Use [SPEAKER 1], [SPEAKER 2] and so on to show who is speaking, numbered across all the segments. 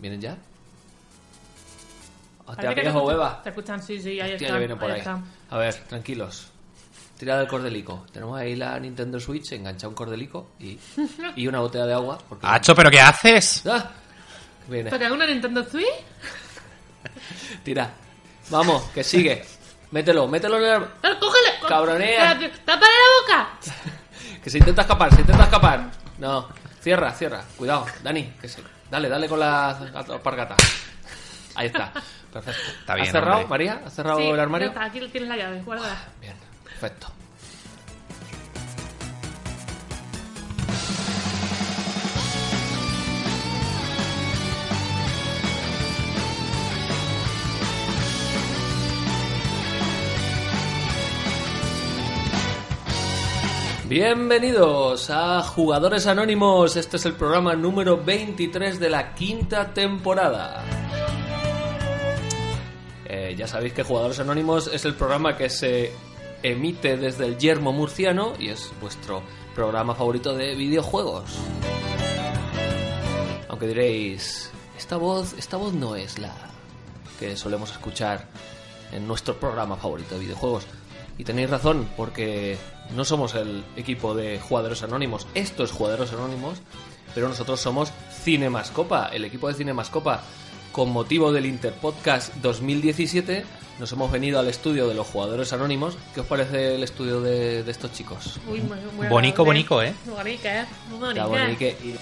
[SPEAKER 1] ¿Vienen ya?
[SPEAKER 2] Hostia,
[SPEAKER 1] Hostia,
[SPEAKER 2] que te
[SPEAKER 1] viejo
[SPEAKER 2] escuchan-
[SPEAKER 1] hueva.
[SPEAKER 2] Te escuchan, sí, sí, ahí
[SPEAKER 1] Hostia,
[SPEAKER 2] está.
[SPEAKER 1] ya vienen por
[SPEAKER 2] ahí
[SPEAKER 1] ahí.
[SPEAKER 2] está.
[SPEAKER 1] A ver, tranquilos. Tira del cordelico. Tenemos ahí la Nintendo Switch, engancha un cordelico y, y una botella de agua. Porque...
[SPEAKER 3] Hacho, ¿pero qué haces?
[SPEAKER 1] ¡Ah! Viene.
[SPEAKER 2] ¿Pero una Nintendo Switch?
[SPEAKER 1] Tira. Vamos, que sigue. Mételo, mételo en el... ar-
[SPEAKER 2] ¡Pero cógele! co-
[SPEAKER 1] Cabronea.
[SPEAKER 2] Espérate, ¡Tápale la boca!
[SPEAKER 1] Que se intenta escapar, se intenta escapar. No, cierra, cierra. Cuidado, Dani, que se... Dale, dale con la alpargata. Ahí está. Perfecto.
[SPEAKER 3] Está bien,
[SPEAKER 1] ¿Has cerrado,
[SPEAKER 3] hombre.
[SPEAKER 1] María? ¿Has cerrado
[SPEAKER 2] Sí,
[SPEAKER 1] el
[SPEAKER 2] ya
[SPEAKER 1] armario?
[SPEAKER 2] está, aquí tienes la llave, guárdala.
[SPEAKER 1] Bien, perfecto. Bienvenidos a Jugadores Anónimos. Este es el programa número 23 de la quinta temporada. Eh, ya sabéis que Jugadores Anónimos es el programa que se emite desde el Yermo Murciano y es vuestro programa favorito de videojuegos. Aunque diréis, esta voz, esta voz no es la que solemos escuchar en nuestro programa favorito de videojuegos. Y tenéis razón, porque no somos el equipo de Jugadores Anónimos. Esto es Jugadores Anónimos, pero nosotros somos Cinemascopa, el equipo de Cinemascopa. Con motivo del Interpodcast 2017, nos hemos venido al estudio de los Jugadores Anónimos. ¿Qué os parece el estudio de, de estos chicos?
[SPEAKER 2] Uy, muy, muy
[SPEAKER 3] Bonico,
[SPEAKER 2] agradable.
[SPEAKER 3] bonico, ¿eh?
[SPEAKER 2] Muy bonica, ¿eh? Muy
[SPEAKER 1] Está
[SPEAKER 2] bonica.
[SPEAKER 1] bueno, y que- y-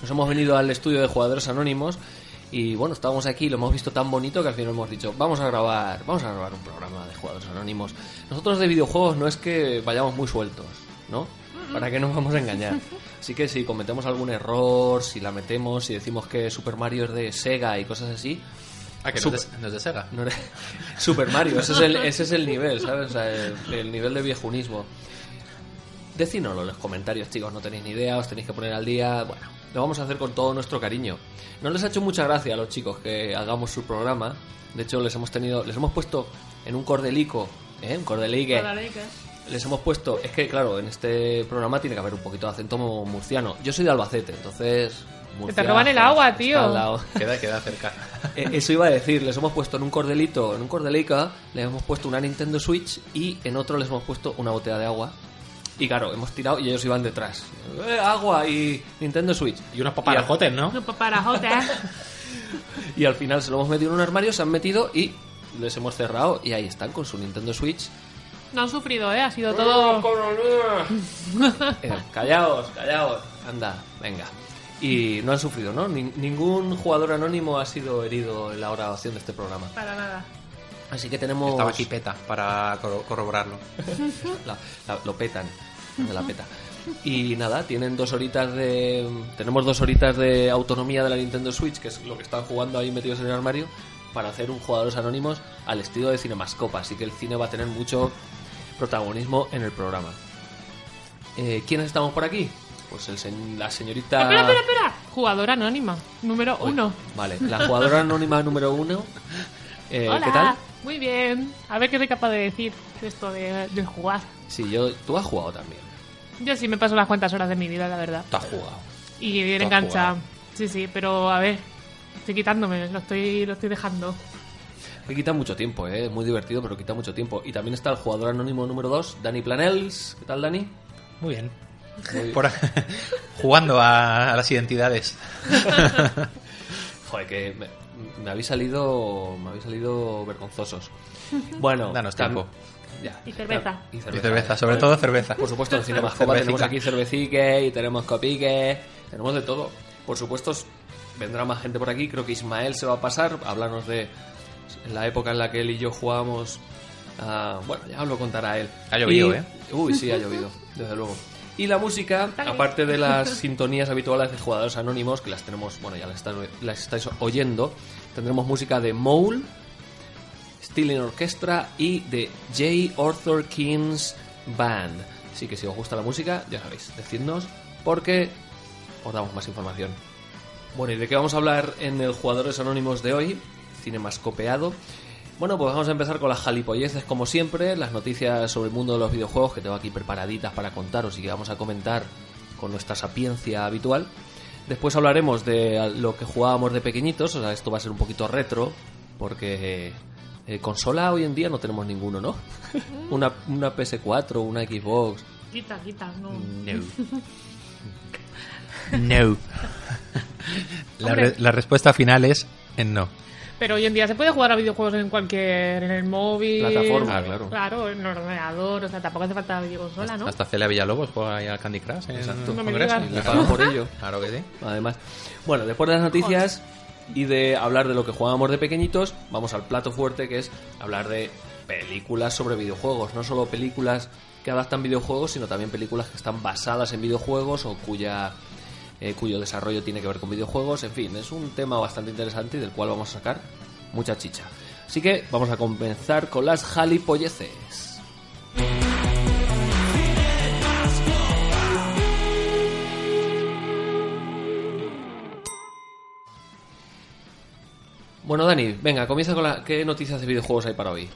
[SPEAKER 1] Nos hemos venido al estudio de jugadores anónimos y bueno, estábamos aquí, lo hemos visto tan bonito que al final hemos dicho, vamos a grabar, vamos a grabar un programa de jugadores anónimos. Nosotros de videojuegos no es que vayamos muy sueltos, ¿no? ¿Para qué nos vamos a engañar? Así que si cometemos algún error, si la metemos, si decimos que Super Mario es de Sega y cosas así,
[SPEAKER 3] Ah, que no es, de, no es de Sega.
[SPEAKER 1] no era- Super Mario, ese es el, ese es el nivel, ¿sabes? O sea, el, el nivel de viejunismo. Decídnoslo en los comentarios, chicos, no tenéis ni idea, os tenéis que poner al día. Bueno, lo vamos a hacer con todo nuestro cariño. No les ha hecho mucha gracia a los chicos que hagamos su programa. De hecho, les hemos tenido, les hemos puesto en un cordelico, ¿eh? Un cordelique.
[SPEAKER 2] Guadalica.
[SPEAKER 1] Les hemos puesto, es que claro, en este programa tiene que haber un poquito de acento murciano. Yo soy de Albacete, entonces. Murcia,
[SPEAKER 2] roban el agua,
[SPEAKER 1] está
[SPEAKER 2] tío.
[SPEAKER 1] al lado.
[SPEAKER 3] Queda, queda cerca.
[SPEAKER 1] Eh, Eso iba a decir, les hemos puesto en un cordelito, en un cordelica, les hemos puesto una Nintendo Switch y en otro les hemos puesto una botella de agua. Y claro, hemos tirado y ellos iban detrás. Eh, agua y Nintendo Switch.
[SPEAKER 3] Y unos paparajotes, ¿no?
[SPEAKER 2] No, paparajotas.
[SPEAKER 1] Y al final se lo hemos metido en un armario, se han metido y les hemos cerrado y ahí están con su Nintendo Switch.
[SPEAKER 2] No han sufrido, ¿eh? Ha sido todo...
[SPEAKER 1] Eh, callaos, callaos. Anda, venga. Y no han sufrido, ¿no? Nin- ningún jugador anónimo ha sido herido en la grabación de este programa.
[SPEAKER 2] Para nada.
[SPEAKER 1] Así que tenemos...
[SPEAKER 3] Estaba aquí peta para corro- corroborarlo.
[SPEAKER 1] La- la- lo petan, de la peta. Y nada, tienen dos horitas de. Tenemos dos horitas de autonomía de la Nintendo Switch, que es lo que están jugando ahí metidos en el armario, para hacer un jugadores anónimos al estilo de Cinemascopa. Así que el cine va a tener mucho protagonismo en el programa. Eh, ¿Quiénes estamos por aquí? Pues el sen- la señorita.
[SPEAKER 2] Espera, espera, espera. Jugadora anónima, número
[SPEAKER 1] Ah. Uy,
[SPEAKER 2] uno.
[SPEAKER 1] Vale, la jugadora anónima número uno. Eh,
[SPEAKER 2] Hola.
[SPEAKER 1] ¿Qué tal?
[SPEAKER 2] Muy bien. A ver qué soy capaz de decir de esto de, de jugar.
[SPEAKER 1] Sí, yo. Tú has jugado también.
[SPEAKER 2] Yo sí me paso las cuantas horas de mi vida, la verdad.
[SPEAKER 3] Tú has jugado.
[SPEAKER 2] Y bien
[SPEAKER 3] Tú has
[SPEAKER 2] enganchada.
[SPEAKER 3] jugado.
[SPEAKER 2] Sí, sí, pero a ver. Estoy quitándome, lo estoy, lo estoy dejando.
[SPEAKER 1] Que quita mucho tiempo, ¿eh? Muy divertido, pero quita mucho tiempo. Y también está el jugador anónimo número 2, Dani Planels. ¿Qué tal, Dani?
[SPEAKER 3] Muy bien. Por- jugando a, a las identidades.
[SPEAKER 1] Joder, que me, me habéis salido me habéis salido vergonzosos. Bueno,
[SPEAKER 3] Danos
[SPEAKER 1] tam-
[SPEAKER 3] tiempo.
[SPEAKER 1] ya.
[SPEAKER 2] Y cerveza.
[SPEAKER 1] Y cerveza,
[SPEAKER 3] Y cerveza,
[SPEAKER 1] eh.
[SPEAKER 3] sobre todo cerveza.
[SPEAKER 1] Por supuesto, en Cinemascopa tenemos
[SPEAKER 3] Cervecica.
[SPEAKER 1] aquí cervecique y tenemos copique, tenemos de todo. Por supuesto, s- vendrá más gente por aquí. Creo que Ismael se va a pasar. Hablarnos de la época en la que él y yo jugábamos. ah, bueno, ya os lo contará él.
[SPEAKER 3] Ha llovido,
[SPEAKER 1] Y-
[SPEAKER 3] ¿eh?
[SPEAKER 1] Uy, sí, ha llovido, desde luego. Y la música, aparte de las sintonías habituales de jugadores anónimos, que las tenemos, bueno, ya las estáis, las estáis oyendo, tendremos música de Mole, Stealing Orchestra y de J. Arthur King's Band. Así que si os gusta la música, ya sabéis, decidnos porque os damos más información. Bueno, ¿y de qué vamos a hablar en el Jugadores Anónimos de hoy? Cinemascopeado. Bueno, pues vamos a empezar con las jalipolleces como siempre, las noticias sobre el mundo de los videojuegos que tengo aquí preparaditas para contaros y que vamos a comentar con nuestra sapiencia habitual. Después hablaremos de lo que jugábamos de pequeñitos, o sea, esto va a ser un poquito retro, porque eh, eh, consola hoy en día no tenemos ninguno, ¿no? una, una PS4, una Xbox,
[SPEAKER 2] Quita, quita, no.
[SPEAKER 3] No. No. La,
[SPEAKER 2] Hombre.
[SPEAKER 3] re- la respuesta final es en no.
[SPEAKER 2] Pero hoy en día se puede jugar a videojuegos en cualquier. en el móvil.
[SPEAKER 1] Plataforma, Ah, claro.
[SPEAKER 2] Claro, en el ordenador. O sea, tampoco hace falta videoconsola, ¿no?
[SPEAKER 3] Hasta Celia Villalobos juega ahí al Candy Crush en
[SPEAKER 1] Exacto.
[SPEAKER 3] el
[SPEAKER 2] No me
[SPEAKER 3] Congreso.
[SPEAKER 2] digas.
[SPEAKER 3] Y
[SPEAKER 1] le
[SPEAKER 3] la-
[SPEAKER 1] pagan por ello.
[SPEAKER 3] Claro que sí.
[SPEAKER 1] Además, bueno, después de las noticias y de hablar de lo que jugábamos de pequeñitos, vamos al plato fuerte que es hablar de películas sobre videojuegos. No solo películas que adaptan videojuegos, sino también películas que están basadas en videojuegos o cuya eh, cuyo desarrollo tiene que ver con videojuegos. En fin, es un tema bastante interesante y del cual vamos a sacar mucha chicha. Así que vamos a comenzar con las jalipolleces. Bueno, Dani, venga, comienza con la... ¿Qué noticias de videojuegos hay para hoy?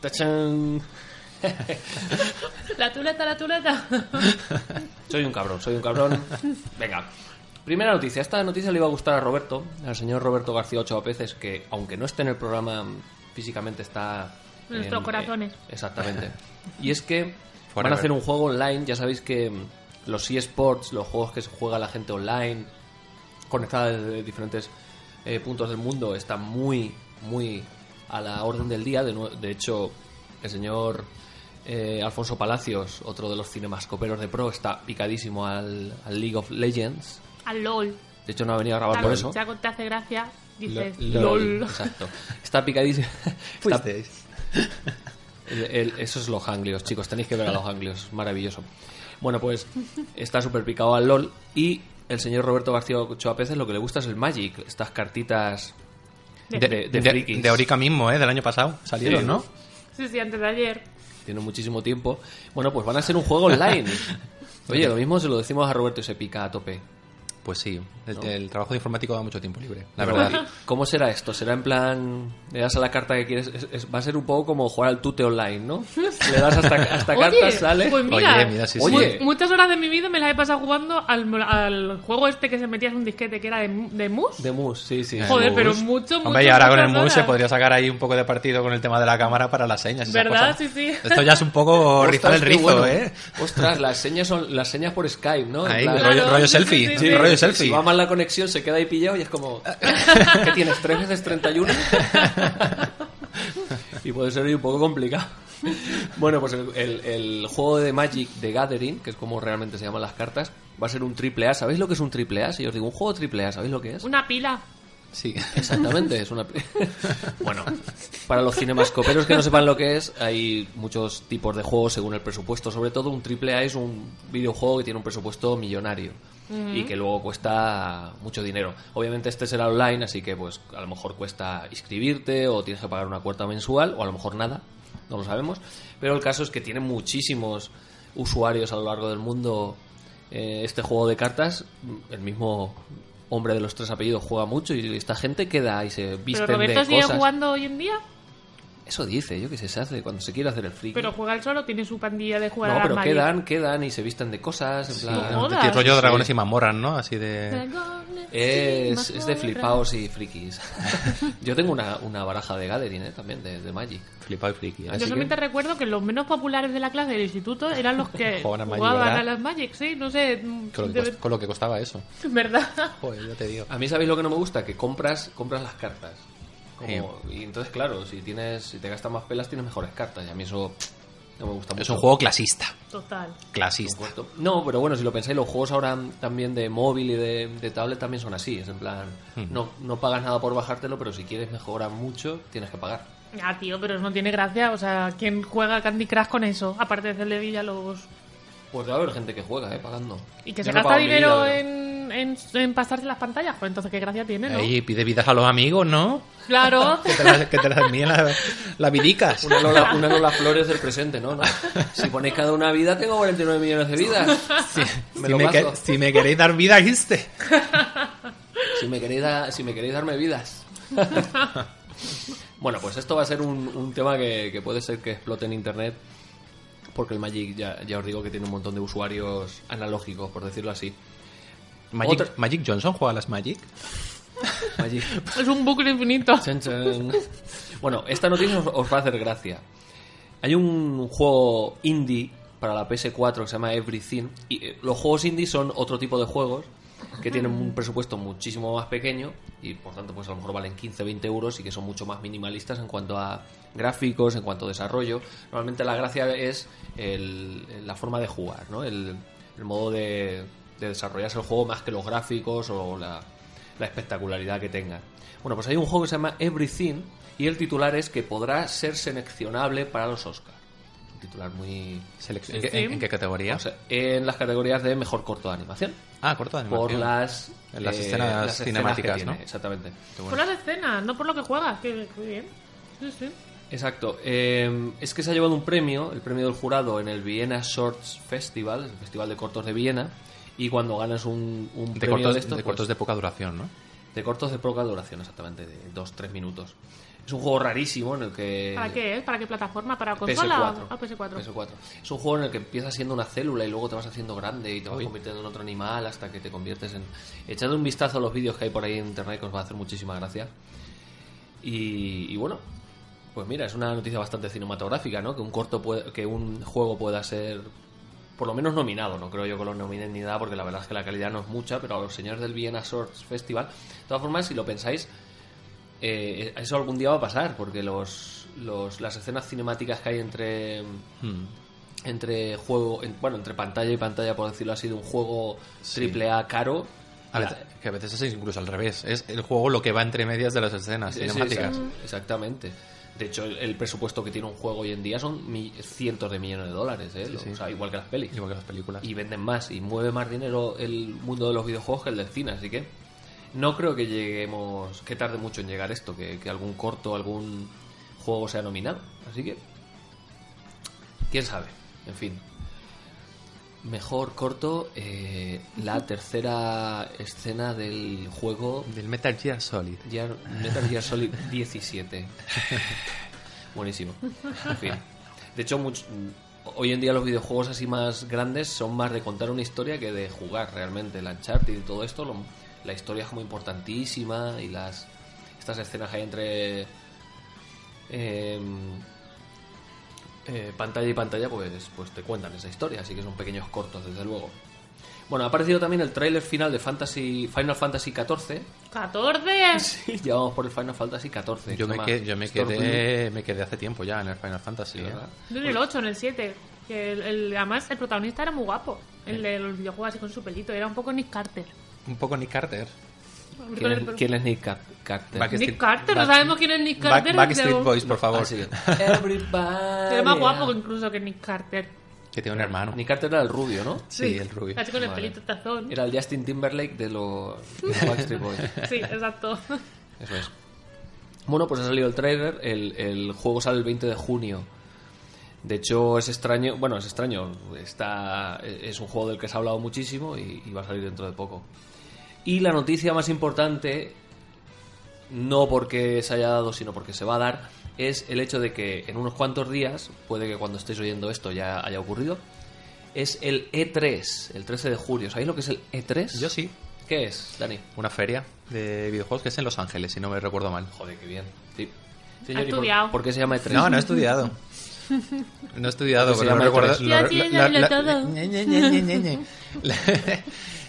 [SPEAKER 1] ¡Tachán!
[SPEAKER 2] La tuleta, la tuleta.
[SPEAKER 1] Soy un cabrón, soy un cabrón. Venga. Primera noticia. Esta noticia le iba a gustar a Roberto, al señor Roberto García Ochoa Peces, que aunque no esté en el programa, físicamente está...
[SPEAKER 2] En nuestros corazones.
[SPEAKER 1] eh, exactamente. Y es que van a
[SPEAKER 3] Forever.
[SPEAKER 1] hacer un juego online. Ya sabéis que mm, los eSports, los juegos que se juega la gente online, conectada desde diferentes eh, puntos del mundo está muy, muy a la orden del día. De, nue- de hecho, el señor eh, Alfonso Palacios, otro de los cinemascoperos de Pro, está picadísimo al, al League of Legends.
[SPEAKER 2] Al LOL.
[SPEAKER 1] De hecho, no ha venido a
[SPEAKER 3] Ah,
[SPEAKER 1] grabar
[SPEAKER 2] Claro,
[SPEAKER 1] por eso.
[SPEAKER 2] Chaco te hace gracia. Dices,
[SPEAKER 1] Lo-
[SPEAKER 2] LOL.
[SPEAKER 1] Exacto. Está picadísimo. Está-
[SPEAKER 3] Fuisteis.
[SPEAKER 1] El- el- esos son los ganglios, chicos. Tenéis que ver a los ganglios. Maravilloso. Bueno, pues está súper picado al LOL. Y el señor Roberto García Ochoa Peces lo que le gusta es el Magic. Estas cartitas de, de, de frikis.
[SPEAKER 3] de Orica mismo, ¿eh? Del año pasado. Salieron,
[SPEAKER 1] Sí.
[SPEAKER 3] ¿no?
[SPEAKER 2] Sí, sí, antes de ayer.
[SPEAKER 1] Tiene muchísimo tiempo. Bueno, pues van a ser un juego online. Oye, lo mismo se lo decimos a Roberto y se pica a tope.
[SPEAKER 3] Pues sí. El, el trabajo de informático da mucho tiempo libre. La
[SPEAKER 1] Pero,
[SPEAKER 3] verdad.
[SPEAKER 1] ¿Cómo será esto? ¿Será en plan, le das a la carta que quieres? Es- es- va a ser un poco como jugar al tute online, ¿no? Le das hasta, hasta
[SPEAKER 2] Oye,
[SPEAKER 1] cartas, sale.
[SPEAKER 2] pues mira.
[SPEAKER 3] Oye, mira, sí, sí.
[SPEAKER 1] Oye.
[SPEAKER 2] Muchas horas de mi vida me las he pasado jugando al, al juego este que se metías un disquete que era de, de mus.
[SPEAKER 1] De mus, sí, sí.
[SPEAKER 2] Joder,
[SPEAKER 3] El
[SPEAKER 2] pero
[SPEAKER 3] mus.
[SPEAKER 2] mucho,
[SPEAKER 3] Hombre,
[SPEAKER 2] mucho,
[SPEAKER 3] y ahora con el
[SPEAKER 2] muchas
[SPEAKER 3] MUS se
[SPEAKER 2] horas.
[SPEAKER 3] podría sacar ahí un poco de partido con el tema de la cámara para las señas. y esas
[SPEAKER 2] ¿Verdad?
[SPEAKER 3] cosas.
[SPEAKER 2] Sí, sí.
[SPEAKER 3] Esto ya es un poco rizar el
[SPEAKER 1] Ostras, qué
[SPEAKER 3] rizo,
[SPEAKER 1] bueno.
[SPEAKER 3] ¿eh?
[SPEAKER 1] Ostras, las señas son las señas por Skype, ¿no? En
[SPEAKER 3] Ahí,
[SPEAKER 1] plan-
[SPEAKER 3] rollo, rollo
[SPEAKER 2] sí,
[SPEAKER 3] selfie.
[SPEAKER 2] sí,
[SPEAKER 3] Sí,
[SPEAKER 2] sí.
[SPEAKER 3] rollo
[SPEAKER 1] Si
[SPEAKER 3] selfie.
[SPEAKER 1] va mal la conexión, se queda ahí pillado y es como. ¿Qué tienes? ¿Tres veces 31? y puede ser ahí un poco complicado. Bueno, pues el, el- el juego de Magic The Gathering, que es como realmente se llaman las cartas, va a ser un triple A. ¿Sabéis lo que es un triple A? Si yo os digo un juego triple A, ¿sabéis lo que es?
[SPEAKER 2] Una pila.
[SPEAKER 3] Sí.
[SPEAKER 1] Exactamente, es una. bueno, para los cinemascoperos que no sepan lo que es, hay muchos tipos de juegos según el presupuesto. Sobre todo, un AAA es un videojuego que tiene un presupuesto millonario y que luego cuesta mucho dinero. Obviamente, este será online, así que pues a lo mejor cuesta inscribirte o tienes que pagar una cuota mensual o a lo mejor nada, no lo sabemos. Pero el caso es que tiene muchísimos usuarios a lo largo del mundo eh, este juego de cartas, el mismo hombre de los tres apellidos juega mucho y esta gente queda y se visten
[SPEAKER 2] Pero Roberto
[SPEAKER 1] de
[SPEAKER 2] sigue
[SPEAKER 1] cosas.
[SPEAKER 2] jugando hoy en día.
[SPEAKER 1] Eso dice, yo qué sé, se hace cuando se quiere hacer el friki.
[SPEAKER 2] Pero juega él solo, tiene su pandilla de
[SPEAKER 1] no,
[SPEAKER 2] jugadores.
[SPEAKER 1] pero quedan, quedan y se visten de cosas, en plan...
[SPEAKER 2] No jodas.
[SPEAKER 3] Tiene rollo
[SPEAKER 1] Sí.
[SPEAKER 3] dragones y mazmorras, ¿no? Así de...
[SPEAKER 1] eh, Es, es de flipaos y frikis. Yo tengo una, una baraja de Gathering ¿eh? también, de, de Magic.
[SPEAKER 3] Flipado y friki. ¿eh?
[SPEAKER 1] Así
[SPEAKER 2] Yo
[SPEAKER 1] que-
[SPEAKER 2] solamente recuerdo que los menos populares de la clase del instituto eran los que
[SPEAKER 3] Jugaban a Magic,
[SPEAKER 2] jugaban
[SPEAKER 3] ¿verdad?
[SPEAKER 2] a las Magic, sí, no sé. mm,
[SPEAKER 3] Con lo, que
[SPEAKER 2] debe-
[SPEAKER 3] cost- con lo que costaba eso.
[SPEAKER 2] ¿Verdad?
[SPEAKER 3] Joder, ya te digo.
[SPEAKER 1] A mí, ¿sabéis lo que no me gusta? Que compras, compras las cartas. Como-
[SPEAKER 3] Sí.
[SPEAKER 1] Y entonces, claro, si tienes si te gastas más pelas, tienes mejores cartas. Y a mí eso no me gusta mucho.
[SPEAKER 3] Es un juego clasista.
[SPEAKER 2] Total.
[SPEAKER 3] Clasista.
[SPEAKER 1] Por supuesto. No, pero bueno, si lo pensáis, los juegos ahora también de móvil y de, de tablet también son así. Es en plan,
[SPEAKER 3] Hmm.
[SPEAKER 1] no, no pagas nada por bajártelo, pero si quieres mejorar mucho, tienes que pagar.
[SPEAKER 2] Ah, tío, pero no tiene gracia. O sea, ¿quién juega Candy Crush con eso? Aparte de hacerle villa a los.
[SPEAKER 1] Pues debe haber gente que juega, ¿eh? Pagando.
[SPEAKER 2] Y que
[SPEAKER 1] Yo
[SPEAKER 2] se
[SPEAKER 1] no
[SPEAKER 2] gasta
[SPEAKER 1] pago mi
[SPEAKER 2] dinero
[SPEAKER 1] vida,
[SPEAKER 2] en, en, en pasarse las pantallas. Pues entonces, ¿qué gracia tiene, no?
[SPEAKER 3] Ahí pide vidas a los amigos, ¿no?
[SPEAKER 2] Claro.
[SPEAKER 3] Que te las, que te las envíen las, las vidicas.
[SPEAKER 1] Una Lola, una Lola Flores del presente, ¿no? ¿no? Si ponéis cada una vida, tengo 49 millones de vidas. me
[SPEAKER 3] si,
[SPEAKER 1] lo
[SPEAKER 3] me que-
[SPEAKER 1] paso.
[SPEAKER 3] si me queréis dar vida, ¿viste?
[SPEAKER 1] Si me queréis, da- si me queréis darme vidas. bueno, pues esto va a ser un, un tema que, que puede ser que explote en internet. Porque el Magic, ya, ya os digo que tiene un montón de usuarios analógicos, por decirlo así.
[SPEAKER 3] Magic,
[SPEAKER 1] Otra-
[SPEAKER 3] Magic Johnson juega a las Magic.
[SPEAKER 1] Magic.
[SPEAKER 2] es un bucle infinito.
[SPEAKER 1] Chan, chan. Bueno, esta noticia os, os va a hacer gracia. Hay un juego indie para la PS4 que se llama Everything. Y eh, los juegos indie son otro tipo de juegos que tienen un presupuesto muchísimo más pequeño y por tanto pues a lo mejor valen 15, 20 euros y que son mucho más minimalistas en cuanto a gráficos, en cuanto a desarrollo. Normalmente la gracia es el- la forma de jugar, ¿no? El, el modo de, de desarrollarse el juego más que los gráficos o la, la espectacularidad que tenga. Bueno, pues hay un juego que se llama Everything y el titular es que podrá ser seleccionable para los Oscars. Un titular muy...
[SPEAKER 3] Selec- ¿En, qué- en- en qué categoría?
[SPEAKER 1] O sea, en las categorías de mejor corto de animación.
[SPEAKER 3] ah, corto de
[SPEAKER 1] Por
[SPEAKER 3] animación.
[SPEAKER 1] las,
[SPEAKER 3] En las
[SPEAKER 1] eh,
[SPEAKER 3] escenas
[SPEAKER 1] que
[SPEAKER 3] cinemáticas,
[SPEAKER 1] tiene,
[SPEAKER 3] ¿no?
[SPEAKER 1] Exactamente.
[SPEAKER 2] Por las escenas, no por lo que juegas. Qué, qué bien. Sí, sí.
[SPEAKER 1] Exacto. Eh, es que se ha llevado un premio, el premio del jurado, en el Vienna Shorts Festival, el Festival de Cortos de Viena. Y cuando ganas un, un
[SPEAKER 3] De
[SPEAKER 1] premio
[SPEAKER 3] cortos,
[SPEAKER 1] de estos,
[SPEAKER 3] de
[SPEAKER 1] pues,
[SPEAKER 3] cortos de poca duración, ¿no?
[SPEAKER 1] de cortos de poca duración, exactamente, de 2-3 minutos. Es un juego rarísimo en el que...
[SPEAKER 2] ¿Para qué es? ¿Para qué plataforma? ¿Para consola Ah,
[SPEAKER 1] PS4.
[SPEAKER 2] o a PS4?
[SPEAKER 1] Es un juego en el que empiezas siendo una célula y luego te vas haciendo grande y te vas convirtiendo en otro animal hasta que te conviertes en. Echad un vistazo a los vídeos que hay por ahí en internet que os va a hacer muchísima gracia. Y, y bueno, pues mira, es una noticia bastante cinematográfica, ¿no? Que un corto puede- que un juego pueda ser por lo menos nominado, no creo yo que lo nominen ni nada porque la verdad es que la calidad no es mucha, pero a los señores del Vienna Shorts Festival, de todas formas, si lo pensáis, eh, eso algún día va a pasar, porque los, los- las escenas cinemáticas que hay entre
[SPEAKER 3] Hmm.
[SPEAKER 1] entre juego, en- bueno, entre pantalla y pantalla, por decirlo así, de un juego triple A caro.
[SPEAKER 3] A
[SPEAKER 1] la-
[SPEAKER 3] veces- que a veces es incluso al revés. Es el juego lo que va entre medias de las escenas
[SPEAKER 1] es- es-
[SPEAKER 3] cinemáticas.
[SPEAKER 1] exact- exactamente. De hecho, el, el presupuesto que tiene un juego hoy en día son mi- cientos de millones de dólares, ¿eh?
[SPEAKER 3] sí.
[SPEAKER 1] O sea, igual que las pelis.
[SPEAKER 3] Igual que las películas.
[SPEAKER 1] Y venden más, y mueve más dinero el mundo de los videojuegos que el del cine, así que no creo que lleguemos, que tarde mucho en llegar esto, que, que algún corto, algún juego sea nominado. Así que, quién sabe, en fin. Mejor corto, eh, la tercera escena del juego
[SPEAKER 3] Del Metal Gear Solid.
[SPEAKER 1] Gear- Metal Gear Solid 17. Buenísimo. En fin. De hecho, much- hoy en día los videojuegos así más grandes son más de contar una historia que de jugar realmente. La Uncharted y todo esto, lo- la historia es como importantísima y las estas escenas que hay entre eh, eh, pantalla y pantalla, pues, pues te cuentan esa historia. Así que son pequeños cortos, desde luego. Bueno, ha aparecido también el tráiler final de Fantasy, Final Fantasy XIV,
[SPEAKER 2] ¡14!
[SPEAKER 1] Sí, ya vamos por el Final Fantasy XIV.
[SPEAKER 3] Yo
[SPEAKER 1] se
[SPEAKER 3] me,
[SPEAKER 1] llama
[SPEAKER 3] qued- yo me
[SPEAKER 1] Storm
[SPEAKER 3] quedé, me quedé hace tiempo ya en el Final Fantasy.
[SPEAKER 1] Blue,
[SPEAKER 3] ¿eh?
[SPEAKER 1] ¿verdad?
[SPEAKER 2] Yo en el 8, en el 7. Que el, el- además, el protagonista era muy guapo. El de los videojuegos así con su pelito. Era un poco Nick Carter.
[SPEAKER 3] Un poco Nick Carter.
[SPEAKER 2] Con
[SPEAKER 1] ¿Quién,
[SPEAKER 2] el-
[SPEAKER 1] es- quién es Nick Car- Carter?
[SPEAKER 3] Back-
[SPEAKER 2] Nick Carter, no
[SPEAKER 3] Back-
[SPEAKER 2] sabemos quién es Nick
[SPEAKER 3] Back-
[SPEAKER 2] Carter.
[SPEAKER 3] Backstreet
[SPEAKER 2] pero-
[SPEAKER 3] Boys, por favor.
[SPEAKER 1] Ah, sí. Everybody.
[SPEAKER 2] Era más guapo incluso que Nick Carter.
[SPEAKER 3] Que tiene un hermano.
[SPEAKER 1] Nick Carter era el rubio, ¿no?
[SPEAKER 3] Sí, el rubio.
[SPEAKER 2] Así con el
[SPEAKER 1] Vale.
[SPEAKER 2] pelito tazón.
[SPEAKER 1] Era el Justin Timberlake de los, de los Backstreet Boys.
[SPEAKER 2] Sí, exacto.
[SPEAKER 1] Eso es. Bueno, pues ha salido el trailer. El, el juego sale el 20 de junio. De hecho, es extraño. Bueno, es extraño. Está, es un juego del que se ha hablado muchísimo y, y va a salir dentro de poco. Y la noticia más importante no porque se haya dado, sino porque se va a dar, es el hecho de que en unos cuantos días, puede que cuando estéis oyendo esto ya haya ocurrido, es el E3, el 13 de julio. ¿Sabéis lo que es el E3?
[SPEAKER 3] Yo sí.
[SPEAKER 1] ¿Qué es, Dani?
[SPEAKER 3] Una feria de videojuegos que es en Los Ángeles, si no me recuerdo mal.
[SPEAKER 1] Joder, qué bien. Sí.
[SPEAKER 2] Ha
[SPEAKER 1] ¿y por-
[SPEAKER 2] estudiado.
[SPEAKER 1] Por, qué se llama E3?
[SPEAKER 3] No, no he estudiado. No he estudiado,
[SPEAKER 1] Se
[SPEAKER 3] pero lo
[SPEAKER 1] llama
[SPEAKER 3] recuerdo.
[SPEAKER 1] E3.
[SPEAKER 2] Ya
[SPEAKER 3] Lo,
[SPEAKER 2] tienes
[SPEAKER 3] la-
[SPEAKER 2] lo
[SPEAKER 3] la-
[SPEAKER 2] todo.
[SPEAKER 3] ñe, ñe, ñe, ñe, ñe, ñe. La-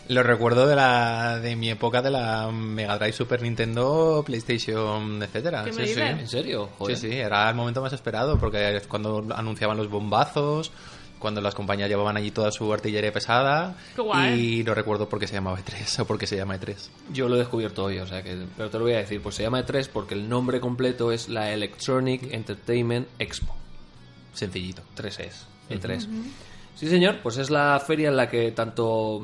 [SPEAKER 3] lo recuerdo de la de mi época de la Mega Drive, Super Nintendo, PlayStation, etcétera.
[SPEAKER 2] ¿Qué me
[SPEAKER 3] Sí, sí.
[SPEAKER 2] dices?
[SPEAKER 1] ¿En serio?
[SPEAKER 3] Sí,
[SPEAKER 1] Joder.
[SPEAKER 3] sí, era el momento más esperado porque es cuando anunciaban los bombazos, cuando las compañías llevaban allí toda su artillería pesada
[SPEAKER 2] Qué guay.
[SPEAKER 3] y no recuerdo por qué se llamaba E3 o por qué se llama E E3.
[SPEAKER 1] Yo lo he descubierto hoy, o sea que. Pero te lo voy a decir, pues se llama E3 porque el nombre completo es la Electronic Entertainment Expo.
[SPEAKER 3] Sencillito.
[SPEAKER 1] 3S, E3. E Sí, señor, pues es la feria en la que tanto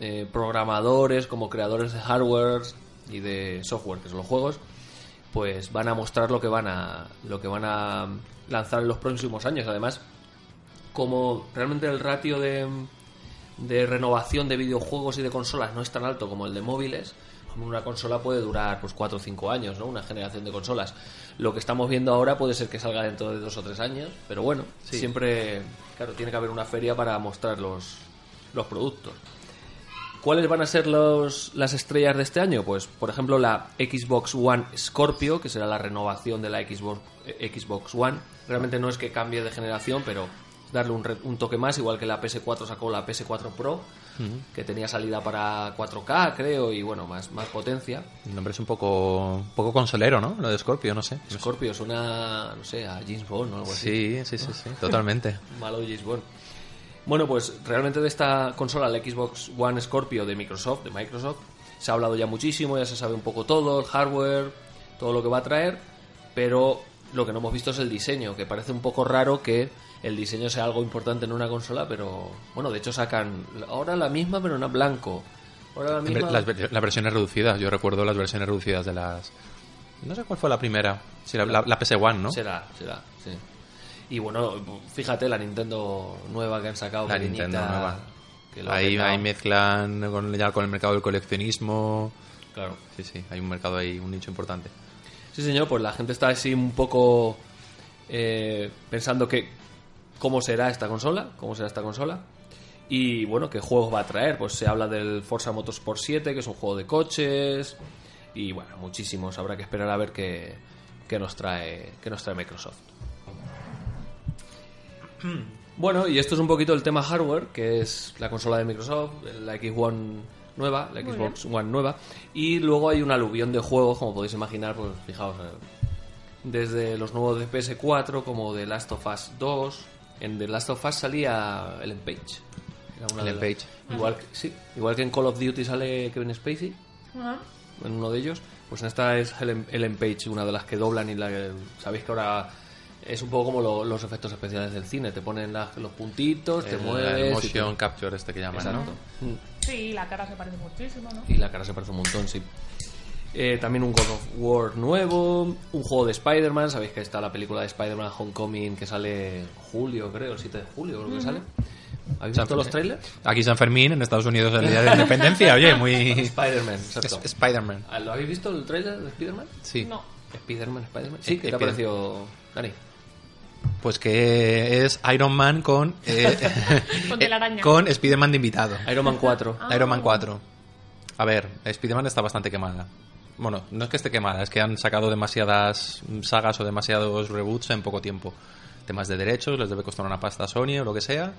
[SPEAKER 1] eh, programadores como creadores de hardware y de software, que son los juegos, pues van a mostrar lo que van a lo que van a lanzar en los próximos años. Además, como realmente el ratio de, de renovación de videojuegos y de consolas no es tan alto como el de móviles, una consola puede durar pues 4 o 5 años, ¿no? Una generación de consolas. Lo que estamos viendo ahora puede ser que salga dentro de 2 o 3 años, pero bueno, siempre, claro, tiene que haber una feria para mostrar los, los productos. ¿Cuáles van a ser los, las estrellas de este año? Pues, por ejemplo, la Xbox One Scorpio, que será la renovación de la Xbox, eh, Xbox One. Realmente no es que cambie de generación, pero darle un, re- un toque más, igual que la PS4 sacó la PS4 Pro, que tenía salida para 4K, creo, y bueno, más, más potencia.
[SPEAKER 3] El nombre es un poco, un poco consolero, ¿no? Lo de Scorpio, no sé.
[SPEAKER 1] Scorpio suena, no sé, a James Bond o algo así.
[SPEAKER 3] Sí, sí, sí, sí, totalmente.
[SPEAKER 1] Malo James Bond. Bueno, pues realmente de esta consola, la Xbox One Scorpio de Microsoft, de Microsoft, se ha hablado ya muchísimo, ya se sabe un poco todo, el hardware, todo lo que va a traer, pero lo que no hemos visto es el diseño, que parece un poco raro que el diseño sea algo importante en una consola, pero bueno, de hecho sacan ahora la misma, pero en blanco. Ahora la
[SPEAKER 3] Hombre,
[SPEAKER 1] misma...
[SPEAKER 3] Las, ver- las versiones reducidas, yo recuerdo las versiones reducidas de las... No sé cuál fue la primera, si la, la- la PS1, ¿no?
[SPEAKER 1] Será, será, sí. Y bueno, fíjate la Nintendo nueva que han sacado.
[SPEAKER 3] La
[SPEAKER 1] pequeñita,
[SPEAKER 3] Nintendo nueva.
[SPEAKER 1] que lo ha
[SPEAKER 3] Ahí,
[SPEAKER 1] petado.
[SPEAKER 3] ahí mezclan con, ya con el mercado del coleccionismo.
[SPEAKER 1] Claro.
[SPEAKER 3] Sí, sí, hay un mercado ahí, un nicho importante.
[SPEAKER 1] Sí, señor, pues la gente está así un poco eh, pensando que cómo será esta consola, cómo será esta consola y bueno, qué juegos va a traer. Pues se habla del Forza Motorsport 7, que es un juego de coches y bueno, muchísimos. Habrá que esperar a ver qué, qué nos trae qué nos trae Microsoft. Bueno, y esto es un poquito el tema hardware, que es la consola de Microsoft, la X1 nueva, la Xbox One nueva, y luego hay un aluvión de juegos, como podéis imaginar, pues fijaos, eh, desde los nuevos de PS4 como The Last of Us 2, en The Last of Us salía Ellen Page. Era una
[SPEAKER 3] Ellen
[SPEAKER 1] de las-
[SPEAKER 3] Page.
[SPEAKER 1] Igual, que- sí, igual que en Call of Duty sale Kevin Spacey,
[SPEAKER 2] Ajá.
[SPEAKER 1] en uno de ellos. Pues en esta es Helen, Helen Page, una de las que doblan y la que- sabéis que ahora es un poco como lo- los efectos especiales del cine, te ponen las- los puntitos, Pues te
[SPEAKER 3] El-
[SPEAKER 1] mueves
[SPEAKER 3] el
[SPEAKER 1] y
[SPEAKER 3] motion
[SPEAKER 1] te-
[SPEAKER 3] capture este que llaman,
[SPEAKER 1] Exacto.
[SPEAKER 3] ¿no?
[SPEAKER 2] Sí, la cara se parece muchísimo, ¿no?
[SPEAKER 1] Y la cara se parece un montón, sí. Eh, también un God of War nuevo, un juego de Spider-Man, sabéis que está la película de Spider-Man Homecoming que sale en julio, creo, el 7 de julio, creo que sale. ¿Habéis visto los trailers?
[SPEAKER 3] Aquí San Fermín, en Estados Unidos, el día de la independencia, oye, muy...
[SPEAKER 1] Spider-Man, exacto.
[SPEAKER 3] Es- Spider-Man.
[SPEAKER 1] Ah, ¿Lo habéis visto el trailer de Spider-Man?
[SPEAKER 3] Sí.
[SPEAKER 2] No.
[SPEAKER 1] Spider-Man, Spider-Man. Sí,
[SPEAKER 3] Eh,
[SPEAKER 1] ¿qué te ha
[SPEAKER 3] Spider-
[SPEAKER 1] parecido, Dani?
[SPEAKER 3] Pues que es Iron Man con... eh,
[SPEAKER 2] Con telaraña.
[SPEAKER 3] con Spider-Man de invitado.
[SPEAKER 1] Iron Man 4.
[SPEAKER 3] Iron Man 4. A ver, Spider-Man está bastante quemada. Bueno, no es que esté quemada, es que han sacado demasiadas sagas o demasiados reboots en poco tiempo. Temas de derechos, les debe costar una pasta a Sony o lo que sea.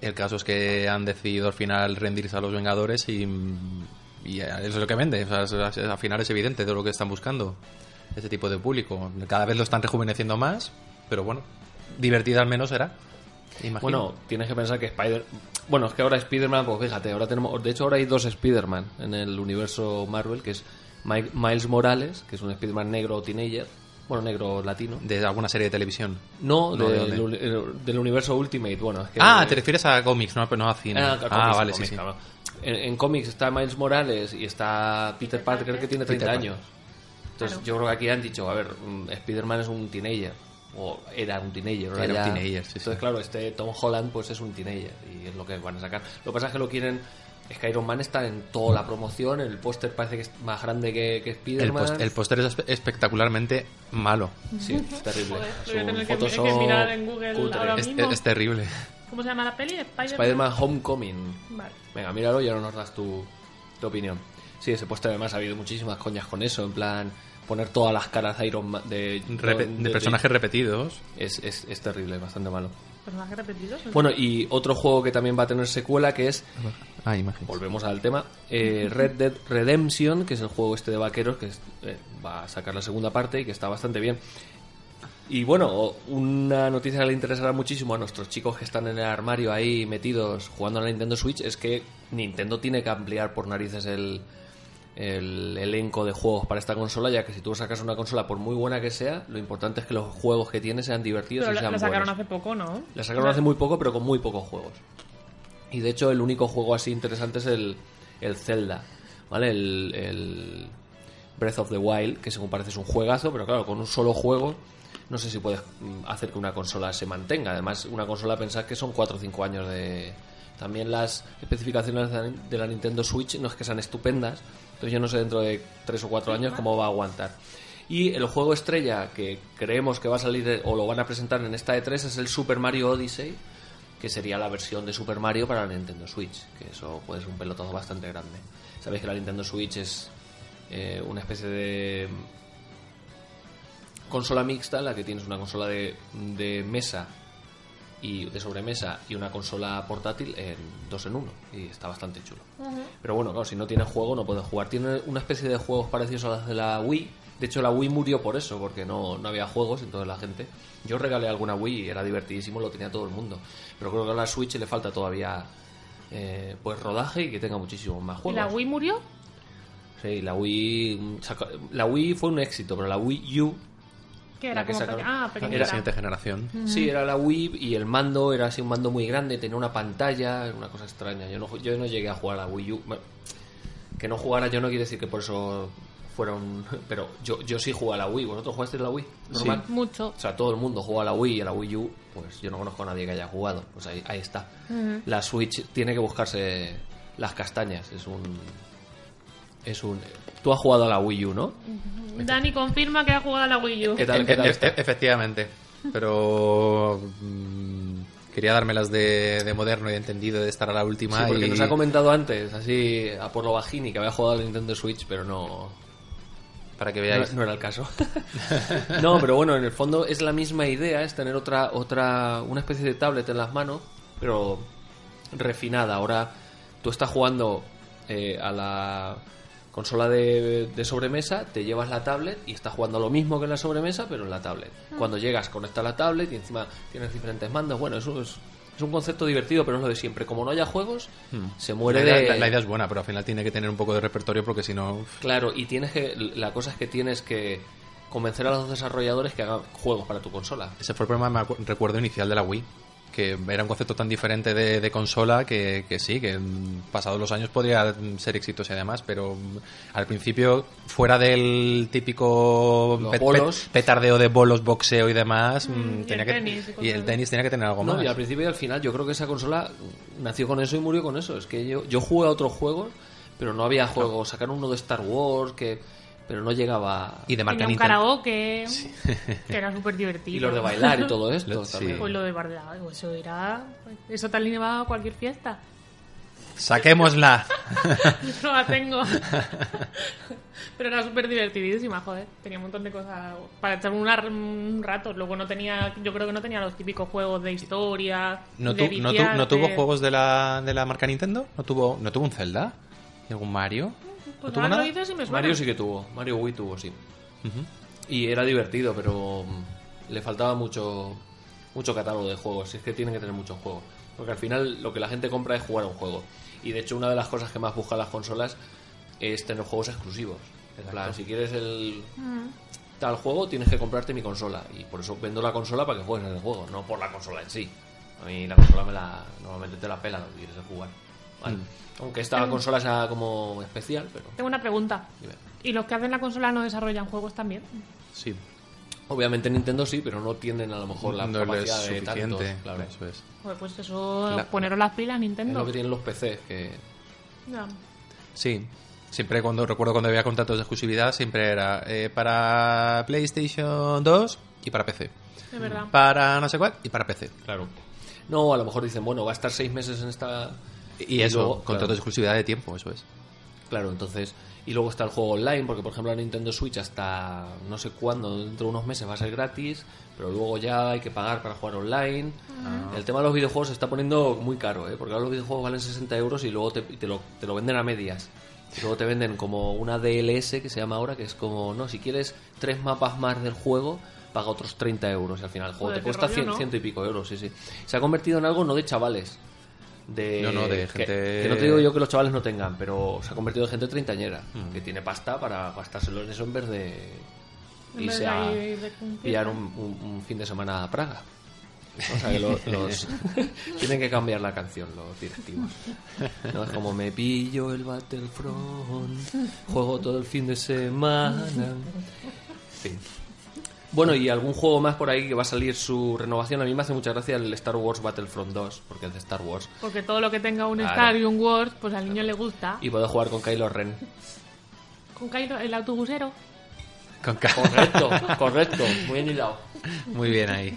[SPEAKER 3] El caso es que han decidido al final rendirse a los Vengadores y, y eso es lo que vende. O sea, es- es- al final es evidente de lo que están buscando ese tipo de público. Cada vez lo están rejuveneciendo más, pero bueno, divertida al menos será. imagino.
[SPEAKER 1] Bueno, tienes que pensar que Spider... Bueno, es que ahora Spider-Man, pues fíjate, ahora tenemos... De hecho, ahora hay dos Spider-Man en el universo Marvel, que es Mi- Miles Morales, que es un Spider-Man negro teenager, bueno, negro latino.
[SPEAKER 3] de alguna serie de televisión.
[SPEAKER 1] No,
[SPEAKER 3] No, ¿de
[SPEAKER 1] del,
[SPEAKER 3] dónde?
[SPEAKER 1] el- del universo Ultimate, bueno, es que...
[SPEAKER 3] Ah, te refieres a cómics, no, a- no a cine.
[SPEAKER 1] Ah,
[SPEAKER 3] Ah,
[SPEAKER 1] cómics,
[SPEAKER 3] vale,
[SPEAKER 1] cómics,
[SPEAKER 3] sí, sí.
[SPEAKER 1] cabrón. En, en cómics está Miles Morales y está Peter Parker, que tiene 30
[SPEAKER 3] Peter Parker.
[SPEAKER 1] años. Entonces,
[SPEAKER 2] Claro.
[SPEAKER 1] yo creo que aquí han dicho, a ver, mm, Spider-Man es un teenager. O era un teenager. ahora
[SPEAKER 3] Era un
[SPEAKER 1] ya-
[SPEAKER 3] teenager, sí, sí.
[SPEAKER 1] Entonces, claro, este Tom Holland pues es un teenager y es lo que van a sacar. Lo que pasa es que lo quieren Es que Iron Man está en toda la promoción, el póster parece que es más grande que, que
[SPEAKER 3] El
[SPEAKER 1] Spider-Man.
[SPEAKER 3] pos- el póster es espe- espectacularmente malo.
[SPEAKER 1] Sí, es terrible.
[SPEAKER 2] Joder, lo
[SPEAKER 1] Es
[SPEAKER 2] voy a
[SPEAKER 1] un
[SPEAKER 2] tener que- que
[SPEAKER 1] Photoshop
[SPEAKER 2] mirar en Google
[SPEAKER 1] cutre.
[SPEAKER 2] ahora
[SPEAKER 3] Es,
[SPEAKER 2] mismo.
[SPEAKER 3] es terrible.
[SPEAKER 2] ¿Cómo se llama la peli? Spider-Man.
[SPEAKER 1] Spider-Man Homecoming.
[SPEAKER 2] Vale.
[SPEAKER 1] Venga, míralo y ahora nos das tu, tu opinión. Sí, ese póster además ha habido muchísimas coñas con eso, en plan poner todas las caras de Iron Man de,
[SPEAKER 3] Repe- de personajes repetidos.
[SPEAKER 1] Es, es, es terrible, bastante malo.
[SPEAKER 2] ¿Personajes repetidos?
[SPEAKER 1] Bueno, y otro juego que también va a tener secuela que es
[SPEAKER 3] Ah, imagínate.
[SPEAKER 1] volvemos al tema. eh, Red Dead Redemption, que es el juego este de vaqueros que es- eh, va a sacar la segunda parte y que está bastante bien. Y bueno, una noticia que le interesará muchísimo a nuestros chicos que están en el armario ahí metidos jugando a la Nintendo Switch es que Nintendo tiene que ampliar por narices el, el elenco de juegos para esta consola, ya que si tú sacas una consola, por muy buena que sea, lo importante es que los juegos que tiene sean divertidos
[SPEAKER 2] Pero
[SPEAKER 1] y
[SPEAKER 2] la,
[SPEAKER 1] sean
[SPEAKER 2] la sacaron
[SPEAKER 1] buenos.
[SPEAKER 2] hace poco, ¿no?
[SPEAKER 1] La sacaron hace muy poco, pero con muy pocos juegos. Y de hecho, el único juego así interesante es el, el Zelda, ¿vale? El, el Breath of the Wild, que según parece es un juegazo, pero claro, con un solo juego no sé si puedes mm, hacer que una consola se mantenga. Además, una consola pensad que son 4 o 5 años de... También las especificaciones de la- de la Nintendo Switch no es que sean estupendas, entonces yo no sé dentro de 3 o 4 años cómo va a aguantar. Y el juego estrella que creemos que va a salir eh, o lo van a presentar en esta E3 es el Super Mario Odyssey, que sería la versión de Super Mario para la Nintendo Switch, que eso puede ser un pelotazo bastante grande. Sabéis que la Nintendo Switch es eh, una especie de mm, consola mixta en la que tienes una consola de, de mesa y de sobremesa y una consola portátil en dos en uno y está bastante chulo. Pero bueno, claro, si no tienes juego no puedes jugar. Tiene una especie de juegos parecidos a las de la Wii. De hecho, la Wii murió por eso, porque no, no había juegos, entonces la gente... Yo regalé alguna Wii y era divertidísimo, lo tenía todo el mundo. Pero creo que a la Switch le falta todavía eh, pues rodaje y que tenga muchísimos más
[SPEAKER 2] ¿Y
[SPEAKER 1] juegos.
[SPEAKER 2] la Wii murió?
[SPEAKER 1] Sí, la Wii, mm, saca- la Wii fue un éxito, pero la Wii U,
[SPEAKER 2] Que era
[SPEAKER 1] La que
[SPEAKER 2] como...
[SPEAKER 1] sacaron.
[SPEAKER 2] peque- Ah,
[SPEAKER 3] la
[SPEAKER 2] pequeñita.
[SPEAKER 3] siguiente generación.
[SPEAKER 1] sí, era la Wii y el mando era así un mando muy grande, tenía una pantalla, era una cosa extraña. Yo no, yo no llegué a jugar a la Wii U. Bueno, que no jugara yo no quiere decir que por eso fuera un... Pero yo, yo sí jugué a la Wii, ¿vosotros jugasteis a la Wii? Normal.
[SPEAKER 2] Mucho.
[SPEAKER 1] O sea, todo el mundo juega a la Wii y a la Wii U, pues yo no conozco a nadie que haya jugado. Pues ahí, ahí está. La Switch tiene que buscarse las castañas, es un... Es un... Tú has jugado a la Wii U, ¿no?
[SPEAKER 2] Dani confirma que ha jugado a la Wii U.
[SPEAKER 1] ¿Qué tal? ¿Qué
[SPEAKER 3] E-
[SPEAKER 1] tal
[SPEAKER 3] e-
[SPEAKER 1] está?
[SPEAKER 3] e- efectivamente. Pero mm, quería dármelas de, de moderno y de entendido de estar a la última.
[SPEAKER 1] Sí, ¿eh? porque
[SPEAKER 3] y-
[SPEAKER 1] nos ha comentado antes, así a por lo bajini, que había jugado al Nintendo Switch, pero no,
[SPEAKER 3] Para que
[SPEAKER 1] no,
[SPEAKER 3] veáis.
[SPEAKER 1] no era el caso. no, pero bueno, en el fondo es la misma idea, es tener otra, otra, una especie de tablet en las manos, pero refinada. Ahora tú estás jugando eh, a la consola de, de sobremesa, te llevas la tablet y estás jugando a lo mismo que en la sobremesa, pero en la tablet. Cuando llegas, conectas la tablet y encima tienes diferentes mandos. Bueno, eso es... Es un concepto divertido, pero es lo de siempre. Como no haya juegos, se muere
[SPEAKER 3] Hmm. la, idea-
[SPEAKER 1] de...
[SPEAKER 3] la- la idea es buena, pero al final tiene que tener un poco de repertorio porque si no.
[SPEAKER 1] Claro, y tienes que. La cosa es que tienes que convencer a los desarrolladores que hagan juegos para tu consola.
[SPEAKER 3] Ese fue el problema, me acu- recuerdo, inicial de la Wii. Que era un concepto tan diferente de, de consola que, que sí, que mm, pasados los años podría mm, ser exitosa y demás, pero mm, al principio, fuera del típico
[SPEAKER 1] Los
[SPEAKER 3] pet- pet-
[SPEAKER 1] bolos.
[SPEAKER 3] petardeo de bolos, boxeo y demás, mm,
[SPEAKER 2] Mm, y el
[SPEAKER 3] tenía que,
[SPEAKER 2] tenis y
[SPEAKER 3] y el
[SPEAKER 2] cosas.
[SPEAKER 3] tenis tenía que tener algo
[SPEAKER 1] No,
[SPEAKER 3] más.
[SPEAKER 1] y al principio y al final, yo creo que esa consola nació con eso y murió con eso. Es que yo, yo jugué a otros juegos, pero no había juegos. Sacaron uno de Star Wars, que pero no llegaba.
[SPEAKER 3] Y de marca
[SPEAKER 2] Tenía un
[SPEAKER 3] Nintendo.
[SPEAKER 2] karaoke. Que era súper divertido.
[SPEAKER 1] Y los de bailar y todo esto.
[SPEAKER 3] Lo- sí.
[SPEAKER 1] también.
[SPEAKER 2] Pues lo de bailar. Eso era... pues, Eso también va a cualquier fiesta.
[SPEAKER 3] Saquémosla.
[SPEAKER 2] Yo no la tengo. Pero era súper divertidísima, joder. Tenía un montón de cosas para echar una- un rato. Luego no tenía, yo creo que no tenía los típicos juegos de historia.
[SPEAKER 3] ¿No,
[SPEAKER 2] de
[SPEAKER 3] tu- no tu-
[SPEAKER 2] viciarte.
[SPEAKER 3] no tuvo juegos de la, de la marca Nintendo? ¿No tuvo, ¿No tuvo un Zelda? ¿Y algún Mario? ¿No
[SPEAKER 2] Pues
[SPEAKER 3] tuvo
[SPEAKER 2] ahora lo
[SPEAKER 3] nada?
[SPEAKER 2] dices y me suena.
[SPEAKER 1] Mario sí que tuvo. Mario Wii tuvo, sí. Y era divertido, pero mm, le faltaba mucho, mucho catálogo de juegos. Si es que tienen que tener muchos juegos. Porque al final lo que la gente compra es jugar a un juego. Y de hecho, una de las cosas que más buscan las consolas es tener juegos exclusivos. En plan, si quieres el
[SPEAKER 2] Mm.
[SPEAKER 1] tal juego, tienes que comprarte mi consola. Y por eso vendo la consola para que juegues en el juego, no por la consola en sí. A mí la consola me la, normalmente te la pela lo que quieres es jugar. Vale. Aunque
[SPEAKER 2] Em.
[SPEAKER 1] esta consola sea como especial, pero.
[SPEAKER 2] Tengo una pregunta.
[SPEAKER 1] Dime.
[SPEAKER 2] ¿Y los que hacen la consola no desarrollan juegos también?
[SPEAKER 3] Sí.
[SPEAKER 1] Obviamente Nintendo sí, pero no tienen a lo mejor la
[SPEAKER 3] no es
[SPEAKER 1] capacidad de tantos.
[SPEAKER 3] suficiente.
[SPEAKER 1] claro.
[SPEAKER 3] Eso es.
[SPEAKER 2] Joder, pues eso,
[SPEAKER 1] La-
[SPEAKER 2] poneros las pilas,
[SPEAKER 1] Es
[SPEAKER 2] Nintendo.
[SPEAKER 1] lo que tienen los PCs, que
[SPEAKER 2] Ya.
[SPEAKER 3] Sí. Siempre cuando recuerdo cuando había contratos de exclusividad, siempre era eh, para PlayStation 2 y para PC.
[SPEAKER 2] Es verdad.
[SPEAKER 3] Para no sé cuál y para PC.
[SPEAKER 4] Claro.
[SPEAKER 1] No, a lo mejor dicen, bueno, va a estar seis meses en esta.
[SPEAKER 3] Y eso,
[SPEAKER 1] luego,
[SPEAKER 3] contratos de
[SPEAKER 1] claro,
[SPEAKER 3] exclusividad de tiempo, eso es.
[SPEAKER 1] claro, entonces. Y luego está el juego online, porque por ejemplo la Nintendo Switch hasta no sé cuándo, dentro de unos meses va a ser gratis, pero luego ya hay que pagar para jugar online.
[SPEAKER 2] Ah.
[SPEAKER 1] El tema de los videojuegos se está poniendo muy caro, ¿eh? porque ahora los videojuegos valen 60 euros y luego te, y te lo, te lo venden a medias. Y luego te venden como una DLS que se llama ahora, que es como, no, si quieres tres mapas más del juego, paga otros 30 euros. Y al final el juego
[SPEAKER 2] Joder,
[SPEAKER 1] te
[SPEAKER 2] qué
[SPEAKER 1] cuesta
[SPEAKER 2] rollo,
[SPEAKER 1] 100,
[SPEAKER 2] ¿no?
[SPEAKER 1] ciento y pico euros, sí, sí. Se ha convertido en algo no de chavales. De,
[SPEAKER 3] No, no, de
[SPEAKER 1] que-
[SPEAKER 3] gente-
[SPEAKER 1] Que, no te digo yo que los chavales no tengan, pero se ha convertido en gente treintañera,
[SPEAKER 3] Mm.
[SPEAKER 1] que tiene pasta para gastárselo en eso en vez de
[SPEAKER 2] En vez
[SPEAKER 1] irse
[SPEAKER 2] de
[SPEAKER 1] a
[SPEAKER 2] ir de cumplido.
[SPEAKER 1] pillar un, un- un fin de semana a Praga. O sea, que lo- los, tienen que cambiar la canción los directivos. No es como me pillo el Battlefront, juego todo el fin de semana. Sí. Bueno, y algún juego más por ahí que va a salir su renovación. A mí me hace mucha gracia el Star Wars Battlefront 2, porque es de Star Wars.
[SPEAKER 2] Porque todo lo que tenga un
[SPEAKER 1] Claro.
[SPEAKER 2] Star y un Word, pues al niño le gusta.
[SPEAKER 1] Y puedo jugar con Kylo Ren.
[SPEAKER 2] Con Cairo, el autobusero.
[SPEAKER 3] Con ca-
[SPEAKER 1] Correcto, correcto, muy enhilado.
[SPEAKER 3] Muy bien ahí.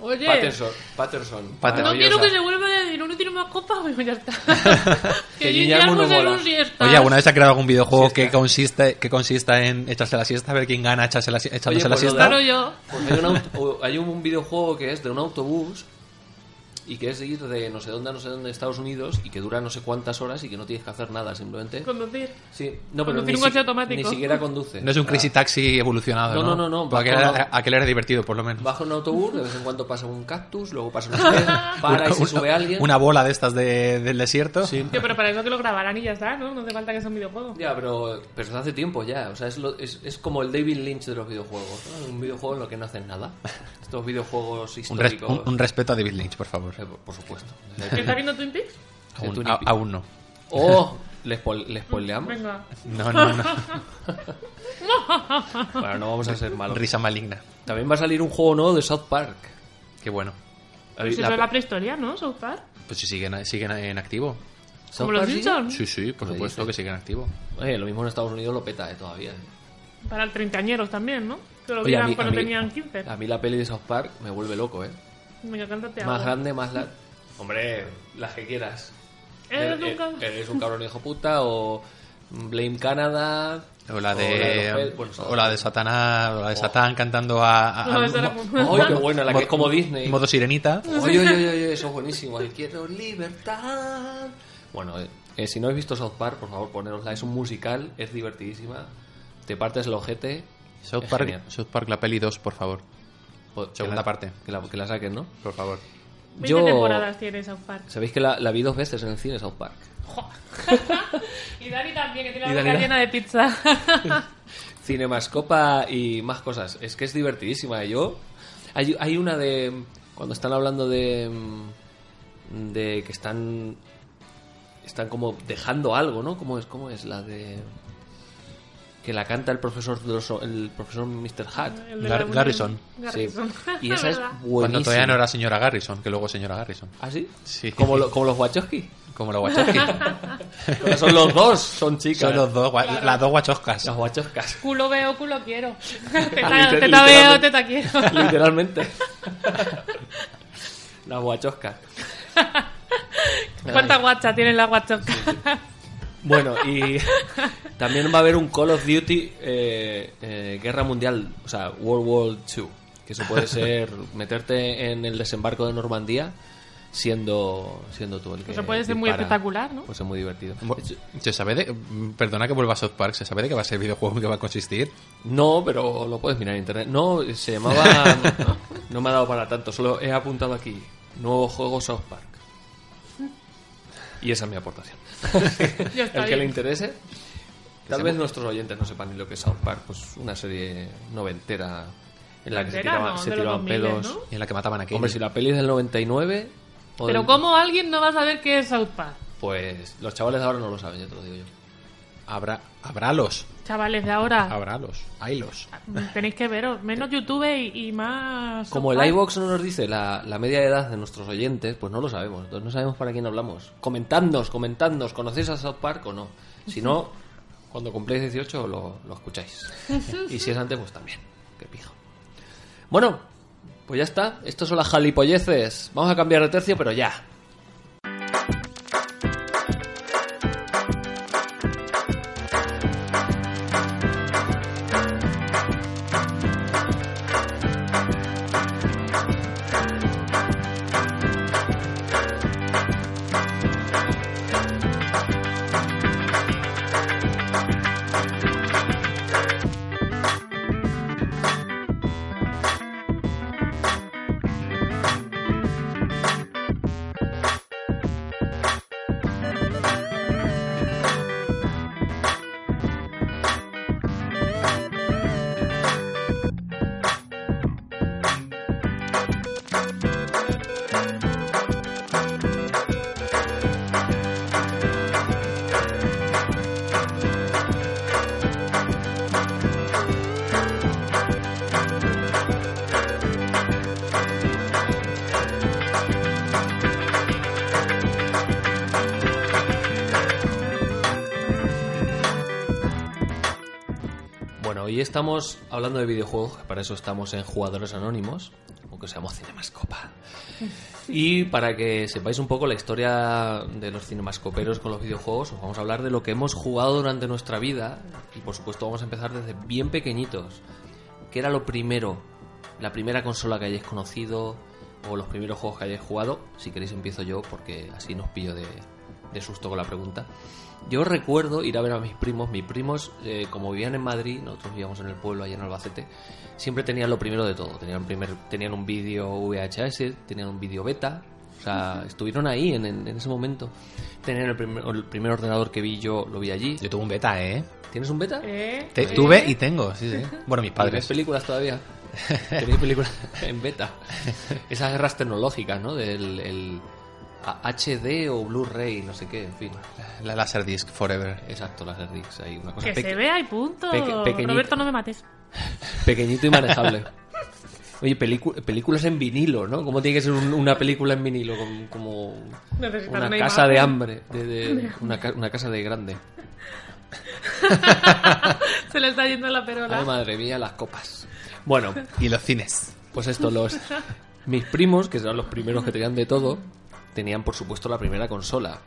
[SPEAKER 2] Oye,
[SPEAKER 1] Patterson, Patterson.
[SPEAKER 2] no
[SPEAKER 3] Patterson.
[SPEAKER 1] maravillosa.
[SPEAKER 2] quiero que se vuelva a decir, uno tiene más copas, pues ya está.
[SPEAKER 1] Que
[SPEAKER 2] que yo
[SPEAKER 1] Guillermo
[SPEAKER 2] ya
[SPEAKER 1] no
[SPEAKER 2] no
[SPEAKER 1] mola.
[SPEAKER 2] un siesta.
[SPEAKER 3] Oye, ¿alguna vez ha creado algún videojuego que
[SPEAKER 1] Siesta.
[SPEAKER 3] consiste que consista en echarse la siesta, a ver quién gana echarse la, si- echándose
[SPEAKER 1] Oye,
[SPEAKER 3] la
[SPEAKER 1] pues lo
[SPEAKER 3] siesta?
[SPEAKER 2] Claro, yo.
[SPEAKER 1] Pues hay, un auto- hay un videojuego que es de un autobús y que es de ir de no sé dónde a no sé dónde de Estados Unidos y que dura no sé cuántas horas y que no tienes que hacer nada, simplemente.
[SPEAKER 2] Conducir.
[SPEAKER 1] Sí, no, pero
[SPEAKER 2] Conducir
[SPEAKER 1] ni,
[SPEAKER 2] un coche
[SPEAKER 1] si-
[SPEAKER 2] automático.
[SPEAKER 1] ni siquiera conduce. Ah,
[SPEAKER 3] No es un
[SPEAKER 1] O sea,
[SPEAKER 3] Crazy Taxi evolucionado.
[SPEAKER 1] No,
[SPEAKER 3] No,
[SPEAKER 1] no, no, no.
[SPEAKER 3] Pero aquel,
[SPEAKER 1] Bajo-
[SPEAKER 3] era, aquel era divertido, por lo menos.
[SPEAKER 1] Baja un autobús, de vez en cuando pasa un cactus, luego pasa un para y se sube alguien.
[SPEAKER 3] una bola de estas de- del desierto.
[SPEAKER 2] Tío, pero para eso que lo grabarán y ya está, ¿no? No hace falta que sea un videojuego.
[SPEAKER 1] Ya, pero, pero eso hace tiempo ya. O sea, es, lo- es, es como el David Lynch de los videojuegos. ¿no? Un videojuego en lo que no hacen nada. Estos videojuegos
[SPEAKER 3] Un, res-
[SPEAKER 1] históricos.
[SPEAKER 3] un- un respeto a David Lynch, por favor.
[SPEAKER 1] Eh, por- por supuesto.
[SPEAKER 2] ¿Que ¿Está viendo Twin Peaks?
[SPEAKER 1] El
[SPEAKER 3] Aún,
[SPEAKER 1] Twin
[SPEAKER 3] a-
[SPEAKER 1] Peaks.
[SPEAKER 3] aún no.
[SPEAKER 1] ¡Oh! ¿Le, spoil- le spoileamos?
[SPEAKER 2] Venga.
[SPEAKER 3] No, no, no.
[SPEAKER 1] Bueno, no vamos a ser malos.
[SPEAKER 3] Risa maligna.
[SPEAKER 1] También va a salir un juego nuevo de South Park.
[SPEAKER 3] Qué bueno.
[SPEAKER 1] ¿Habéis-
[SPEAKER 2] Pues Eso
[SPEAKER 1] la-
[SPEAKER 2] es la prehistoria, ¿no? South Park.
[SPEAKER 3] Pues si siguen, siguen en activo.
[SPEAKER 1] ¿South
[SPEAKER 2] Como los
[SPEAKER 1] Park sigue?
[SPEAKER 2] Simpsons.
[SPEAKER 3] Sí, sí, por
[SPEAKER 1] ¿Qué
[SPEAKER 3] supuesto
[SPEAKER 1] dices?
[SPEAKER 3] que siguen en activo.
[SPEAKER 1] Oye, lo mismo en Estados Unidos lo peta eh, todavía. eh.
[SPEAKER 2] Para el treintañeros también, ¿no? Que lo
[SPEAKER 1] Oye, a
[SPEAKER 2] vieran
[SPEAKER 1] mí-
[SPEAKER 2] cuando
[SPEAKER 1] a mí-
[SPEAKER 2] tenían 15.
[SPEAKER 1] A mí la peli de South Park me vuelve loco, ¿eh?
[SPEAKER 2] Venga, cántate
[SPEAKER 1] Más
[SPEAKER 2] algo.
[SPEAKER 1] grande, más la... Hombre, las que quieras.
[SPEAKER 2] Eres un
[SPEAKER 1] Eh,
[SPEAKER 2] cabrón.
[SPEAKER 1] eres un cabrón hijo puta o Blame Canada
[SPEAKER 3] O la
[SPEAKER 1] o la de,
[SPEAKER 3] de,
[SPEAKER 1] los- pues bueno,
[SPEAKER 3] o la de Satanás, o la de Satán cantando a, a-
[SPEAKER 2] No,
[SPEAKER 3] a-
[SPEAKER 2] esa era
[SPEAKER 3] mo-
[SPEAKER 2] como-
[SPEAKER 1] Ay, Oh. qué buena, la que es como Disney.
[SPEAKER 3] modo sirenita.
[SPEAKER 1] Oye, oye, oye, oye, eso es buenísimo. El quiero libertad. Bueno, eh, eh, si no habéis visto South Park, por favor, ponerosla. Es un musical, es divertidísima. Te partes el ojete.
[SPEAKER 3] South
[SPEAKER 1] es
[SPEAKER 3] Park,
[SPEAKER 1] genial.
[SPEAKER 3] South Park, la peli 2, por favor.
[SPEAKER 1] O- que
[SPEAKER 3] segunda
[SPEAKER 1] la-
[SPEAKER 3] parte.
[SPEAKER 1] Que la, que la saquen, ¿no?
[SPEAKER 3] Por favor.
[SPEAKER 1] eh,
[SPEAKER 2] 20 temporadas tiene South Park.
[SPEAKER 1] Sabéis que la, la vi dos veces en el cine, South Park.
[SPEAKER 2] y Dani también, que tiene
[SPEAKER 1] Y
[SPEAKER 2] la boca
[SPEAKER 1] Dani-
[SPEAKER 2] llena de pizza.
[SPEAKER 1] Cine más copa y más cosas. Es que es divertidísima. Yo. Hay, hay una de. Cuando están hablando de. mm, De que están. Están como dejando algo, ¿no? ¿Cómo es? ¿Cómo es? La de. Que la canta el profesor. de los- el profesor Mr. Hat.
[SPEAKER 2] Ah, El de
[SPEAKER 3] Gar-
[SPEAKER 2] la unión.
[SPEAKER 3] Garrison.
[SPEAKER 2] Garrison.
[SPEAKER 1] Y esa es
[SPEAKER 2] ¿Verdad?
[SPEAKER 1] buenísima.
[SPEAKER 3] Cuando todavía no era señora Garrison, que luego señora Garrison.
[SPEAKER 1] ¿Ah, sí?
[SPEAKER 3] Sí.
[SPEAKER 1] Como, lo- como los Wachowski.
[SPEAKER 3] Como la Wachowski.
[SPEAKER 1] Pero son los dos, son chicas.
[SPEAKER 3] Son los dos, gua- las dos Wachowskas.
[SPEAKER 1] Las Wachowskas.
[SPEAKER 2] Culo veo, culo quiero.
[SPEAKER 1] Liter-
[SPEAKER 2] Teta, teta veo,
[SPEAKER 1] literalmente.
[SPEAKER 2] teta quiero.
[SPEAKER 1] Literalmente. La guachosca.
[SPEAKER 2] ¿Cuánta guacha tiene la guachosca?
[SPEAKER 1] Bueno, y también va a haber un Call of Duty eh, eh, Guerra Mundial, o sea, World War II, que eso puede ser meterte en el desembarco de Normandía siendo siendo tú el que
[SPEAKER 2] Eso puede ser muy
[SPEAKER 3] dispara.
[SPEAKER 2] espectacular, ¿no?
[SPEAKER 1] Puede ser muy divertido.
[SPEAKER 3] ¿Se sabe de... Perdona que vuelva a South Park, ¿se sabe de qué va a ser el videojuego que va a consistir?
[SPEAKER 1] No, pero lo puedes mirar en internet. No, se llamaba... no me ha dado para tanto, solo he apuntado aquí. Nuevo juego South Park. Y esa es mi aportación.
[SPEAKER 2] Ya
[SPEAKER 1] el
[SPEAKER 2] está
[SPEAKER 1] que
[SPEAKER 2] bien.
[SPEAKER 1] le interese. Tal
[SPEAKER 3] se
[SPEAKER 1] vez
[SPEAKER 3] mu-
[SPEAKER 1] nuestros oyentes no sepan ni lo que es South Park, pues una serie noventera en la que se
[SPEAKER 2] Noventera,
[SPEAKER 1] tiraban,
[SPEAKER 2] no,
[SPEAKER 1] se
[SPEAKER 2] de los
[SPEAKER 1] tiraban
[SPEAKER 2] 2000,
[SPEAKER 1] pedos.
[SPEAKER 2] ¿no?
[SPEAKER 3] Y en la que mataban a Kenny.
[SPEAKER 1] Hombre, si la peli es del 99, o
[SPEAKER 2] Pero
[SPEAKER 1] del-
[SPEAKER 2] ¿cómo alguien no va a saber qué es South Park?
[SPEAKER 1] pues los chavales de ahora no lo saben, yo te lo digo yo.
[SPEAKER 3] Habrá... Habrálos.
[SPEAKER 2] Chavales de ahora,
[SPEAKER 3] Habrálos. Haylos.
[SPEAKER 2] tenéis que veros. Menos YouTube y, y más...
[SPEAKER 1] Ah. Como
[SPEAKER 2] South
[SPEAKER 1] el
[SPEAKER 2] Park.
[SPEAKER 1] iBox no nos dice la, la media edad de nuestros oyentes, pues no lo sabemos. Entonces no sabemos para quién hablamos. Comentadnos, comentadnos, ¿conocéis a South Park o no? Si no, cuando cumpléis 18 lo, lo escucháis. Y si es antes, pues también. Qué pijo. Bueno, pues ya está. Estos son las jalipolleces. Vamos a cambiar de tercio, pero ya. Bueno, hoy estamos hablando de videojuegos, que para eso estamos en Jugadores Anónimos, o que seamos Cinemascopa. Y para que sepáis un poco la historia de los cinemascoperos con los videojuegos, os vamos a hablar de lo que hemos jugado durante nuestra vida, y por supuesto vamos a empezar desde bien pequeñitos. ¿Qué era lo primero? La primera consola que hayáis conocido, o los primeros juegos que hayáis jugado. Si queréis empiezo yo, porque así nos pillo de, de susto con la pregunta. Yo recuerdo ir a ver a mis primos. Mis primos, eh, como vivían en Madrid, nosotros vivíamos en el pueblo, allá en Albacete, siempre tenían lo primero de todo. Tenían, primer, tenían un vídeo VHS, tenían un vídeo beta. O sea, estuvieron ahí en, en- en ese momento. Tenían el primer, el primer ordenador que vi yo, lo vi allí.
[SPEAKER 3] Yo tuve un beta, ¿eh?
[SPEAKER 1] ¿Tienes un beta?
[SPEAKER 2] ¿Eh?
[SPEAKER 3] Te-
[SPEAKER 2] ¿Eh?
[SPEAKER 3] tuve y tengo, sí, sí. Bueno, mis
[SPEAKER 1] ¿Y ves
[SPEAKER 3] padres.
[SPEAKER 1] películas todavía? Tenéis películas en beta. Esas guerras tecnológicas, ¿no? Del el a- HD o Blu-ray, no sé qué, en fin.
[SPEAKER 3] La Laserdisc Forever.
[SPEAKER 1] Exacto, las Erdix. Hay una cosa
[SPEAKER 2] Que
[SPEAKER 1] peque-
[SPEAKER 2] se vea y punto.
[SPEAKER 1] peque- pequeñito.
[SPEAKER 2] Roberto, no me mates.
[SPEAKER 1] pequeñito y manejable. Oye, pelicu- películas en vinilo, ¿no? ¿Cómo tiene que ser un- una película en vinilo? Com- Como,
[SPEAKER 2] Necesitas
[SPEAKER 1] una,
[SPEAKER 2] una
[SPEAKER 1] casa
[SPEAKER 2] imagen.
[SPEAKER 1] de hambre, de, de- una, ca- una casa de grande.
[SPEAKER 2] Se le está yendo la perola.
[SPEAKER 1] Ay, madre mía, las copas. Bueno,
[SPEAKER 3] Y los cines.
[SPEAKER 1] Pues esto, los mis primos, que eran los primeros que tenían de todo, tenían por supuesto la primera consola.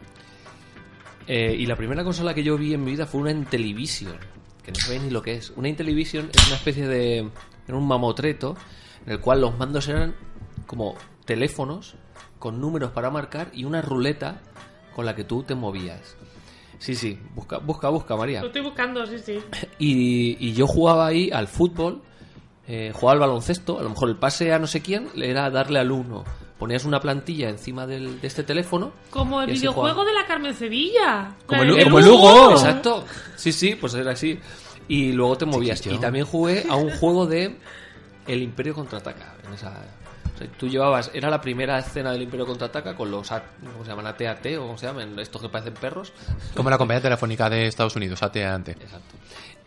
[SPEAKER 1] Eh, y la primera consola que yo vi en mi vida fue una Intellivision, que no sabéis ni lo que es. Una Intellivision es una especie de... era un mamotreto en el cual los mandos eran como teléfonos con números para marcar y una ruleta con la que tú te movías. Sí, sí, busca, busca, busca, María.
[SPEAKER 2] Lo estoy buscando, sí, sí.
[SPEAKER 1] Y, y yo jugaba ahí al fútbol, eh, jugaba al baloncesto, a lo mejor el pase a no sé quién era darle al uno. Ponías una plantilla encima del- de este teléfono.
[SPEAKER 2] Como el
[SPEAKER 1] y así
[SPEAKER 2] videojuego
[SPEAKER 1] jugaba.
[SPEAKER 2] de la Carmen Sevilla.
[SPEAKER 1] Como
[SPEAKER 2] La
[SPEAKER 1] el,
[SPEAKER 2] de
[SPEAKER 1] como el
[SPEAKER 2] Perú.
[SPEAKER 1] Hugo. Exacto. Sí, sí, pues era así. Y luego te movías.
[SPEAKER 3] Chiquillo.
[SPEAKER 1] Y también jugué a un juego de El Imperio Contraataca. En esa... o sea, tú llevabas... Era la primera escena del Imperio Contraataca con los... A- ¿Cómo se llaman? AT-AT o cómo se llaman? Estos que parecen perros.
[SPEAKER 3] Como la compañía telefónica de Estados Unidos, AT&T.
[SPEAKER 1] Exacto.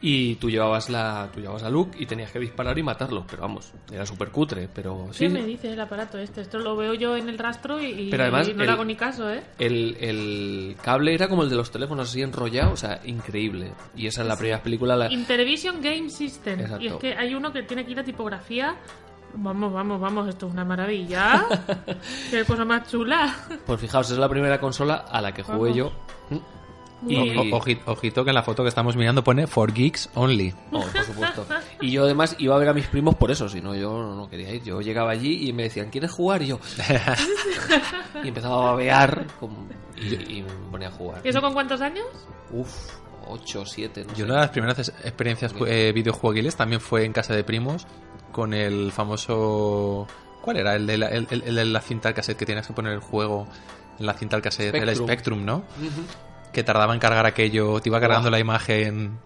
[SPEAKER 1] Y tú llevabas la tú llevabas a Luke y tenías que disparar y matarlo, pero vamos, era súper cutre, pero sí.
[SPEAKER 2] ¿Qué me dices el aparato este? Esto lo veo yo en el rastro y, y-
[SPEAKER 1] Pero además
[SPEAKER 2] y no
[SPEAKER 1] el-
[SPEAKER 2] le hago ni caso, ¿eh?
[SPEAKER 1] El, el cable era como el de los teléfonos así enrollado, o sea, increíble. Y esa es la primera película la
[SPEAKER 2] Intervision Game System.
[SPEAKER 1] Exacto.
[SPEAKER 2] Y es que hay uno que tiene aquí la tipografía Vamos, vamos, vamos, esto es una maravilla. Qué cosa más chula.
[SPEAKER 1] Pues fijaos, es la primera consola a la que jugué
[SPEAKER 2] Vamos.
[SPEAKER 1] yo.
[SPEAKER 2] Y-
[SPEAKER 3] O- o- oji- ojito que en la foto que estamos mirando pone For Geeks Only.
[SPEAKER 1] Oh, por supuesto. Y yo además iba a ver a mis primos por eso, si no yo no quería ir. Yo llegaba allí y me decían, ¿quieres jugar? Y yo... y empezaba a babear con- y, y me ponía a jugar.
[SPEAKER 2] ¿Y eso con cuántos años?
[SPEAKER 1] Uf, 8, 7, no
[SPEAKER 3] Y
[SPEAKER 1] sé.
[SPEAKER 3] una de las primeras es- experiencias eh, videojueguiles también fue en casa de primos con el famoso... ¿Cuál era? El de la, el- el- el de la cinta al cassette que tenías que poner el juego en la cinta al cassette. El
[SPEAKER 1] Spectrum.
[SPEAKER 3] Spectrum, ¿no?
[SPEAKER 1] Ujú.
[SPEAKER 3] Que tardaba en cargar aquello, te iba cargando
[SPEAKER 1] Buah.
[SPEAKER 3] la imagen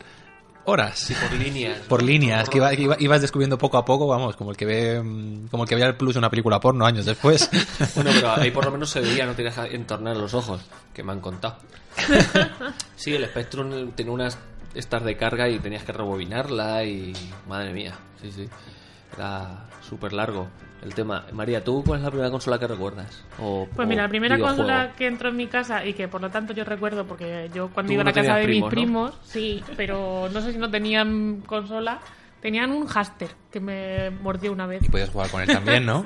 [SPEAKER 3] horas.
[SPEAKER 1] Sí, por líneas.
[SPEAKER 3] Por líneas, que iba- que iba- ibas descubriendo poco a poco, vamos, como el que ve mm, como el que veía el plus de una película porno años después.
[SPEAKER 1] Bueno, pero ahí por lo menos se veía, no tenías que entornar los ojos, que me han contado. Sí, el Spectrum tenía unas estas de carga y tenías que rebobinarla y... Madre mía, sí, sí. Era súper largo el tema. María, ¿tú cuál es la primera consola que recuerdas? O-
[SPEAKER 2] Pues
[SPEAKER 1] o
[SPEAKER 2] mira, la primera
[SPEAKER 1] videojuego.
[SPEAKER 2] consola que entró en mi casa y que por lo tanto yo recuerdo porque yo cuando
[SPEAKER 1] Tú
[SPEAKER 2] iba a
[SPEAKER 1] no
[SPEAKER 2] la casa
[SPEAKER 1] tenías
[SPEAKER 2] de mis
[SPEAKER 1] primos,
[SPEAKER 2] primos, sí, pero no sé si no tenían consola, tenían un haster que me mordió una vez.
[SPEAKER 3] Y
[SPEAKER 1] pues
[SPEAKER 3] podías jugar con él también, ¿no?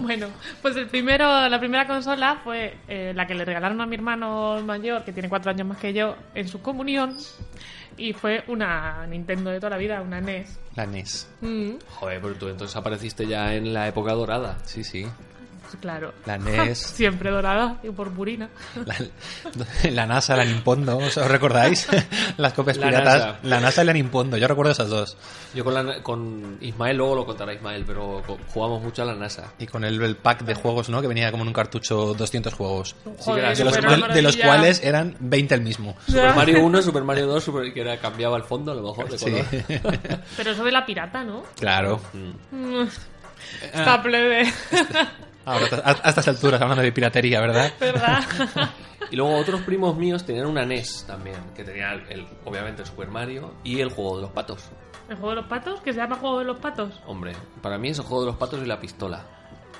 [SPEAKER 2] Bueno, pues el primero, la primera consola fue eh, la que le regalaron a mi hermano mayor, que tiene cuatro años más que yo, en su comunión. Y fue una Nintendo de toda la vida, una E NES.
[SPEAKER 3] La E NES.
[SPEAKER 2] Mm,
[SPEAKER 1] Joder, pero tú entonces apareciste ya en la época dorada.
[SPEAKER 3] Sí, sí.
[SPEAKER 2] pues claro.
[SPEAKER 3] La E NES.
[SPEAKER 2] Siempre dorada y purpurina.
[SPEAKER 3] La, la NASA, la Nimpondo, ¿os os recordáis? Las copias
[SPEAKER 1] La
[SPEAKER 3] piratas.
[SPEAKER 1] NASA.
[SPEAKER 3] La NASA y la Nimpondo, yo recuerdo esas dos.
[SPEAKER 1] Yo con, la- con Ismael, luego lo contará Ismael, pero co- jugamos mucho a la NASA.
[SPEAKER 3] Y con el, el pack de juegos, ¿no? Que venía como en un cartucho 200 juegos.
[SPEAKER 2] Joder,
[SPEAKER 1] era
[SPEAKER 3] De los,
[SPEAKER 2] super
[SPEAKER 3] de- de los
[SPEAKER 2] maravilla.
[SPEAKER 3] cuales eran 20 el mismo.
[SPEAKER 2] Ya.
[SPEAKER 1] Super Mario 1, Super Mario 2, Super- que era, cambiaba el fondo a lo mejor de
[SPEAKER 3] Sí.
[SPEAKER 1] color.
[SPEAKER 2] Pero eso de la pirata, ¿no?
[SPEAKER 3] Claro.
[SPEAKER 2] Mm,
[SPEAKER 1] Ah.
[SPEAKER 2] Está plebe,
[SPEAKER 3] Ahora, Ah, a, a estas alturas, hablando de piratería, ¿verdad?
[SPEAKER 2] ¿verdad?
[SPEAKER 1] Y luego otros primos míos tenían una NES también, que tenía el, el- obviamente el Super Mario y el juego de los patos.
[SPEAKER 2] ¿El juego de los patos? ¿Que se llama juego de los patos?
[SPEAKER 1] Hombre, para mí es el juego de los patos y la pistola.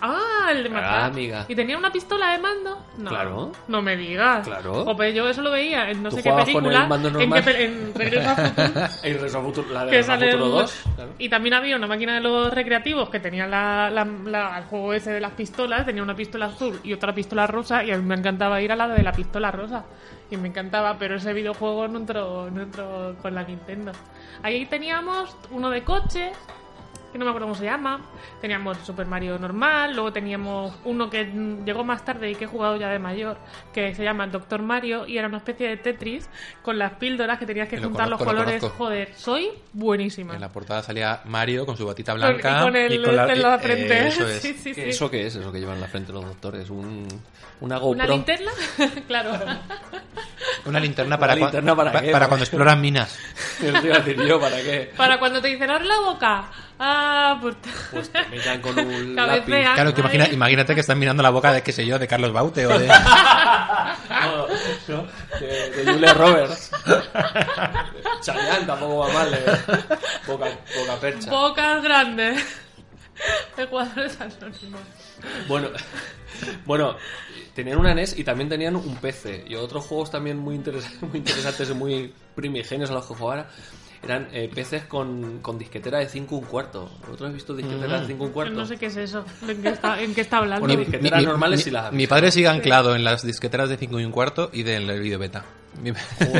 [SPEAKER 2] Ah, el de
[SPEAKER 1] Ah,
[SPEAKER 2] matar.
[SPEAKER 1] amiga.
[SPEAKER 2] ¿Y tenía una pistola de mando? No.
[SPEAKER 1] Claro.
[SPEAKER 2] No me digas.
[SPEAKER 1] Claro.
[SPEAKER 2] O pues yo eso lo veía en no
[SPEAKER 1] Tú
[SPEAKER 2] sé qué
[SPEAKER 1] jugabas con
[SPEAKER 2] película.
[SPEAKER 1] el mando
[SPEAKER 2] en,
[SPEAKER 1] normal.
[SPEAKER 2] qué pe- en Regreso al Futuro.
[SPEAKER 1] El Regreso al Futuro, la de
[SPEAKER 2] que
[SPEAKER 1] Regreso al
[SPEAKER 2] sale el-
[SPEAKER 1] Futuro 2. claro.
[SPEAKER 2] Y también había una máquina de los recreativos que tenía la, la- la- el juego ese de las pistolas, tenía una pistola azul y otra pistola rosa, y a mí me encantaba ir a la de la pistola rosa. Y me encantaba, pero ese videojuego no entró, no entró con la Nintendo. Ahí teníamos uno de coche, que no me acuerdo cómo se llama, teníamos Super Mario normal, luego teníamos uno que mm, llegó más tarde y que he jugado ya de mayor, que se llama Doctor Mario, y era una especie de Tetris con las píldoras que tenías que
[SPEAKER 3] Lo
[SPEAKER 2] juntar
[SPEAKER 3] conozco,
[SPEAKER 2] los
[SPEAKER 3] lo
[SPEAKER 2] colores.
[SPEAKER 3] conozco.
[SPEAKER 2] Joder, soy buenísima.
[SPEAKER 3] En la portada salía Mario con su batita
[SPEAKER 2] Con-
[SPEAKER 3] blanca.
[SPEAKER 2] y con el este en la
[SPEAKER 3] eh,
[SPEAKER 2] frente.
[SPEAKER 3] eso es.
[SPEAKER 2] Sí, sí, sí.
[SPEAKER 1] ¿Qué- ¿Eso qué es? Eso que llevan en la frente los doctores. Un, una
[SPEAKER 2] ¿Una
[SPEAKER 1] GoPro.
[SPEAKER 2] linterna? claro.
[SPEAKER 3] Una linterna para,
[SPEAKER 1] ¿Una
[SPEAKER 3] cua-
[SPEAKER 1] linterna para
[SPEAKER 3] pa-
[SPEAKER 1] qué?
[SPEAKER 3] para cuando exploran minas.
[SPEAKER 1] Eso te iba a decir yo, ¿para qué?
[SPEAKER 2] Para cuando te dicen, "Abre la boca. Ah, por...
[SPEAKER 1] Pues te metan con un lápiz.
[SPEAKER 2] Cabecean.
[SPEAKER 3] Claro, tú imagina- imagínate que están mirando la boca de, qué sé yo, de Carlos Baute o de...
[SPEAKER 1] No, no, de, de Julia Roberts. Chayanne tampoco va mal. eh. Boca, boca percha.
[SPEAKER 2] Bocas grandes. Ecuadores anónimos.
[SPEAKER 1] Bueno, bueno, tenían una NES y también tenían un PC. Y otros juegos también muy, interes- muy interesantes y muy primigenios a los que jugara eran eh, PCs con, con disquetera de 5 un cuarto. ¿Vosotros has visto disquetera de 5 un cuarto?
[SPEAKER 2] Mm. No sé qué es eso. ¿En qué está, en qué está hablando?
[SPEAKER 1] Bueno, dije- Disqueteras normales y las
[SPEAKER 3] mi
[SPEAKER 1] avispas.
[SPEAKER 3] padre sigue anclado en las disqueteras de 5 y un cuarto y del vídeo beta. Mi-
[SPEAKER 2] ¿Sí?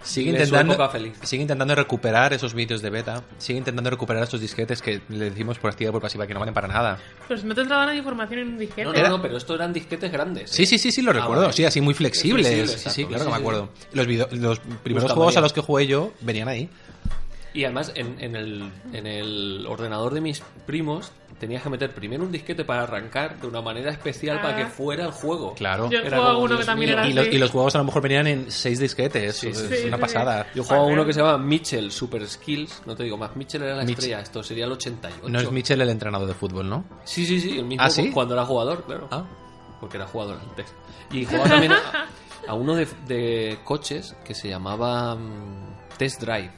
[SPEAKER 3] sigue,
[SPEAKER 1] De su
[SPEAKER 3] intentando,
[SPEAKER 1] época feliz.
[SPEAKER 3] sigue intentando recuperar esos vídeos de beta. Sigue intentando recuperar esos disquetes que le decimos por activa y por pasiva que no valen para nada.
[SPEAKER 2] Pero si pues no te entraba nada de información en un disquete.
[SPEAKER 1] No, no, no, pero estos eran disquetes grandes.
[SPEAKER 3] Sí, sí, sí, sí, lo recuerdo.
[SPEAKER 1] Ah, vale.
[SPEAKER 3] Sí, así muy flexibles.
[SPEAKER 1] Flexibles,
[SPEAKER 3] sí, sí,
[SPEAKER 1] exacto.
[SPEAKER 3] claro
[SPEAKER 1] Sí,
[SPEAKER 3] que me
[SPEAKER 1] sí,
[SPEAKER 3] acuerdo. Los, vídeo- los primeros
[SPEAKER 1] Buscando
[SPEAKER 3] juegos
[SPEAKER 1] ya.
[SPEAKER 3] a los que jugué yo venían ahí.
[SPEAKER 1] Y además en, en el, en el ordenador de mis primos tenías que meter primero un disquete para arrancar de una manera especial para
[SPEAKER 2] Ah.
[SPEAKER 1] que fuera el juego.
[SPEAKER 3] Claro.
[SPEAKER 2] Yo he
[SPEAKER 1] Era
[SPEAKER 2] jugado
[SPEAKER 1] como,
[SPEAKER 2] uno que
[SPEAKER 1] Dios
[SPEAKER 2] también
[SPEAKER 1] mío.
[SPEAKER 2] era
[SPEAKER 3] Y los,
[SPEAKER 2] así.
[SPEAKER 3] y los juegos a lo mejor venían en seis disquetes. es
[SPEAKER 2] sí,
[SPEAKER 3] una
[SPEAKER 2] sí.
[SPEAKER 3] pasada.
[SPEAKER 1] Yo jugaba uno que se llama Mitchell Super Skills. No te digo más, Mitchell era la
[SPEAKER 3] Mitch-
[SPEAKER 1] estrella. Esto sería el 88.
[SPEAKER 3] No es Mitchell el entrenador de fútbol, ¿no?
[SPEAKER 1] Sí, sí, sí, el mismo
[SPEAKER 3] ¿Ah, sí?
[SPEAKER 1] cuando era jugador, claro.
[SPEAKER 3] Ah.
[SPEAKER 1] Porque era jugador antes. Y jugaba también a, a uno de, de coches que se llamaba mm, Test Drive.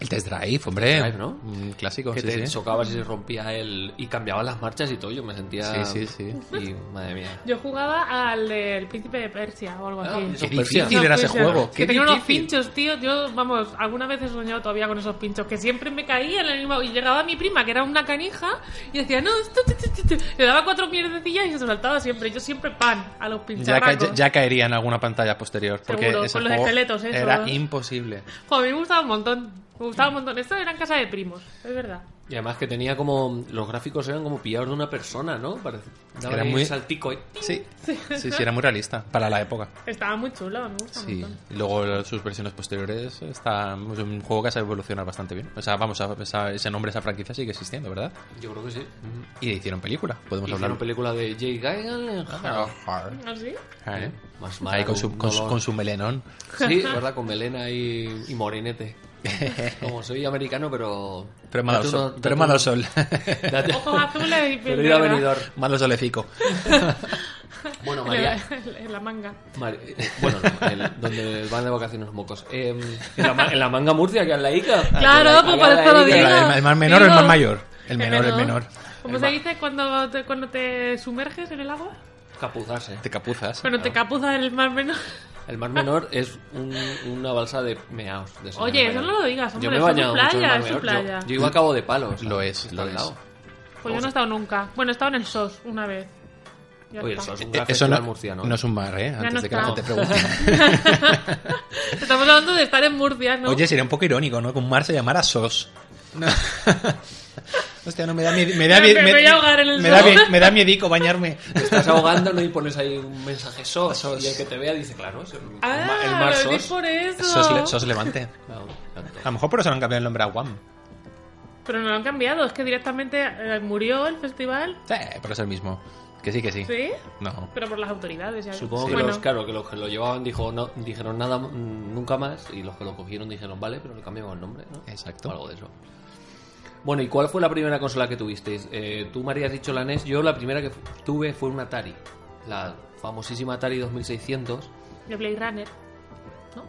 [SPEAKER 3] El test drive, hombre.
[SPEAKER 1] Drive, ¿no?
[SPEAKER 3] Un clásico,
[SPEAKER 1] que
[SPEAKER 3] Oh, sí,
[SPEAKER 1] te
[SPEAKER 3] sí.
[SPEAKER 1] chocabas y se rompía el... Y cambiaban las marchas y todo. Yo me sentía...
[SPEAKER 3] Sí, sí, sí.
[SPEAKER 1] Y, madre mía.
[SPEAKER 2] Yo jugaba al del príncipe de Persia o algo
[SPEAKER 1] Ah,
[SPEAKER 2] así.
[SPEAKER 1] eso
[SPEAKER 3] Qué
[SPEAKER 1] es Persia.
[SPEAKER 3] difícil era ese
[SPEAKER 2] Persia.
[SPEAKER 3] juego.
[SPEAKER 2] Es
[SPEAKER 3] qué
[SPEAKER 2] pues Que tenía unos
[SPEAKER 3] difícil.
[SPEAKER 2] pinchos, tío. Yo, vamos, alguna vez he soñado todavía con esos pinchos. Que siempre me caía en el mismo. Y llegaba mi prima, que era una canija, y decía, no, esto, tu, tu, tu, tu". Le daba cuatro mierdecillas y se saltaba siempre. Yo siempre pan a los
[SPEAKER 3] Ya, ca-
[SPEAKER 2] pincharracos.
[SPEAKER 3] ya- ya caería en alguna pantalla posterior. Porque
[SPEAKER 2] Seguro,
[SPEAKER 3] ese
[SPEAKER 2] con los
[SPEAKER 3] juego
[SPEAKER 2] esqueletos, eso.
[SPEAKER 3] Era imposible.
[SPEAKER 2] Jo, a mí me gustaba un montón. Me gustaba un montón. Esto era en casa de primos, es verdad.
[SPEAKER 1] Y además que tenía como... Los gráficos eran como pillados de una persona, ¿no? Parece- Daba
[SPEAKER 3] Era
[SPEAKER 1] ahí
[SPEAKER 3] muy-
[SPEAKER 1] el saltico ahí.
[SPEAKER 3] Sí, sí, sí, era muy realista para la época.
[SPEAKER 2] Estaba muy chulo, me gusta un
[SPEAKER 3] Sí,
[SPEAKER 2] montón.
[SPEAKER 3] y luego sus versiones posteriores está es un juego que ha sabido evolucionar bastante bien. O sea, vamos, a, esa- ese nombre, esa franquicia sigue existiendo, ¿verdad?
[SPEAKER 1] Yo creo que sí.
[SPEAKER 3] Y hicieron película, podemos
[SPEAKER 1] Hicieron
[SPEAKER 3] hablar.
[SPEAKER 1] película de Jay Geiger.
[SPEAKER 2] ¿Ah, sí?
[SPEAKER 3] Ah, ¿eh?
[SPEAKER 1] Más
[SPEAKER 3] Ahí con su,
[SPEAKER 1] malo,
[SPEAKER 3] con,
[SPEAKER 1] no
[SPEAKER 3] su,
[SPEAKER 1] lo-
[SPEAKER 3] con su melenón.
[SPEAKER 1] Sí, ¿verdad? Con melena y, y morinete. Como soy americano, pero...
[SPEAKER 3] Pero malo
[SPEAKER 1] Date uno-
[SPEAKER 3] sol.
[SPEAKER 1] date
[SPEAKER 3] Pero malo
[SPEAKER 1] uno-
[SPEAKER 3] sol.
[SPEAKER 1] date-
[SPEAKER 2] Ojos azules y piel
[SPEAKER 1] Pero ir a
[SPEAKER 2] negra.
[SPEAKER 1] Benidorm.
[SPEAKER 3] malo solecico.
[SPEAKER 1] Bueno,
[SPEAKER 2] En
[SPEAKER 1] María...
[SPEAKER 2] la- en la manga.
[SPEAKER 1] Mari- eh, bueno, no, el- donde van de vacaciones los mocos. Eh, en, la, ma- en la manga Murcia, que es la ICA.
[SPEAKER 2] Claro,
[SPEAKER 1] Que
[SPEAKER 2] pues
[SPEAKER 1] la- que la
[SPEAKER 2] por eso lo
[SPEAKER 1] ICA.
[SPEAKER 2] digo.
[SPEAKER 3] El, el más menor o el más mayor. El menor, el Ah. menor.
[SPEAKER 2] ¿Cómo se dice cuando te, cuando te sumerges en el agua?
[SPEAKER 1] Capuzarse.
[SPEAKER 3] Te capuzas.
[SPEAKER 2] Cuando te capuzas en el mar menor.
[SPEAKER 1] El mar menor es un- una balsa de meaos. de señores
[SPEAKER 2] Oye, eso
[SPEAKER 1] mayores.
[SPEAKER 2] no lo digas, hombre.
[SPEAKER 1] Yo me he
[SPEAKER 2] eso es
[SPEAKER 1] bañado
[SPEAKER 2] su
[SPEAKER 1] mucho en el
[SPEAKER 2] playa,
[SPEAKER 1] mar
[SPEAKER 2] es su
[SPEAKER 1] menor.
[SPEAKER 2] playa.
[SPEAKER 1] Yo, yo iba a cabo de palos.
[SPEAKER 3] Lo es, lo es. Eh,
[SPEAKER 2] Pues yo no he estado nunca. Bueno, he estado en el SOS una vez. Ya
[SPEAKER 1] Oye,
[SPEAKER 2] está.
[SPEAKER 1] eso es un
[SPEAKER 3] Eh,
[SPEAKER 1] gran
[SPEAKER 3] Eso no,
[SPEAKER 1] festival murciano.
[SPEAKER 3] no es un bar, ¿eh? Antes
[SPEAKER 2] no
[SPEAKER 3] de que la
[SPEAKER 2] está.
[SPEAKER 3] gente pregunte.
[SPEAKER 2] Estamos hablando de estar en Murcia, ¿no?
[SPEAKER 3] Oye, sería un poco irónico, ¿no? Que un mar se llamara SOS. No. Hostia, no, me da miedo. Me da,
[SPEAKER 2] Me-
[SPEAKER 3] mie-
[SPEAKER 2] me
[SPEAKER 3] me,
[SPEAKER 2] voy a ahogar en el
[SPEAKER 3] me da,
[SPEAKER 2] sol.
[SPEAKER 3] mie- me da miedico bañarme.
[SPEAKER 1] Te estás ahogando ¿no? y pones ahí un mensaje SOS, y el que te vea dice, claro, es el, el
[SPEAKER 2] ah,
[SPEAKER 1] ma- el mar
[SPEAKER 2] lo
[SPEAKER 1] SOS.
[SPEAKER 2] di por eso.
[SPEAKER 3] SOS, le- SOS Levante.
[SPEAKER 1] Claro, claro.
[SPEAKER 3] A lo mejor por eso no han cambiado el nombre a Guam.
[SPEAKER 2] Pero no lo han cambiado, es que directamente eh, murió el festival.
[SPEAKER 3] Sí, pero es el mismo. Que sí, que sí.
[SPEAKER 2] ¿Sí?
[SPEAKER 3] No.
[SPEAKER 2] Pero por las autoridades. ya.
[SPEAKER 1] Supongo que
[SPEAKER 2] Bueno,
[SPEAKER 1] los, claro, que los que lo llevaban dijo, no, dijeron nada mm, nunca más y los que lo cogieron dijeron, vale, pero le cambiamos el nombre, ¿no?
[SPEAKER 3] Exacto.
[SPEAKER 1] O algo de eso. Bueno, ¿y cuál fue la primera consola que tuvisteis? Eh, tú, María, has dicho la NES. Yo la primera que fu- tuve fue una Atari. La famosísima Atari 2600.
[SPEAKER 2] De Blade Runner. ¿No?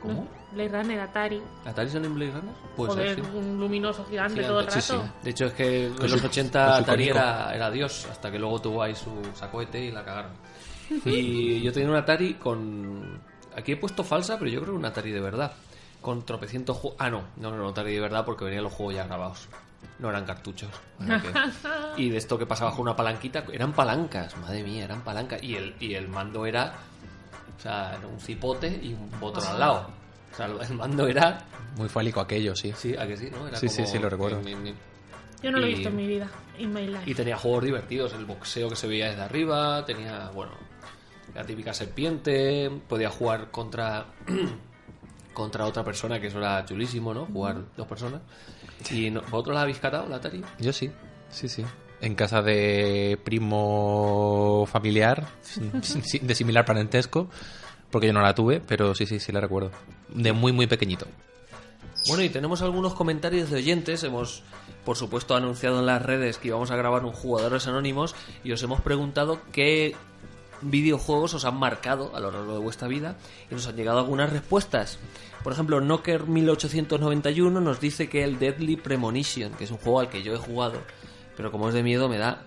[SPEAKER 1] ¿Cómo?
[SPEAKER 2] No, Blade Runner, Atari.
[SPEAKER 1] ¿Atari son en Blade Runner? Pues
[SPEAKER 2] Joder,
[SPEAKER 1] sí.
[SPEAKER 2] un luminoso gigante
[SPEAKER 1] Gigante,
[SPEAKER 2] todo el rato.
[SPEAKER 1] sí, sí. De hecho, es que en
[SPEAKER 3] Con
[SPEAKER 1] los
[SPEAKER 3] su-
[SPEAKER 1] 80
[SPEAKER 3] con su
[SPEAKER 1] Atari
[SPEAKER 3] cónico.
[SPEAKER 1] era, era Dios, hasta que luego tuvo ahí su sacoete y la cagaron. Y yo tenía un Atari con. Aquí he puesto falsa, pero yo creo que un Atari de verdad. Con tropecientos juegos. Ah, no, no, no, no, Atari de verdad porque venían los juegos ya grabados. No eran cartuchos. Bueno, que- Y de esto que pasaba con una palanquita, eran palancas, madre mía, eran palancas. Y el, y el mando era. O sea, era un cipote y un botón al lado. O sea, el mando era.
[SPEAKER 3] Muy fálico aquello, sí.
[SPEAKER 1] Sí, a que sí, ¿no? Era
[SPEAKER 3] Sí, sí,
[SPEAKER 1] como-
[SPEAKER 3] sí, lo recuerdo.
[SPEAKER 1] ni- ni-
[SPEAKER 2] Yo no lo he
[SPEAKER 1] Y-
[SPEAKER 2] visto en mi vida. In my life.
[SPEAKER 1] y tenía juegos divertidos, el boxeo que se veía desde arriba, tenía, bueno, la típica serpiente, podía jugar contra contra otra persona, que eso era chulísimo, ¿no? Jugar dos personas. ¿Y no, vosotros la habéis catado, la Atari?
[SPEAKER 3] Yo sí. Sí, sí. En casa de primo familiar, sí, de similar parentesco, porque yo no la tuve, pero sí, sí, sí la recuerdo. De muy, muy pequeñito.
[SPEAKER 1] Bueno, y tenemos algunos comentarios de oyentes. Hemos, por supuesto, anunciado en las redes que íbamos a grabar un Jugadores Anónimos y os hemos preguntado qué videojuegos os han marcado a lo largo de vuestra vida y nos han llegado algunas respuestas. Por ejemplo, Knocker1891 nos dice que el Deadly Premonition, que es un juego al que yo he jugado, pero como es de miedo me da...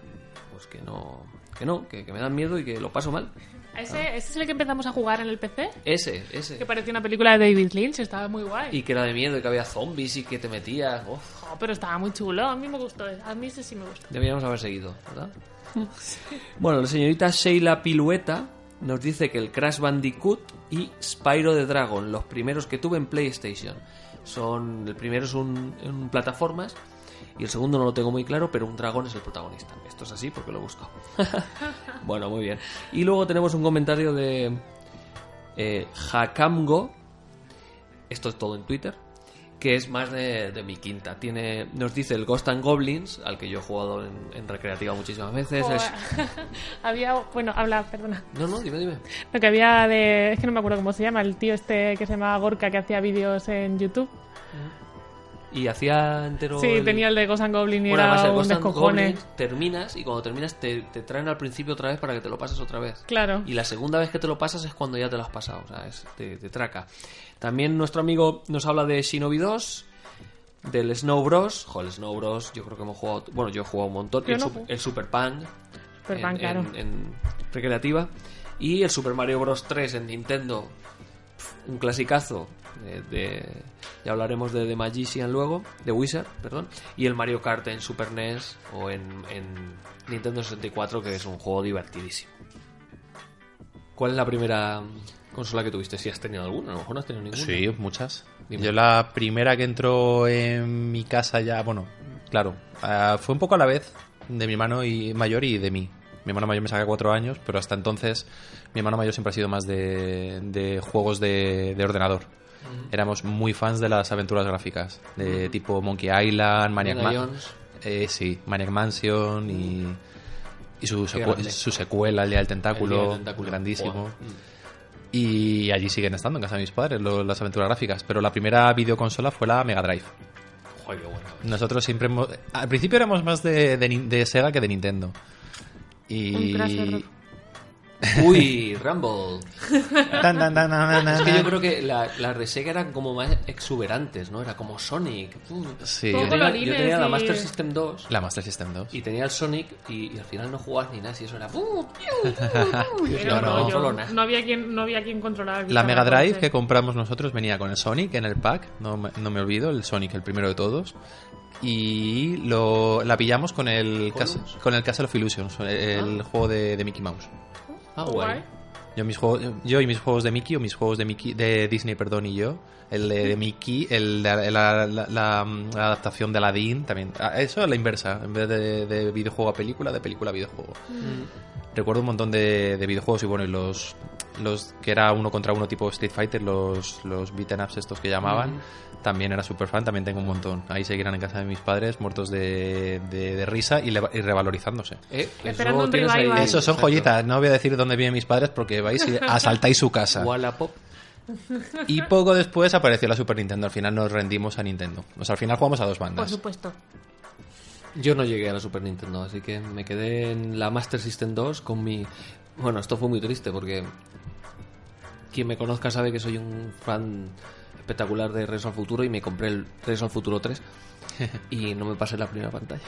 [SPEAKER 1] Pues que no... Que no, que, que me da miedo y que lo paso mal. ah.
[SPEAKER 2] ¿Ese, ese es el que empezamos a jugar en el PC?
[SPEAKER 1] Ese, ese.
[SPEAKER 2] Que parecía una película de David Lynch, estaba muy guay.
[SPEAKER 1] Y que era de miedo y que había zombies y que te metías. Uf.
[SPEAKER 2] Jo, Oh, pero estaba muy chulo, a mí me gustó. A mí ese sí me gustó.
[SPEAKER 1] Deberíamos haber seguido, ¿verdad? bueno, la señorita Sheila Pilueta nos dice que el Crash Bandicoot y Spyro the Dragon, los primeros que tuve en PlayStation, son el primero es un, en plataformas y el segundo no lo tengo muy claro, pero un dragón es el protagonista. Esto es así porque lo busco. bueno, muy bien. Y luego tenemos un comentario de eh, Hakamgo, esto es todo en Twitter, que es más de, de mi quinta. Tiene, nos dice el Ghost and Goblins, al que yo he jugado en, en recreativa muchísimas veces. es-
[SPEAKER 2] Joder. había, bueno, habla, perdona.
[SPEAKER 1] No, no, dime, dime.
[SPEAKER 2] Lo que había de. Es que no me acuerdo cómo se llama, el tío este que se llamaba Gorka que hacía vídeos en YouTube.
[SPEAKER 1] Y hacía entero.
[SPEAKER 2] Sí,
[SPEAKER 1] el-
[SPEAKER 2] tenía el de Ghost and Goblin y
[SPEAKER 1] Bueno, además
[SPEAKER 2] era
[SPEAKER 1] el
[SPEAKER 2] un
[SPEAKER 1] Ghost and
[SPEAKER 2] descojone.
[SPEAKER 1] Goblins terminas y cuando terminas te, te traen al principio otra vez para que te lo pases otra vez.
[SPEAKER 2] Claro.
[SPEAKER 1] Y la segunda vez que te lo pasas es cuando ya te lo has pasado, o sea, es- te, te traca. También nuestro amigo nos habla de Shinobi 2, Del Snow Bros. Joder, el Snow Bros. Yo creo que hemos jugado. Bueno, yo he jugado un montón.
[SPEAKER 2] Yo
[SPEAKER 1] el,
[SPEAKER 2] no
[SPEAKER 1] Sup-
[SPEAKER 2] jugué.
[SPEAKER 1] el Super Pang.
[SPEAKER 2] Super
[SPEAKER 1] en-
[SPEAKER 2] Pang,
[SPEAKER 1] en-
[SPEAKER 2] pues claro.
[SPEAKER 1] en Recreativa. Y el Super Mario Bros. 3 en Nintendo. Pf, Un clasicazo. De, de- ya hablaremos de The Magician luego. De Wizard, perdón. Y el Mario Kart en Super NES o en, en Nintendo 64, que es un juego divertidísimo. ¿Cuál es la primera consola que tuviste? Si has tenido alguna, a lo mejor no has tenido ninguna.
[SPEAKER 3] Sí, muchas. Yo la primera que entró en mi casa ya, bueno, claro, ah, fue un poco a la vez de mi hermano y mayor y de mí. Mi hermano mayor me saca cuatro años, pero hasta entonces mi hermano mayor siempre ha sido más de, de juegos de, de ordenador. Éramos muy fans de las aventuras gráficas, de tipo Monkey Island, Maniac
[SPEAKER 1] Indiana
[SPEAKER 3] Man-
[SPEAKER 1] Jones.
[SPEAKER 3] eh, sí, Maniac Mansion y, y su,
[SPEAKER 1] Qué
[SPEAKER 3] secu-
[SPEAKER 1] grande.
[SPEAKER 3] su secuela, El Día del
[SPEAKER 1] El
[SPEAKER 3] Tentáculo,
[SPEAKER 1] Día del Tentáculo.
[SPEAKER 3] grandísimo.
[SPEAKER 1] Guau.
[SPEAKER 3] Y allí siguen estando en casa de mis padres lo- las aventuras gráficas. Pero la primera videoconsola fue la Mega Drive.
[SPEAKER 1] Joder, qué bueno.
[SPEAKER 3] Nosotros siempre hemos- Al principio éramos más de, de Nin- de Sega que de Nintendo.
[SPEAKER 1] Un
[SPEAKER 3] Y...
[SPEAKER 1] crash error. Uy, Rumble.
[SPEAKER 3] Tan, tan, tan, tan, tan,
[SPEAKER 1] es que yo
[SPEAKER 3] tan.
[SPEAKER 1] creo que la- las de Sega eran como más exuberantes, ¿no? Era como Sonic. pum.
[SPEAKER 3] Sí.
[SPEAKER 1] Yo
[SPEAKER 3] Todo
[SPEAKER 1] tenía, yo
[SPEAKER 3] colorines
[SPEAKER 1] tenía la
[SPEAKER 3] y-
[SPEAKER 1] Master System 2
[SPEAKER 3] La Master System 2.
[SPEAKER 1] y tenía el Sonic y, y al final no jugabas ni nada. Si eso era. pum, piu,
[SPEAKER 2] Era un
[SPEAKER 3] No, no.
[SPEAKER 2] rollo.
[SPEAKER 3] Solo nada.
[SPEAKER 2] No había quien, no había quien controlara. el
[SPEAKER 3] La Mega
[SPEAKER 2] guitarra
[SPEAKER 3] Drive
[SPEAKER 2] coche.
[SPEAKER 3] que compramos nosotros venía con el Sonic en el pack, no, me- no me olvido, el Sonic, el primero de todos. Y lo, la pillamos con el, cas- con el Castle of Illusions, el juego de, de Mickey Mouse.
[SPEAKER 1] Ah, guay.
[SPEAKER 3] Yo, mis juegos, yo y mis juegos de Mickey, o mis juegos de Mickey, de Disney, perdón, y yo. El de, de Mickey, el de- la, la- la- la adaptación de Aladdin, también. Ah, Eso es la inversa, en vez de, de videojuego a película, de película a videojuego. Recuerdo un montón de, de videojuegos y bueno, y los, los que era uno contra uno tipo Street Fighter, los, los beaten ups estos que llamaban, también era super fan, también tengo un montón. Ahí seguirán en casa de mis padres, muertos de, de- de risa y, leva- y revalorizándose.
[SPEAKER 1] Eh, pues
[SPEAKER 2] Esperando
[SPEAKER 1] luego
[SPEAKER 2] un
[SPEAKER 1] tienes ahí-
[SPEAKER 2] revival.
[SPEAKER 3] Esos son
[SPEAKER 1] Exacto.
[SPEAKER 3] joyitas, no voy a decir dónde viven mis padres porque vais y asaltáis su casa.
[SPEAKER 1] Wallapop.
[SPEAKER 3] Y poco después apareció la Super Nintendo, al final nos rendimos a Nintendo. O sea, al final jugamos a dos
[SPEAKER 2] Por
[SPEAKER 3] bandas.
[SPEAKER 2] supuesto.
[SPEAKER 1] Yo no llegué a la Super Nintendo, así que me quedé en la Master System 2 con mi... Bueno, esto fue muy triste porque quien me conozca sabe que soy un fan espectacular de Regreso al Futuro y me compré el Regreso al Futuro 3 y no me pasé la primera pantalla.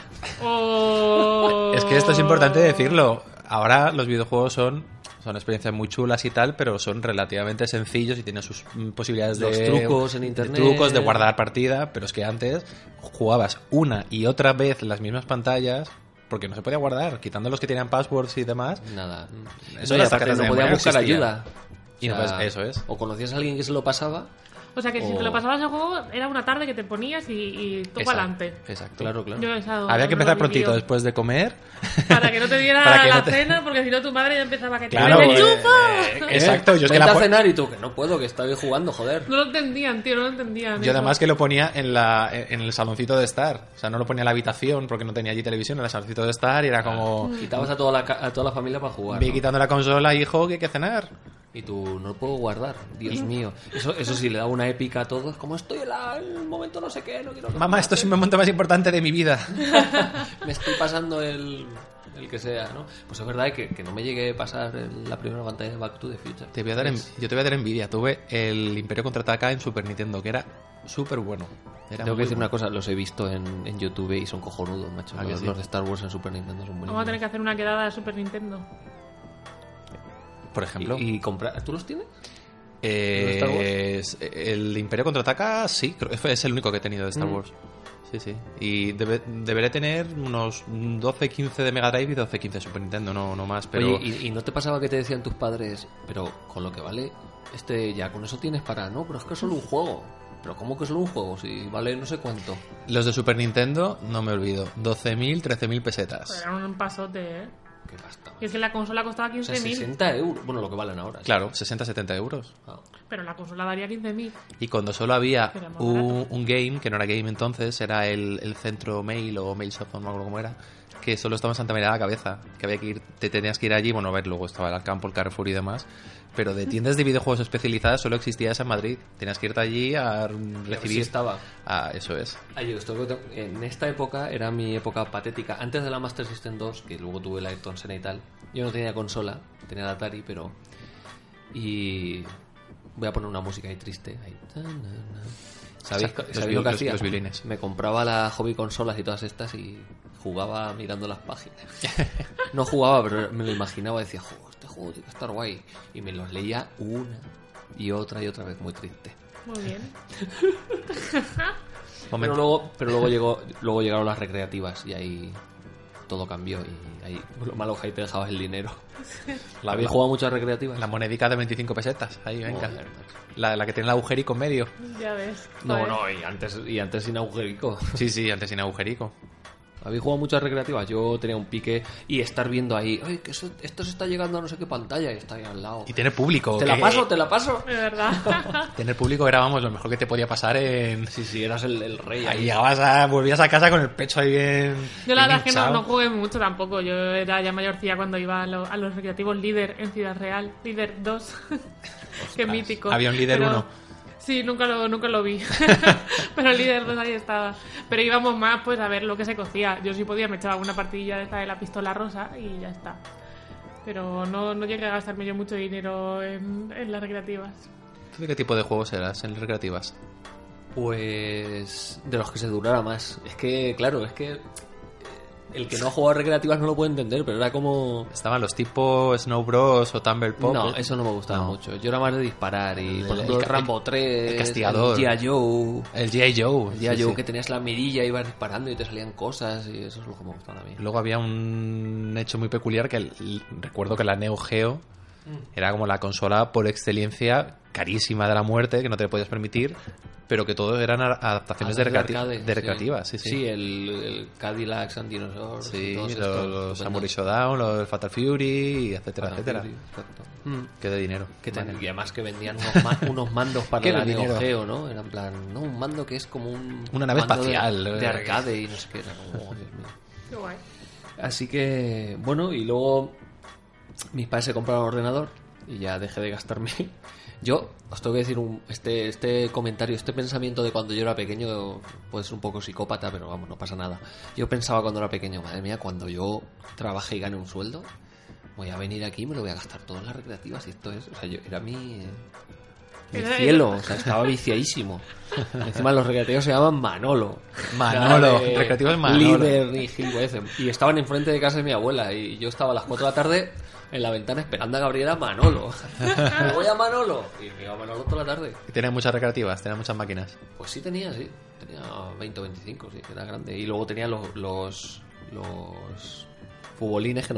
[SPEAKER 2] Oh.
[SPEAKER 3] Es que esto es importante decirlo. Ahora los videojuegos son, son experiencias muy chulas y tal, pero son relativamente sencillos y tienen sus mm, posibilidades
[SPEAKER 1] Los
[SPEAKER 3] de
[SPEAKER 1] trucos en
[SPEAKER 3] de
[SPEAKER 1] internet.
[SPEAKER 3] trucos de guardar partida, pero es que antes jugabas una y otra vez las mismas pantallas porque no se podía guardar, quitando los que tenían passwords y demás.
[SPEAKER 1] Nada.
[SPEAKER 3] Eso
[SPEAKER 1] No, y
[SPEAKER 3] era hasta
[SPEAKER 1] aparte
[SPEAKER 3] que
[SPEAKER 1] no
[SPEAKER 3] la
[SPEAKER 1] podía
[SPEAKER 3] memoria
[SPEAKER 1] buscar
[SPEAKER 3] existía.
[SPEAKER 1] ayuda.
[SPEAKER 3] Y no puedes- eso es.
[SPEAKER 1] O conocías a alguien que se lo pasaba.
[SPEAKER 2] O sea que si
[SPEAKER 1] Oh.
[SPEAKER 2] te lo pasabas el juego, era una tarde que te ponías y, y tú
[SPEAKER 3] Exacto,
[SPEAKER 2] para adelante.
[SPEAKER 3] Exacto.
[SPEAKER 1] Claro, claro.
[SPEAKER 2] Yo esa no-
[SPEAKER 3] Había
[SPEAKER 2] no
[SPEAKER 3] que empezar
[SPEAKER 2] lo viví
[SPEAKER 3] prontito
[SPEAKER 2] yo.
[SPEAKER 3] después de comer.
[SPEAKER 2] Para que no te diera
[SPEAKER 3] Para que
[SPEAKER 2] la
[SPEAKER 3] no te-
[SPEAKER 2] cena, porque si no tu madre ya empezaba a que te
[SPEAKER 3] Claro,
[SPEAKER 2] ¡Me
[SPEAKER 3] eh,
[SPEAKER 2] chupo!
[SPEAKER 3] eh, exacto. Yo es
[SPEAKER 1] Vente
[SPEAKER 3] que la
[SPEAKER 1] a
[SPEAKER 3] po-
[SPEAKER 1] cenar y tú, que no puedo, que estoy jugando, joder.
[SPEAKER 2] No lo entendían, tío, no lo entendían. eso.
[SPEAKER 3] Yo además que lo ponía en, la, en el saloncito de estar. O sea, no lo ponía en la habitación porque no tenía allí televisión, en el saloncito de estar y era como...
[SPEAKER 1] Quitabas a toda la, ca- a toda la familia para jugar.
[SPEAKER 3] Ve
[SPEAKER 1] ¿no?
[SPEAKER 3] quitando la consola, hijo, que hay que cenar.
[SPEAKER 1] Y tú, no lo puedo guardar, Dios mío. Eso, eso sí le da una épica a todos, como estoy en la- en el momento no sé qué, no quiero...
[SPEAKER 3] Mamá, esto es un momento más importante de mi vida.
[SPEAKER 1] Me estoy pasando el, el que sea, ¿no? Pues es verdad que, que no me llegué a pasar el- la primera pantalla de Back to the Future.
[SPEAKER 3] Te voy a dar en- yo te voy a dar envidia. Tuve el Imperio Contraataca en Super Nintendo, que era súper bueno. Era
[SPEAKER 1] Tengo
[SPEAKER 3] muy
[SPEAKER 1] que decir
[SPEAKER 3] bueno.
[SPEAKER 1] una cosa, los he visto en, en YouTube y son cojonudos, macho.
[SPEAKER 3] Ah, que
[SPEAKER 1] Los,
[SPEAKER 3] sí.
[SPEAKER 1] los de Star Wars en Super Nintendo son buenos.
[SPEAKER 2] Vamos a tener que hacer una quedada de Super Nintendo.
[SPEAKER 3] Por ejemplo...
[SPEAKER 1] Y, y comprar... ¿Tú los tienes? ¿Los de Star Wars?
[SPEAKER 3] Eh, es- el Imperio Contraataca, sí, creo, es- es el único que he tenido de
[SPEAKER 1] Mm.
[SPEAKER 3] Star Wars. Sí, sí. Y debe- deberé tener unos 12, 15 de Mega Drive y 12, 15 de Super Nintendo, no, no más. Pero
[SPEAKER 1] Oye, ¿y, y no te pasaba que te decían tus padres, pero con lo que vale, este ya con eso tienes para, no? Pero es que es solo un juego. ¿Pero cómo que es solo un juego? Si vale no sé cuánto.
[SPEAKER 3] los de Super Nintendo, no me olvido, 12.000, 13.000 pesetas.
[SPEAKER 2] Era un pasote, ¿eh?
[SPEAKER 1] Qué pasta.
[SPEAKER 2] Y es que la consola costaba
[SPEAKER 1] O sea,
[SPEAKER 2] 15.000,
[SPEAKER 1] 60 euros. Bueno, lo que valen ahora. sí.
[SPEAKER 3] Claro, 60, 70 euros.
[SPEAKER 1] Ah.
[SPEAKER 2] pero la consola valía 15.000.
[SPEAKER 3] Y cuando solo había
[SPEAKER 2] Era más
[SPEAKER 3] un,
[SPEAKER 2] barato.
[SPEAKER 3] un game, que no era game entonces, era el, el centro mail o mail shop, no me acuerdo cómo era, que solo estaba en Santa María de la Cabeza, que había que ir, te tenías que ir allí, bueno, a ver, luego estaba el campo, el Carrefour y demás, pero de tiendas de videojuegos especializadas solo existía esa en Madrid, tenías que irte allí a
[SPEAKER 1] Recibí
[SPEAKER 3] recibir...
[SPEAKER 1] estaba.
[SPEAKER 3] Ah, eso es.
[SPEAKER 1] Ay, yo esto que tengo- en esta época era mi época patética. Antes de la Master System 2, que luego tuve la Ayrton Senna y tal, yo no tenía consola, tenía la Atari, pero. Y. Voy a poner una música ahí triste. ahí. Ta, na, na.
[SPEAKER 3] ¿Sabéis?
[SPEAKER 1] ¿Sabes-
[SPEAKER 3] Los,
[SPEAKER 1] sabéis
[SPEAKER 3] vi-
[SPEAKER 1] lo que
[SPEAKER 3] los-
[SPEAKER 1] hacía?
[SPEAKER 3] los violines.
[SPEAKER 1] Me compraba las hobby consolas y todas estas y jugaba mirando las páginas. No jugaba, pero me lo imaginaba y decía, joder, este juego tiene que estar guay. Y me los leía una y otra y otra vez, muy triste.
[SPEAKER 2] Muy bien.
[SPEAKER 1] Pero luego, pero luego, llegó, luego llegaron las recreativas y ahí todo cambió. Y ahí, lo malo que ahí te dejabas el dinero.
[SPEAKER 3] La-
[SPEAKER 1] Había
[SPEAKER 3] la-
[SPEAKER 1] jugado muchas recreativas.
[SPEAKER 3] La monedica de 25 pesetas. Ahí, venga.
[SPEAKER 1] Joder,
[SPEAKER 3] La, la que tiene el agujerico en medio.
[SPEAKER 2] Ya ves.
[SPEAKER 1] No,
[SPEAKER 2] Joder.
[SPEAKER 1] no, y antes, y antes sin agujerico.
[SPEAKER 3] Sí, sí, antes sin agujerico.
[SPEAKER 1] Habéis jugado muchas recreativas. Yo tenía un pique y estar viendo ahí, oye, que eso- esto se está llegando a no sé qué pantalla y está ahí al lado.
[SPEAKER 3] Y tener público.
[SPEAKER 1] ¿Te la
[SPEAKER 3] que-
[SPEAKER 1] paso? ¿Te la paso?
[SPEAKER 2] De verdad.
[SPEAKER 3] Tener público era, vamos, lo mejor que te podía pasar en...
[SPEAKER 1] Sí, sí, eras el, el rey.
[SPEAKER 3] Ahí llegabas a... Volvías a casa con el pecho ahí bien...
[SPEAKER 2] Yo la
[SPEAKER 3] bien
[SPEAKER 2] verdad es que no,
[SPEAKER 3] hinchado.
[SPEAKER 2] no jugué mucho tampoco. Yo era ya mayorcilla cuando iba a, lo- a los recreativos líder en Ciudad Real. Líder 2. Qué mítico.
[SPEAKER 3] Había un líder
[SPEAKER 2] Pero-
[SPEAKER 3] uno.
[SPEAKER 2] Sí, nunca lo, nunca lo vi. Pero el líder 2 ahí estaba. Pero íbamos más pues a ver lo que se cocía. Yo sí podía, me echaba una partidilla de esta de la pistola rosa y ya está. Pero no, no llegué a gastarme yo mucho dinero en, en las recreativas.
[SPEAKER 3] ¿Tú de qué tipo de juegos eras en recreativas?
[SPEAKER 1] Pues de los que se durara más. Es que, claro, es que eh, el que no ha jugado a recreativas no lo puede entender, pero era como...
[SPEAKER 3] Estaban los tipos Snow Bros o Tumble Pop.
[SPEAKER 1] No,
[SPEAKER 3] ¿eh?
[SPEAKER 1] eso no me gustaba mucho. Yo era más de disparar y, por
[SPEAKER 3] El-
[SPEAKER 1] ejemplo,
[SPEAKER 3] el
[SPEAKER 1] el,
[SPEAKER 3] ca-
[SPEAKER 1] Rambo 3,
[SPEAKER 3] el castigador.
[SPEAKER 1] el G.I. Joe,
[SPEAKER 3] El G.I. Joe.
[SPEAKER 1] el G.I.
[SPEAKER 3] sí,
[SPEAKER 1] Joe
[SPEAKER 3] sí.
[SPEAKER 1] que tenías la mirilla, ibas disparando y te salían cosas y eso es lo que me gustaba a mí.
[SPEAKER 3] Luego había un hecho muy peculiar que el- el- recuerdo que la Neo Geo era como la consola por excelencia carísima de la muerte que no te podías permitir, pero que todo eran a- adaptaciones de, recreati-
[SPEAKER 1] arcade,
[SPEAKER 3] de recreativas. Sí, sí.
[SPEAKER 1] el, el Cadillac and Dinosaur.
[SPEAKER 3] Sí,
[SPEAKER 1] todos
[SPEAKER 3] los,
[SPEAKER 1] estos,
[SPEAKER 3] los
[SPEAKER 1] estupendos.
[SPEAKER 3] Samurai Showdown, los Fatal Fury, etcétera,
[SPEAKER 1] Fatal
[SPEAKER 3] etcétera.
[SPEAKER 1] Fury, exacto.
[SPEAKER 3] Que de dinero.
[SPEAKER 1] Que ten-
[SPEAKER 3] Vale.
[SPEAKER 1] y además que vendían unos, ma- unos mandos para
[SPEAKER 3] Qué
[SPEAKER 1] la
[SPEAKER 3] dinero.
[SPEAKER 1] Neo Geo, ¿no? Era en plan, no, un mando que es como un...
[SPEAKER 3] Una nave
[SPEAKER 1] mando de-
[SPEAKER 3] espacial,
[SPEAKER 1] De,
[SPEAKER 3] eh.
[SPEAKER 1] arcade y no sé qué. Era como, oh, Dios mío.
[SPEAKER 2] Qué guay.
[SPEAKER 1] Así que, bueno, y luego mis padres se compraron un ordenador y ya dejé de gastarme. Yo os tengo que decir un, este, este comentario, este pensamiento de cuando yo era pequeño puede ser un poco psicópata, pero vamos, no pasa nada. Yo pensaba cuando era pequeño, madre mía, cuando yo trabaje y gane un sueldo, voy a venir aquí y me lo voy a gastar todo en las recreativas. Y esto es, o sea, yo, era mi, eh, mi
[SPEAKER 2] Era-
[SPEAKER 1] cielo, o sea, estaba viciadísimo. Encima los recreativos se llamaan Manolo.
[SPEAKER 3] Manolo,
[SPEAKER 1] Nada de
[SPEAKER 3] recreativos Manolo.
[SPEAKER 1] Líder ni gilipolleces. Y estaban enfrente de casa de mi abuela. Y yo estaba a las 4 de la tarde en la ventana esperando a Gabriela Manolo. Me voy a Manolo. Y me iba a Manolo toda la tarde.
[SPEAKER 3] Y Tenía muchas recreativas, tenía muchas máquinas.
[SPEAKER 1] Pues sí tenía, sí. Tenía 20 o 25, sí, era grande. Y luego tenía los, los, los futbolines que no...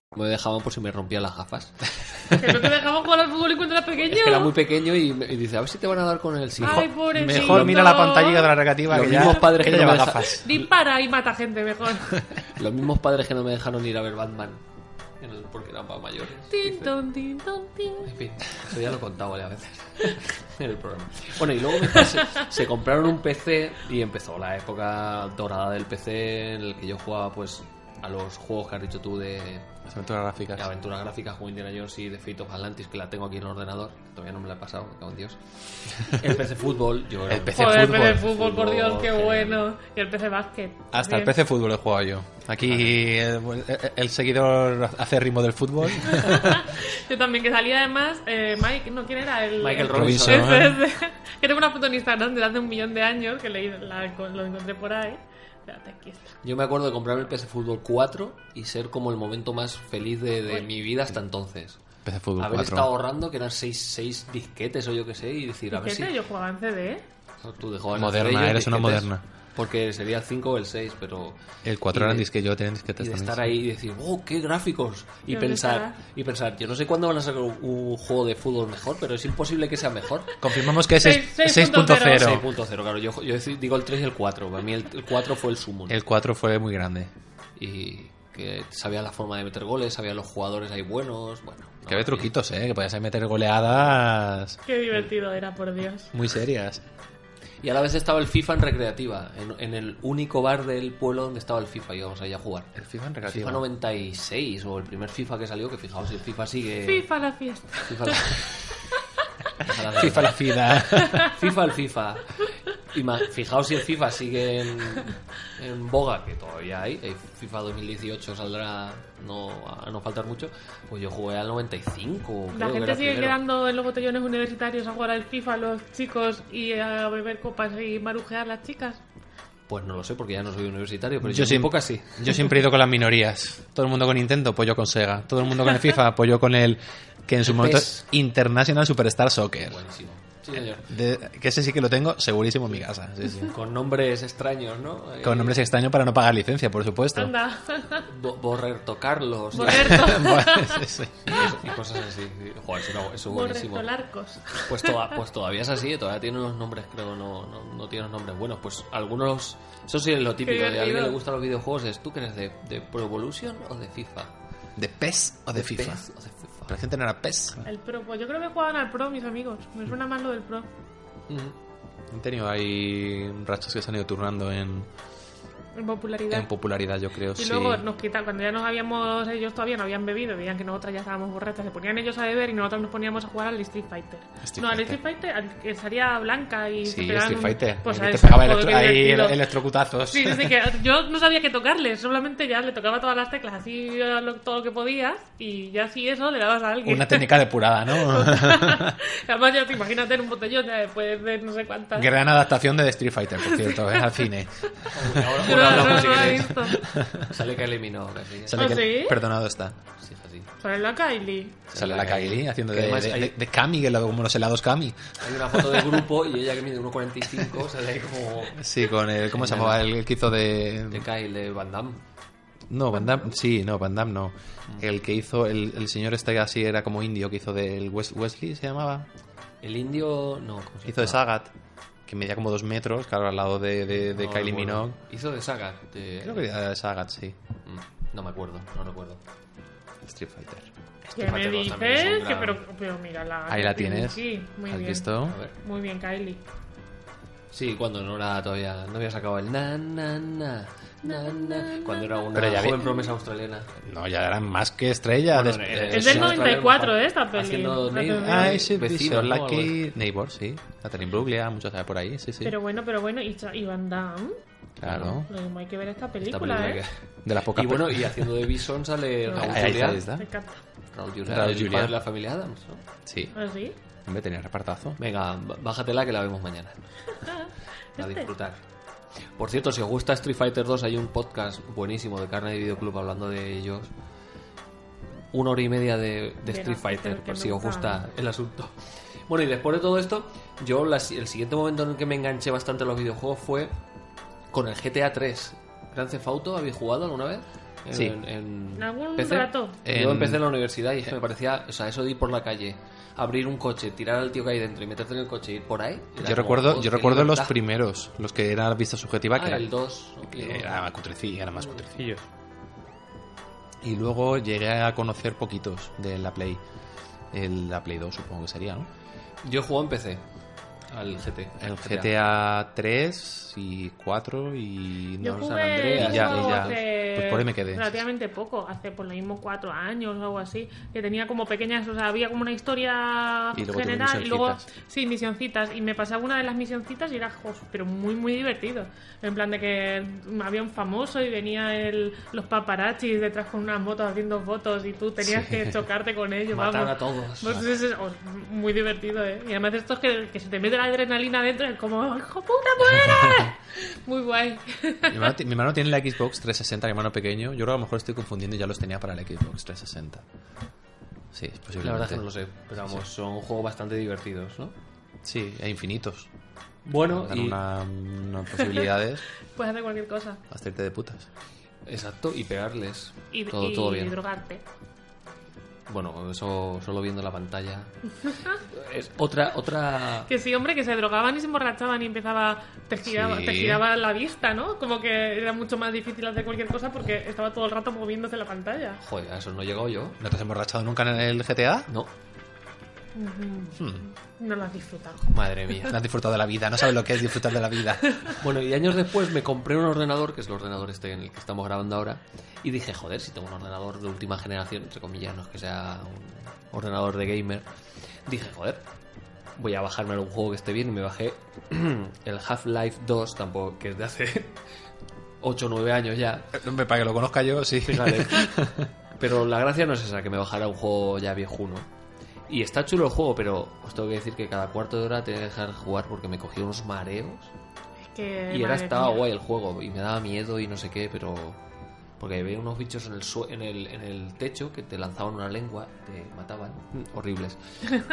[SPEAKER 1] Me dejaban por si me rompía las gafas.
[SPEAKER 2] Que no te dejaban jugar al fútbol y cuando eras pequeño.
[SPEAKER 1] Es que era muy pequeño y, me- y dice, a ver si te van a dar con el sí.
[SPEAKER 2] Ay, pobrecito.
[SPEAKER 3] Mejor mira la pantalla de la recreativa
[SPEAKER 1] Los
[SPEAKER 3] que ya,
[SPEAKER 1] mismos padres
[SPEAKER 3] que
[SPEAKER 1] que
[SPEAKER 3] ya
[SPEAKER 1] no
[SPEAKER 3] lleva
[SPEAKER 1] me deja-
[SPEAKER 3] gafas.
[SPEAKER 2] Dispara y mata gente mejor.
[SPEAKER 1] Los mismos padres que no me dejaron ir a ver Batman en el- porque eran para mayores.
[SPEAKER 2] tin, ton, tin, ton, tin.
[SPEAKER 1] En fin, eso ya lo he contado varias veces en el programa. Bueno, y luego mis padres se, se compraron un PC y empezó la época dorada del PC en el que yo jugaba pues a los juegos que has dicho tú de
[SPEAKER 3] Las aventuras gráficas.
[SPEAKER 1] de aventuras gráficas como Indiana Jones y The Fate of Atlantis, que la tengo aquí en el ordenador, que todavía no me la he pasado, me cago en Dios. El PC Fútbol, yo era
[SPEAKER 3] El
[SPEAKER 1] un-
[SPEAKER 3] PC
[SPEAKER 2] Joder, el PC fútbol, por
[SPEAKER 1] Fútbol,
[SPEAKER 2] Dios, qué
[SPEAKER 1] genial.
[SPEAKER 2] bueno. Y el PC básquet.
[SPEAKER 3] Hasta el
[SPEAKER 2] Bien.
[SPEAKER 3] PC fútbol he jugado yo. Aquí el, el- el seguidor acérrimo del fútbol.
[SPEAKER 2] Yo también, que salía además eh, Mike, no, ¿quién era? El,
[SPEAKER 3] Michael
[SPEAKER 2] el-
[SPEAKER 3] Robinson.
[SPEAKER 2] Ese, ese. que tengo una foto en Instagram de hace un millón de años que leí, la, lo encontré por ahí. Espérate, aquí está.
[SPEAKER 1] Yo me acuerdo de comprarme el PS Fútbol 4 y ser como el momento más feliz de, de mi vida hasta entonces.
[SPEAKER 3] PC Fútbol
[SPEAKER 1] Haber
[SPEAKER 3] 4.
[SPEAKER 1] estado ahorrando, que eran 6 disquetes o yo qué sé, y decir, a ver
[SPEAKER 2] Fíjate,
[SPEAKER 1] si...
[SPEAKER 2] yo jugaba en ¿eh? CD.
[SPEAKER 1] Tú de joven
[SPEAKER 3] Moderna,
[SPEAKER 1] hacer ello,
[SPEAKER 3] eres una
[SPEAKER 1] disquetes,
[SPEAKER 3] moderna.
[SPEAKER 1] Porque sería el 5 o el 6, pero...
[SPEAKER 3] El 4
[SPEAKER 1] y
[SPEAKER 3] eran
[SPEAKER 1] de-
[SPEAKER 3] disqueyotes, eran disquetas
[SPEAKER 1] Y de
[SPEAKER 3] también,
[SPEAKER 1] estar
[SPEAKER 3] sí.
[SPEAKER 1] ahí y decir, oh, qué gráficos. Y
[SPEAKER 2] ¿Y dónde
[SPEAKER 1] pensar,
[SPEAKER 2] estará?
[SPEAKER 1] y pensar, yo no sé cuándo van a sacar un, un juego de fútbol mejor, pero es imposible que sea mejor.
[SPEAKER 3] Confirmamos que es Seis- seis- 6.0.
[SPEAKER 1] 6.0, claro. Yo, yo dec- digo el 3 y el 4. Para mí el, el 4 fue el sumo.
[SPEAKER 3] El 4 fue muy grande.
[SPEAKER 1] Y que sabía la forma de meter goles, sabía los jugadores ahí buenos. Bueno,
[SPEAKER 3] Que había truquitos, ¿eh? Que podías ahí meter goleadas
[SPEAKER 2] Qué divertido era, por Dios.
[SPEAKER 3] muy serias.
[SPEAKER 1] Y a la vez estaba el FIFA en recreativa, en, en el único bar del pueblo donde estaba el FIFA, íbamos allá a jugar.
[SPEAKER 3] El FIFA en
[SPEAKER 1] recreativa. FIFA 96, o el primer FIFA que salió, que fijaos, el FIFA sigue...
[SPEAKER 2] FIFA la fiesta.
[SPEAKER 1] FIFA la... FIFA la,
[SPEAKER 3] FIFA la FIDA.
[SPEAKER 1] FIFA el FIFA. Ima- Fijaos si el FIFA sigue en, en boga, que todavía hay. El FIFA 2018 saldrá no, a no faltar mucho. Pues yo jugué al 95.
[SPEAKER 2] La
[SPEAKER 1] creo que
[SPEAKER 2] gente
[SPEAKER 1] era
[SPEAKER 2] sigue
[SPEAKER 1] primero.
[SPEAKER 2] quedando en los botellones universitarios a jugar al FIFA los chicos y a beber copas y marujear las chicas.
[SPEAKER 1] Pues no lo sé, porque ya no soy universitario, pero
[SPEAKER 3] Yo
[SPEAKER 1] yo,
[SPEAKER 3] siempre-
[SPEAKER 1] poco así.
[SPEAKER 3] Yo siempre he ido con las minorías. Todo el mundo con Nintendo, apoyo con Sega. Todo el mundo con el FIFA, apoyo con el que en su
[SPEAKER 1] El
[SPEAKER 3] momento
[SPEAKER 1] PES.
[SPEAKER 3] es International Superstar Soccer.
[SPEAKER 1] Buenísimo. Sí, señor.
[SPEAKER 3] De- que ese sí que lo tengo segurísimo en mi casa. sí, sí.
[SPEAKER 1] Con nombres extraños, ¿no? Eh,
[SPEAKER 3] Con nombres extraños para no pagar licencia, por supuesto.
[SPEAKER 2] Anda.
[SPEAKER 1] Bo- Borrerto Carlos.
[SPEAKER 2] Borrerto.
[SPEAKER 3] Bueno, sí, sí.
[SPEAKER 1] Y cosas así. sí. Joder, eso era- eso es buenísimo.
[SPEAKER 2] Borreto Larcos.
[SPEAKER 1] Pues, toda- pues todavía es así, todavía tiene unos nombres, creo, no, no, no tiene unos nombres buenos. Pues algunos, eso sí es lo típico, de a alguien
[SPEAKER 2] divertido.
[SPEAKER 1] le gustan los videojuegos, es tú que eres de, de Pro Evolution o de FIFA.
[SPEAKER 3] ¿De PES o de,
[SPEAKER 1] ¿De
[SPEAKER 3] FIFA?
[SPEAKER 1] PES o de FIFA?
[SPEAKER 3] La gente no era PES.
[SPEAKER 2] El pro, pues yo creo que jugaban al pro, mis amigos. Me suena más lo del pro.
[SPEAKER 3] Han tenido ahí rachas que se han ido turnando en,
[SPEAKER 2] En popularidad.
[SPEAKER 3] en popularidad, yo creo.
[SPEAKER 2] Y
[SPEAKER 3] sí.
[SPEAKER 2] luego nos quitaban, cuando ya nos habíamos, ellos todavía no habían bebido, veían que nosotras ya estábamos borrachas, se ponían ellos a beber y nosotros nos poníamos a jugar al Street Fighter.
[SPEAKER 3] Street
[SPEAKER 2] no, al
[SPEAKER 3] Fighter.
[SPEAKER 2] Street Fighter, al que salía blanca y... se
[SPEAKER 3] Sí,
[SPEAKER 2] pegaban
[SPEAKER 3] Street
[SPEAKER 2] un-
[SPEAKER 3] Fighter.
[SPEAKER 2] Pues
[SPEAKER 3] El que
[SPEAKER 2] a
[SPEAKER 3] te
[SPEAKER 2] eso,
[SPEAKER 3] pegaba
[SPEAKER 2] joder,
[SPEAKER 3] electro-
[SPEAKER 2] qué
[SPEAKER 3] ahí
[SPEAKER 2] divertido.
[SPEAKER 3] el- electrocutazos.
[SPEAKER 2] Sí, desde que yo no sabía qué tocarle, solamente ya le tocaba todas las teclas, así a lo- todo lo que podías y ya así eso le dabas a alguien.
[SPEAKER 3] Una técnica depurada, ¿no?
[SPEAKER 2] Además, ya te imagínate en un botellón ya después de no sé cuántas...
[SPEAKER 3] Gran adaptación de The Street Fighter, por cierto, es al cine.
[SPEAKER 1] Ahora,
[SPEAKER 2] Yo
[SPEAKER 1] ahora
[SPEAKER 2] no-
[SPEAKER 1] hablamos si
[SPEAKER 2] no lo he
[SPEAKER 1] queréis.
[SPEAKER 2] visto.
[SPEAKER 1] Sale que eliminó casi.
[SPEAKER 3] Sale
[SPEAKER 2] ¿Ah,
[SPEAKER 3] que-
[SPEAKER 2] sí?
[SPEAKER 3] Perdonado está.
[SPEAKER 1] Sí, así.
[SPEAKER 2] Sale la Kylie.
[SPEAKER 3] Sale la Kylie haciendo
[SPEAKER 1] Que
[SPEAKER 3] de,
[SPEAKER 1] además
[SPEAKER 3] de,
[SPEAKER 1] hay-
[SPEAKER 3] de- de Cami, que lo- como los helados Cami.
[SPEAKER 1] Hay una foto de grupo y ella que mide 1.45 sale ahí como...
[SPEAKER 3] Sí, con el. ¿Cómo se llamaba? El que hizo de.
[SPEAKER 1] De Kyle, de Van Damme.
[SPEAKER 3] No, Van Damme. Sí, no, Van Damme no. El que hizo. El, el señor este que así era como indio, que hizo del Wes- Wesley, se llamaba.
[SPEAKER 1] El indio, no, ¿cómo se
[SPEAKER 3] Hizo de
[SPEAKER 1] llama?
[SPEAKER 3] Sagat, que medía como dos metros, claro, al lado de, de, de
[SPEAKER 1] No,
[SPEAKER 3] Kylie
[SPEAKER 1] no me acuerdo.
[SPEAKER 3] Minogue.
[SPEAKER 1] Hizo de Saga. de-
[SPEAKER 3] Creo que era de Sagat, sí.
[SPEAKER 1] Mm, No me acuerdo, no recuerdo.
[SPEAKER 3] Street Fighter.
[SPEAKER 2] ¿Qué me
[SPEAKER 1] Fíjate, los
[SPEAKER 2] dices?
[SPEAKER 1] también son
[SPEAKER 2] Que,
[SPEAKER 1] gran-
[SPEAKER 2] pero, pero mira la...
[SPEAKER 3] Ahí la tienes.
[SPEAKER 2] Ah, Sí, muy
[SPEAKER 3] ¿Has
[SPEAKER 2] bien.
[SPEAKER 3] visto?
[SPEAKER 1] A ver.
[SPEAKER 2] Muy bien, Kylie.
[SPEAKER 1] Sí, cuando no era todavía, no había sacado el na na na na na cuando era una
[SPEAKER 3] Pero ya
[SPEAKER 1] joven
[SPEAKER 3] vi-
[SPEAKER 1] promesa australiana.
[SPEAKER 3] No, ya eran más que estrella.
[SPEAKER 1] Bueno,
[SPEAKER 3] des-
[SPEAKER 1] eh,
[SPEAKER 2] Es
[SPEAKER 1] eh,
[SPEAKER 2] del 94
[SPEAKER 1] australiana,
[SPEAKER 2] esta peli.
[SPEAKER 1] Haciendo
[SPEAKER 2] La
[SPEAKER 1] neigh-
[SPEAKER 2] tengo.
[SPEAKER 3] Ah, ese
[SPEAKER 1] vecinos,
[SPEAKER 3] vecino,
[SPEAKER 1] ¿no? Algo así.
[SPEAKER 3] Lucky Neighbor, sí. Natalie Bruglia, muchos sabe por ahí, sí, sí.
[SPEAKER 2] Pero bueno, pero bueno, y, Cha- y Van Damme.
[SPEAKER 3] Claro.
[SPEAKER 2] Lo mismo hay que ver esta
[SPEAKER 1] Esta
[SPEAKER 2] película,
[SPEAKER 1] película
[SPEAKER 2] ¿eh?
[SPEAKER 1] que-
[SPEAKER 3] De las pocas
[SPEAKER 1] Y bueno, y haciendo de Bison sale
[SPEAKER 2] No.
[SPEAKER 1] Raúl
[SPEAKER 3] Ahí está,
[SPEAKER 1] Juliá.
[SPEAKER 3] ahí está.
[SPEAKER 2] Me encanta.
[SPEAKER 1] Raúl Juliá,
[SPEAKER 3] Raúl
[SPEAKER 1] el
[SPEAKER 3] Juliá.
[SPEAKER 1] padre de la familia Adams, ¿no?
[SPEAKER 3] Sí.
[SPEAKER 2] ¿Ah, sí?
[SPEAKER 3] Hombre, tenía repartazo.
[SPEAKER 1] Venga, b- bájatela que la vemos mañana. A disfrutar. Por cierto, si os gusta Street Fighter 2, hay un podcast buenísimo de Carne de Videoclub hablando de ellos. Una hora y media de, de
[SPEAKER 2] De
[SPEAKER 1] Street
[SPEAKER 2] la
[SPEAKER 1] Fighter,
[SPEAKER 2] Fighter
[SPEAKER 1] por
[SPEAKER 2] que
[SPEAKER 1] si os
[SPEAKER 2] nunca-
[SPEAKER 1] gusta el asunto. Bueno, y después de todo esto, yo las- el siguiente momento en el que me enganché bastante a los videojuegos fue con el GTA 3. Grand Theft Auto, ¿habéis jugado alguna vez? En-
[SPEAKER 3] Sí.
[SPEAKER 1] En, en
[SPEAKER 2] En algún rato.
[SPEAKER 3] En-
[SPEAKER 1] Yo empecé en la universidad y es que me parecía, o sea, eso de ir por la calle, abrir un coche, tirar al tío que hay dentro y meterte en el coche y ir por ahí. era
[SPEAKER 3] Yo
[SPEAKER 1] como,
[SPEAKER 3] recuerdo,
[SPEAKER 1] "Oh,
[SPEAKER 3] yo
[SPEAKER 1] qué
[SPEAKER 3] recuerdo los
[SPEAKER 1] libertad".
[SPEAKER 3] primeros, los que eran vista subjetiva, que
[SPEAKER 1] Ah,
[SPEAKER 3] era,
[SPEAKER 1] el 2. ok,
[SPEAKER 3] que
[SPEAKER 1] no.
[SPEAKER 3] Eh, era más cutrecillo, era más cutrecillos. Y luego llegué a conocer poquitos de la Play. El, la Play 2 supongo que sería, ¿no?
[SPEAKER 1] Yo jugué en PC. Al GT.
[SPEAKER 3] El GTA 3 y 4 y
[SPEAKER 2] Yo
[SPEAKER 3] no,
[SPEAKER 2] jugué
[SPEAKER 3] San Andreas
[SPEAKER 2] yo
[SPEAKER 3] y ya,
[SPEAKER 2] juego
[SPEAKER 3] y ya.
[SPEAKER 2] hace
[SPEAKER 3] Pues por ahí me quedé.
[SPEAKER 2] Relativamente poco, hace por lo mismo cuatro años o algo así, que tenía como pequeñas, o sea, había como una historia
[SPEAKER 3] Y luego tuve
[SPEAKER 2] general y luego,
[SPEAKER 3] misioncitas.
[SPEAKER 2] sí, misioncitas, y me pasaba una de las misioncitas y era, jo, pero muy, muy divertido. En plan de que había un famoso y venía el, los paparachis detrás con unas motos haciendo fotos y tú tenías
[SPEAKER 1] Sí.
[SPEAKER 2] que chocarte con ellos.
[SPEAKER 1] Matar
[SPEAKER 2] vamos.
[SPEAKER 1] a todos.
[SPEAKER 3] Ah.
[SPEAKER 2] Pues es- es- oh, muy divertido, ¿eh? Y además esto es que, que se te mete la adrenalina dentro y es como, hijo puta, muera. muy guay.
[SPEAKER 3] Mi hermano, ti- mi hermano tiene la Xbox 360, mi hermano pequeño. Yo creo que a lo mejor estoy confundiendo y ya los tenía para la Xbox 360. Sí, es posible.
[SPEAKER 1] La verdad es que no lo sé, pero vamos, son juegos bastante divertidos, ¿no?
[SPEAKER 3] Sí, e infinitos.
[SPEAKER 1] Bueno,
[SPEAKER 3] dan
[SPEAKER 1] y-
[SPEAKER 3] una- unas posibilidades
[SPEAKER 2] Puedes hacer cualquier cosa.
[SPEAKER 3] hasta irte de putas.
[SPEAKER 1] Exacto, y pegarles.
[SPEAKER 2] Y,
[SPEAKER 1] todo,
[SPEAKER 2] y
[SPEAKER 1] todo bien.
[SPEAKER 2] drogarte.
[SPEAKER 1] Bueno, eso solo viendo la pantalla. Es otra, otra.
[SPEAKER 2] Que sí, hombre, que se drogaban y se emborrachaban y empezaba, te giraba,
[SPEAKER 1] Sí.
[SPEAKER 2] te giraba la vista, ¿no? Como que era mucho más difícil hacer cualquier cosa porque estaba todo el rato moviéndose la pantalla.
[SPEAKER 1] Joder, a eso no he llegado yo.
[SPEAKER 3] ¿No te has emborrachado nunca en el GTA?
[SPEAKER 1] No.
[SPEAKER 2] Ujú. No lo has disfrutado.
[SPEAKER 1] Madre mía.
[SPEAKER 3] No has disfrutado de la vida, no sabes lo que es disfrutar de la vida.
[SPEAKER 1] Bueno, y años después me compré un ordenador, que es el ordenador este en el que estamos grabando ahora, y dije, joder, si tengo un ordenador de última generación, entre comillas, no es que sea un ordenador de gamer, dije, joder, voy a bajarme algún juego que esté bien, y me bajé el Half-Life 2, tampoco, que es de hace 8 o 9 años ya.
[SPEAKER 3] Para que lo conozca yo, sí.
[SPEAKER 1] Fíjate. Pero la gracia no es esa, que me bajara un juego ya viejuno. Y está chulo el juego, pero os tengo que decir que cada cuarto de hora te dejar jugar porque me cogí unos mareos.
[SPEAKER 2] Que,
[SPEAKER 1] Y era
[SPEAKER 2] madre
[SPEAKER 1] estaba
[SPEAKER 2] mía.
[SPEAKER 1] guay el juego y me daba miedo y no sé qué, pero porque veía unos bichos en el, sue- en el en el techo que te lanzaban una lengua, te mataban, Mm, horribles.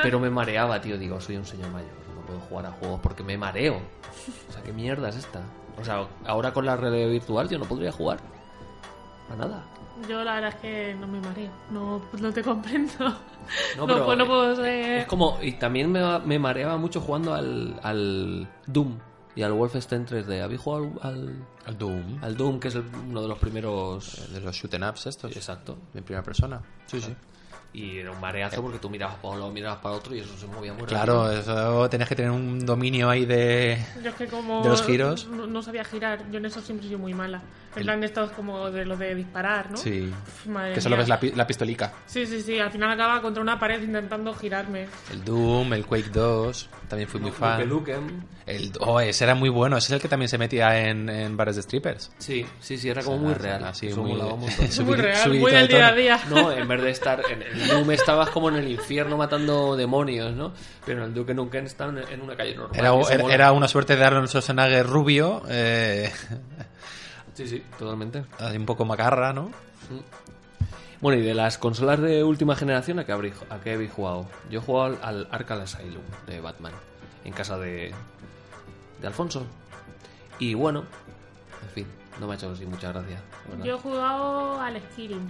[SPEAKER 1] Pero me mareaba, tío, digo, soy un señor mayor, no puedo jugar a juegos porque me mareo. O sea, qué mierda es esta. O sea, ahora con la realidad virtual yo no podría jugar a nada.
[SPEAKER 2] Yo la verdad es que no me mareo, no, no te comprendo. No,
[SPEAKER 1] pero-
[SPEAKER 2] pues no puedo ser...
[SPEAKER 1] Es como y también me, me mareaba mucho jugando al al Doom y al Wolfenstein 3D. ¿Habéis jugado al, al
[SPEAKER 3] al Doom?
[SPEAKER 1] Al Doom, que es el- uno de los primeros
[SPEAKER 3] Eh, de los shooting ups estos.
[SPEAKER 1] Exacto.
[SPEAKER 3] En primera persona. Sí, sí.
[SPEAKER 1] Y era un mareazo porque tú mirabas para un lado, mirabas para otro y eso se movía muy
[SPEAKER 3] Claro,
[SPEAKER 1] rápido.
[SPEAKER 3] eso tenías que tener un dominio ahí de,
[SPEAKER 2] Yo es que como
[SPEAKER 3] de los giros.
[SPEAKER 2] No, no sabía girar, yo en eso siempre soy muy mala. En plan, estos como de los de disparar, ¿no?
[SPEAKER 3] Sí.
[SPEAKER 2] Uf, madre
[SPEAKER 3] que solo
[SPEAKER 2] mía.
[SPEAKER 3] ves la, pi- la pistolica.
[SPEAKER 2] Sí, sí, sí, al final acaba contra una pared intentando girarme.
[SPEAKER 3] El Doom, el Quake 2, también fui muy
[SPEAKER 1] Duke
[SPEAKER 3] fan.
[SPEAKER 1] Nukem.
[SPEAKER 3] El, oh, ese era muy bueno, ese es el que también se metía en, en bares de strippers.
[SPEAKER 1] Sí, sí, sí, era como muy real.
[SPEAKER 3] Así,
[SPEAKER 1] Eso
[SPEAKER 3] muy,
[SPEAKER 1] molaba un montón.
[SPEAKER 2] Muy
[SPEAKER 3] subidi-
[SPEAKER 2] real,
[SPEAKER 3] subidito
[SPEAKER 2] muy
[SPEAKER 3] de
[SPEAKER 2] del día a
[SPEAKER 3] tono.
[SPEAKER 2] día.
[SPEAKER 1] No, en vez de estar en el Doom estabas como en el infierno matando demonios, ¿no? Pero en el Duke Nukem estaban en una calle normal.
[SPEAKER 3] Era,
[SPEAKER 1] que se
[SPEAKER 3] era-
[SPEAKER 1] mola.
[SPEAKER 3] era una suerte de Arnold Schwarzenegger rubio, eh,
[SPEAKER 1] Sí, sí, totalmente.
[SPEAKER 3] así un poco macarra, ¿no?
[SPEAKER 1] Bueno, y de las consolas de última generación, ¿a qué, habrí- a qué habéis jugado? Yo he jugado al, al Arkham Asylum de Batman, en casa de, de Alfonso. Y bueno, en fin, no me ha hecho así mucha gracia. la verdad,
[SPEAKER 2] Yo he jugado al Skyrim,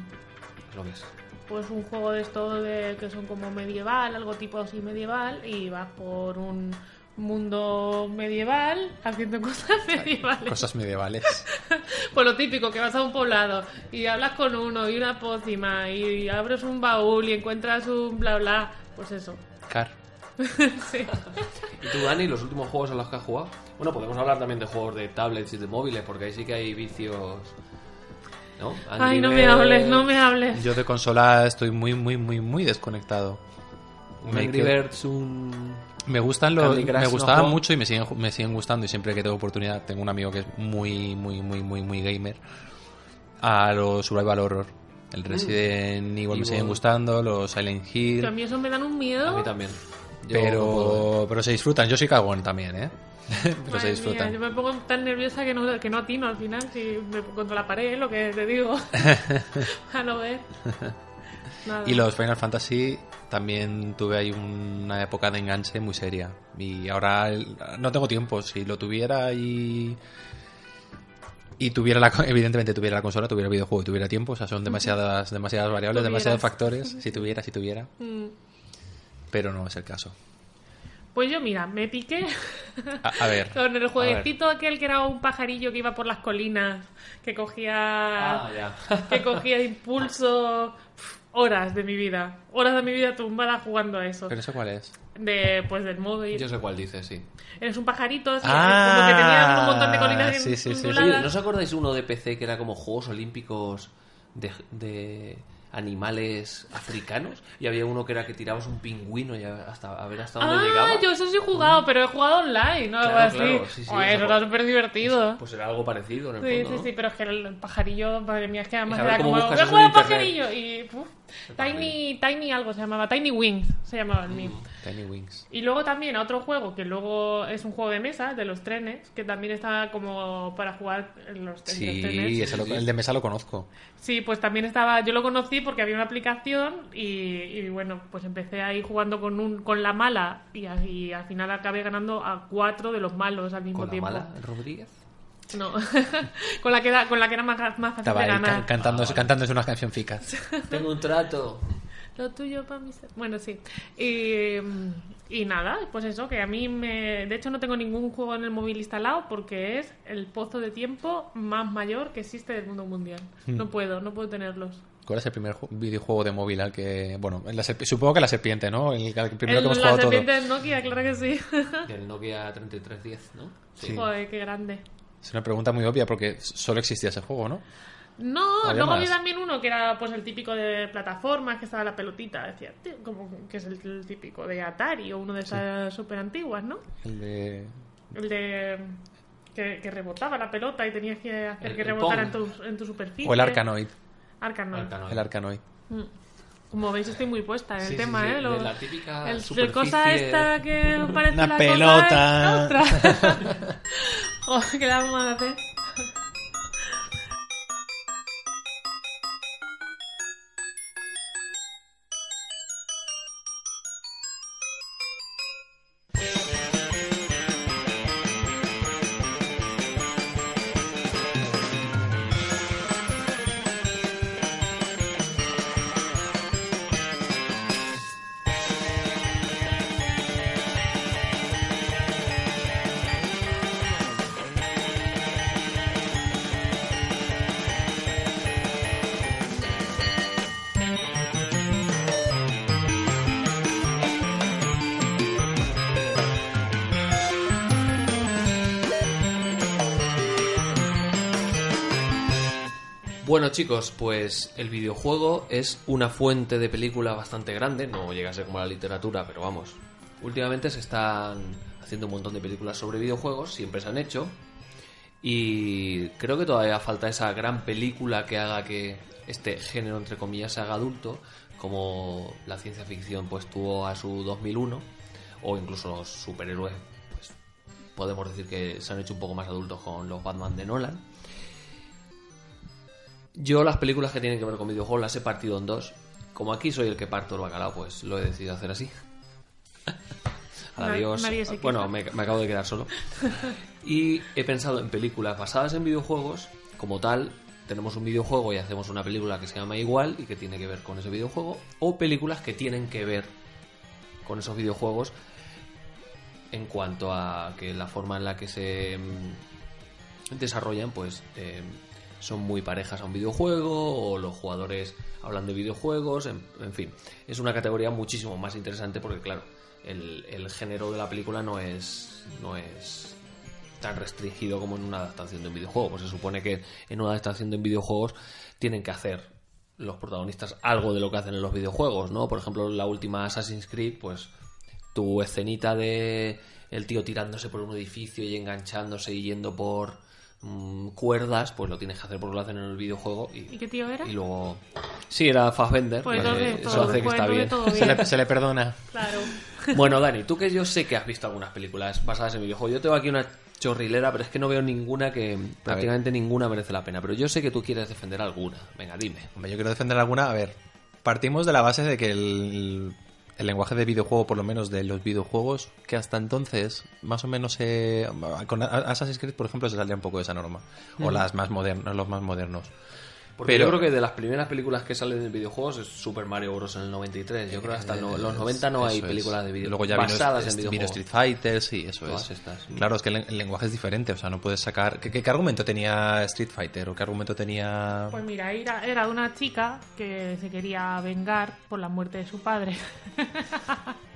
[SPEAKER 1] es lo que es.
[SPEAKER 2] pues un juego de estos de, que son como medieval, algo tipo así medieval, y vas por un mundo medieval haciendo cosas medievales.
[SPEAKER 3] Cosas medievales.
[SPEAKER 2] Pues lo típico, que vas a un poblado y hablas con uno y una pócima y abres un baúl y encuentras un bla bla, pues eso.
[SPEAKER 3] Car.
[SPEAKER 2] Sí.
[SPEAKER 1] ¿Y tú, Dani, los últimos juegos a los que has jugado? Bueno, podemos hablar también de juegos de tablets y de móviles, porque ahí sí que hay vicios. ¿No?
[SPEAKER 2] Ay, no
[SPEAKER 1] Angry
[SPEAKER 2] me hables,
[SPEAKER 1] Birds.
[SPEAKER 2] no me hables.
[SPEAKER 3] Yo de consola estoy muy, muy, muy, muy desconectado.
[SPEAKER 1] Un
[SPEAKER 3] Me
[SPEAKER 1] Angry
[SPEAKER 3] quedo-
[SPEAKER 1] Birds, un.
[SPEAKER 3] Me gustan los,
[SPEAKER 1] Candy Crush,
[SPEAKER 3] me
[SPEAKER 1] ¿no
[SPEAKER 3] gustaban
[SPEAKER 1] juego?
[SPEAKER 3] mucho y me siguen, me siguen gustando y siempre que tengo oportunidad tengo un amigo que es muy muy muy muy muy gamer a los survival horror. El Resident Evil me
[SPEAKER 1] Mm. Evil.
[SPEAKER 3] siguen gustando, los Silent
[SPEAKER 2] Que a
[SPEAKER 3] Hill,
[SPEAKER 2] mí eso me dan un miedo.
[SPEAKER 1] A mí también. Yo no puedo. eh.
[SPEAKER 3] pero pero se disfrutan. Yo soy cagón también, ¿eh? pero se
[SPEAKER 2] Madre mía,
[SPEAKER 3] disfrutan.
[SPEAKER 2] yo me pongo tan nerviosa que no, que no atino al final si me pongo contra la pared, lo que te digo. a no ver. Nada.
[SPEAKER 3] Y los Final Fantasy también tuve ahí una época de enganche muy seria. Y ahora el- no tengo tiempo. Si lo tuviera y. Y tuviera la, co- evidentemente tuviera la consola, tuviera el videojuego y tuviera tiempo. O sea, son demasiadas, demasiadas variables,
[SPEAKER 2] Tuvieras.
[SPEAKER 3] demasiados factores. Si tuviera, si tuviera.
[SPEAKER 2] Mm.
[SPEAKER 3] Pero no es el caso.
[SPEAKER 2] Pues yo, mira, me piqué
[SPEAKER 3] A, a ver.
[SPEAKER 2] con el
[SPEAKER 3] jueguecito
[SPEAKER 2] jueguecito aquel que era un pajarillo que iba por las colinas, que cogía.
[SPEAKER 1] Ah, ya.
[SPEAKER 2] que cogía impulso. Pf, Horas de mi vida. Horas de mi vida tumbada jugando a eso.
[SPEAKER 3] ¿Pero eso cuál es?
[SPEAKER 2] De, pues del móvil.
[SPEAKER 1] Yo sé cuál dices, sí.
[SPEAKER 2] Eres un pajarito, así,
[SPEAKER 3] Ah,
[SPEAKER 2] como que tenía un montón de colinas
[SPEAKER 3] sí, sí, sí, sí.
[SPEAKER 2] onduladas.
[SPEAKER 1] Oye, ¿no os acordáis uno de PC que era como Juegos Olímpicos de, de animales africanos? Y había uno que era que tirabas un pingüino y a- hasta a ver hasta dónde
[SPEAKER 2] Ah,
[SPEAKER 1] llegaba.
[SPEAKER 2] yo eso sí he jugado, pero he jugado online, ¿no?
[SPEAKER 1] Claro,
[SPEAKER 2] Algo así.
[SPEAKER 1] claro, sí, sí,
[SPEAKER 2] Joder,
[SPEAKER 1] eso
[SPEAKER 2] era
[SPEAKER 1] por-
[SPEAKER 2] súper divertido.
[SPEAKER 1] Pues era algo parecido en el
[SPEAKER 2] Sí,
[SPEAKER 1] fondo,
[SPEAKER 2] sí,
[SPEAKER 1] ¿no?
[SPEAKER 2] sí, pero es que el pajarillo, madre mía, es que además
[SPEAKER 1] Es a ver
[SPEAKER 2] era
[SPEAKER 1] cómo
[SPEAKER 2] como.
[SPEAKER 1] buscas
[SPEAKER 2] ¡Voy a
[SPEAKER 1] eso
[SPEAKER 2] jugar
[SPEAKER 1] en
[SPEAKER 2] al
[SPEAKER 1] internet".
[SPEAKER 2] pajarillo! Y. uf, tiny, Tiny algo se llamaba, Tiny Wings se llamaba el
[SPEAKER 1] Mm.
[SPEAKER 2] mío.
[SPEAKER 3] Tiny Wings.
[SPEAKER 2] Y luego también a otro juego que luego es un juego de mesa, de los trenes, que también está como para jugar en los, en los
[SPEAKER 3] Sí,
[SPEAKER 2] trenes.
[SPEAKER 3] ese lo- el de mesa lo conozco.
[SPEAKER 2] Sí, pues también estaba. Yo lo conocí Sí, porque había una aplicación y, y, bueno, pues empecé ahí jugando con un con la mala y, a- y al final acabé ganando a cuatro de los malos al mismo
[SPEAKER 3] ¿Con la
[SPEAKER 2] tiempo.
[SPEAKER 3] mala Rodríguez?
[SPEAKER 2] No, con la que era, con la que era más, más fácil
[SPEAKER 1] Estaba
[SPEAKER 2] de
[SPEAKER 1] ahí
[SPEAKER 2] ganar.
[SPEAKER 1] can- cantándose, cantándose unas cancioncicas.
[SPEAKER 3] Tengo un trato.
[SPEAKER 2] Lo tuyo para mí. se- Bueno, sí. Y, mm, y nada, pues eso, que a mí me. De hecho, no tengo ningún juego en el móvil instalado porque es el pozo de tiempo más mayor que existe del mundo mundial.
[SPEAKER 1] Hmm.
[SPEAKER 2] No puedo, no puedo tenerlos.
[SPEAKER 1] ¿Cuál es el primer ju- videojuego de móvil al que. Bueno, la serp- supongo que la serpiente, ¿no? El, al primero que
[SPEAKER 2] el,
[SPEAKER 1] hemos
[SPEAKER 2] la
[SPEAKER 1] jugado todos.
[SPEAKER 2] serpiente de Nokia, claro que sí.
[SPEAKER 3] El Nokia 3310, ¿no?
[SPEAKER 1] Sí.
[SPEAKER 2] Joder, qué grande.
[SPEAKER 1] Es una pregunta muy obvia porque solo existía ese juego, ¿no?
[SPEAKER 2] No,
[SPEAKER 1] Había
[SPEAKER 2] luego
[SPEAKER 1] más.
[SPEAKER 2] había también uno que era pues el típico de plataformas, que estaba la pelotita, decía, tío, como que es el, el típico de Atari o uno de esas súper antiguas, ¿no?
[SPEAKER 1] El de.
[SPEAKER 2] El de que, que rebotaba la pelota y tenías que hacer
[SPEAKER 1] El-
[SPEAKER 2] que
[SPEAKER 1] el
[SPEAKER 2] rebotara en
[SPEAKER 1] Pong.
[SPEAKER 2] tu, en tu superficie.
[SPEAKER 1] O el Arcanoid.
[SPEAKER 2] Arcanoid.
[SPEAKER 1] El Arcanoid.
[SPEAKER 2] Mm. Como veis, estoy muy puesta en
[SPEAKER 3] Sí,
[SPEAKER 2] el
[SPEAKER 3] sí,
[SPEAKER 2] tema,
[SPEAKER 3] sí,
[SPEAKER 2] ¿eh?
[SPEAKER 3] de
[SPEAKER 2] Lo-
[SPEAKER 3] la típica
[SPEAKER 2] el-
[SPEAKER 3] superficie.
[SPEAKER 2] cosa esta que parece
[SPEAKER 3] Una
[SPEAKER 2] la
[SPEAKER 3] pelota.
[SPEAKER 2] Cosa esta, otra. Joder, ¿Qué la vamos a hacer?
[SPEAKER 3] Bueno chicos, pues el videojuego es una fuente de película bastante grande, no llega a ser como la literatura, pero vamos. Últimamente se están haciendo un montón de películas sobre videojuegos, siempre se han hecho, y creo que todavía falta esa gran película que haga que este género, entre comillas, se haga adulto, como la ciencia ficción pues tuvo a su 2001, o incluso los superhéroes, pues podemos decir que se han hecho un poco más adultos con los Batman de Nolan. Yo las películas que tienen que ver con videojuegos las he partido en dos. Como aquí soy el que parto el bacalao, pues lo he decidido hacer así.
[SPEAKER 2] Nadie-
[SPEAKER 3] Adiós.
[SPEAKER 2] nadie se queja.
[SPEAKER 3] Bueno, me, me acabo de quedar solo. Y he pensado en películas basadas en videojuegos. Como tal, tenemos un videojuego y hacemos una película que se llama igual y que tiene que ver con ese videojuego. O películas que tienen que ver con esos videojuegos en cuanto a que la forma en la que se mm, desarrollan, pues eh, son muy parejas a un videojuego o los jugadores hablan de videojuegos, en, en fin. Es una categoría muchísimo más interesante porque, claro, el, el género de la película no es, no es tan restringido como en una adaptación de un videojuego. Pues se supone que en una adaptación de un videojuegos tienen que hacer los protagonistas algo de lo que hacen en los videojuegos, ¿no? Por ejemplo, la última Assassin's Creed, pues tu escenita de el tío tirándose por un edificio y enganchándose y yendo por mm, cuerdas, pues lo tienes que hacer porque lo hacen en el videojuego y,
[SPEAKER 2] ¿Y qué tío era?
[SPEAKER 3] y luego... Sí, era Fassbender,
[SPEAKER 2] Pues
[SPEAKER 3] que
[SPEAKER 2] entonces
[SPEAKER 3] eso
[SPEAKER 2] todo-
[SPEAKER 3] hace que
[SPEAKER 2] pues
[SPEAKER 3] está
[SPEAKER 2] entonces
[SPEAKER 3] bien.
[SPEAKER 2] todo bien. Se le- se le
[SPEAKER 1] perdona.
[SPEAKER 2] Claro.
[SPEAKER 3] Bueno, Dani, tú que yo sé que has visto algunas películas basadas en videojuegos. Yo tengo aquí una chorrilera, pero es que no veo ninguna que prácticamente ninguna merece la pena. Pero yo sé que tú quieres defender alguna. Venga, dime.
[SPEAKER 1] Hombre, yo quiero defender alguna. A ver, partimos de la base de que el, el lenguaje de videojuego, por lo menos de los videojuegos, que hasta entonces, más o menos, eh, con Assassin's Creed, por ejemplo, se salía un poco de esa norma. O
[SPEAKER 3] Ujú.
[SPEAKER 1] las más modernas, los más modernos.
[SPEAKER 3] Porque yo creo que de las primeras películas que salen de videojuegos es Super Mario Bros. en el 93. Yo creo que hasta no- los 90 no
[SPEAKER 1] Eh,
[SPEAKER 3] hay
[SPEAKER 1] Eso es.
[SPEAKER 3] películas de videojuegos
[SPEAKER 1] Luego ya vino-
[SPEAKER 3] basadas
[SPEAKER 1] es-
[SPEAKER 3] en
[SPEAKER 1] vino
[SPEAKER 3] videojuegos.
[SPEAKER 1] Street Fighter, sí, eso
[SPEAKER 3] Todas
[SPEAKER 1] es.
[SPEAKER 3] estas.
[SPEAKER 1] Claro, es que el, el lenguaje es diferente, o sea, no puedes sacar... ¿Qué, qué, qué argumento tenía Street Fighter o qué argumento tenía...
[SPEAKER 2] Pues mira, era, era de una chica que se quería vengar por la muerte de su padre.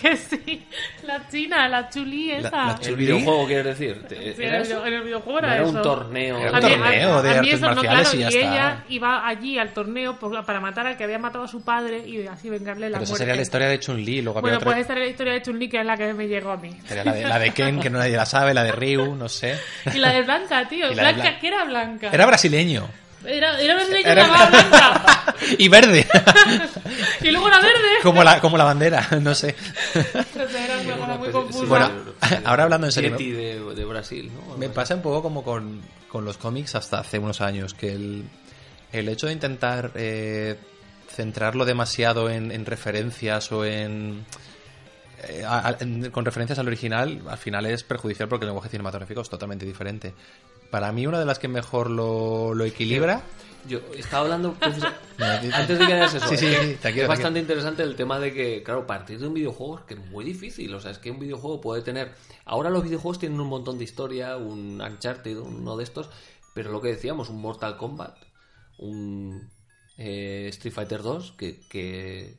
[SPEAKER 2] que sí, la china, la chuli esa.
[SPEAKER 3] ¿El videojuego quieres decir? ¿Te-
[SPEAKER 2] Sí,
[SPEAKER 3] ¿Era
[SPEAKER 2] en el
[SPEAKER 3] eso?
[SPEAKER 2] video- en el videojuego
[SPEAKER 3] No
[SPEAKER 2] era
[SPEAKER 3] era
[SPEAKER 2] eso.
[SPEAKER 3] un torneo.
[SPEAKER 1] Era un torneo de artes
[SPEAKER 2] no,
[SPEAKER 1] marciales
[SPEAKER 2] claro,
[SPEAKER 1] y ya
[SPEAKER 2] y
[SPEAKER 1] está.
[SPEAKER 2] ella iba allí al torneo por- para matar al que había matado a su padre y así vengarle la
[SPEAKER 1] Pero esa
[SPEAKER 2] muerte.
[SPEAKER 1] sería la historia de Chun-Li, luego había
[SPEAKER 2] Bueno,
[SPEAKER 1] otra...
[SPEAKER 2] pues esta era la historia de Chun-Li, que es la que me llegó a mí.
[SPEAKER 1] sería la de, la de Ken, que no nadie la sabe, la de Ryu, no sé.
[SPEAKER 2] Y la de Blanca, tío.
[SPEAKER 1] Y la de
[SPEAKER 2] Blanca,
[SPEAKER 1] Blanca.
[SPEAKER 2] que era Blanca.
[SPEAKER 1] Era brasileño.
[SPEAKER 2] Era, era brasileña
[SPEAKER 1] Era-
[SPEAKER 2] y llamaba Blanca.
[SPEAKER 1] Y verde,
[SPEAKER 2] Y luego era verde.
[SPEAKER 1] como la, como la bandera, no sé.
[SPEAKER 2] Entonces era una cosa
[SPEAKER 1] pues,
[SPEAKER 2] muy confusa.
[SPEAKER 1] Bueno, ahora hablando en serio...
[SPEAKER 3] Yeti de, de Brasil, ¿no?
[SPEAKER 1] Me pasa un poco como con, con los cómics hasta hace unos años, que el, el hecho de intentar eh,
[SPEAKER 3] centrarlo demasiado en, en referencias o en, eh, a- a- en- con referencias al original, al final es perjudicial porque el lenguaje cinematográfico es totalmente diferente. Para mí, una de las que mejor lo, lo equilibra.
[SPEAKER 1] Yo estaba hablando precisa-
[SPEAKER 3] No, di-
[SPEAKER 1] antes de que hagas eso.
[SPEAKER 3] Sí, sí,
[SPEAKER 1] eh,
[SPEAKER 3] sí, te
[SPEAKER 1] es
[SPEAKER 3] quiero, te
[SPEAKER 1] bastante interesante el tema de que, claro, partir de un videojuego es que es muy difícil. O sea, es que un videojuego puede tener. Ahora los videojuegos tienen un montón de historia, un Uncharted, uno de estos, pero lo que decíamos, un Mortal Kombat, un eh, Street Fighter 2, que, que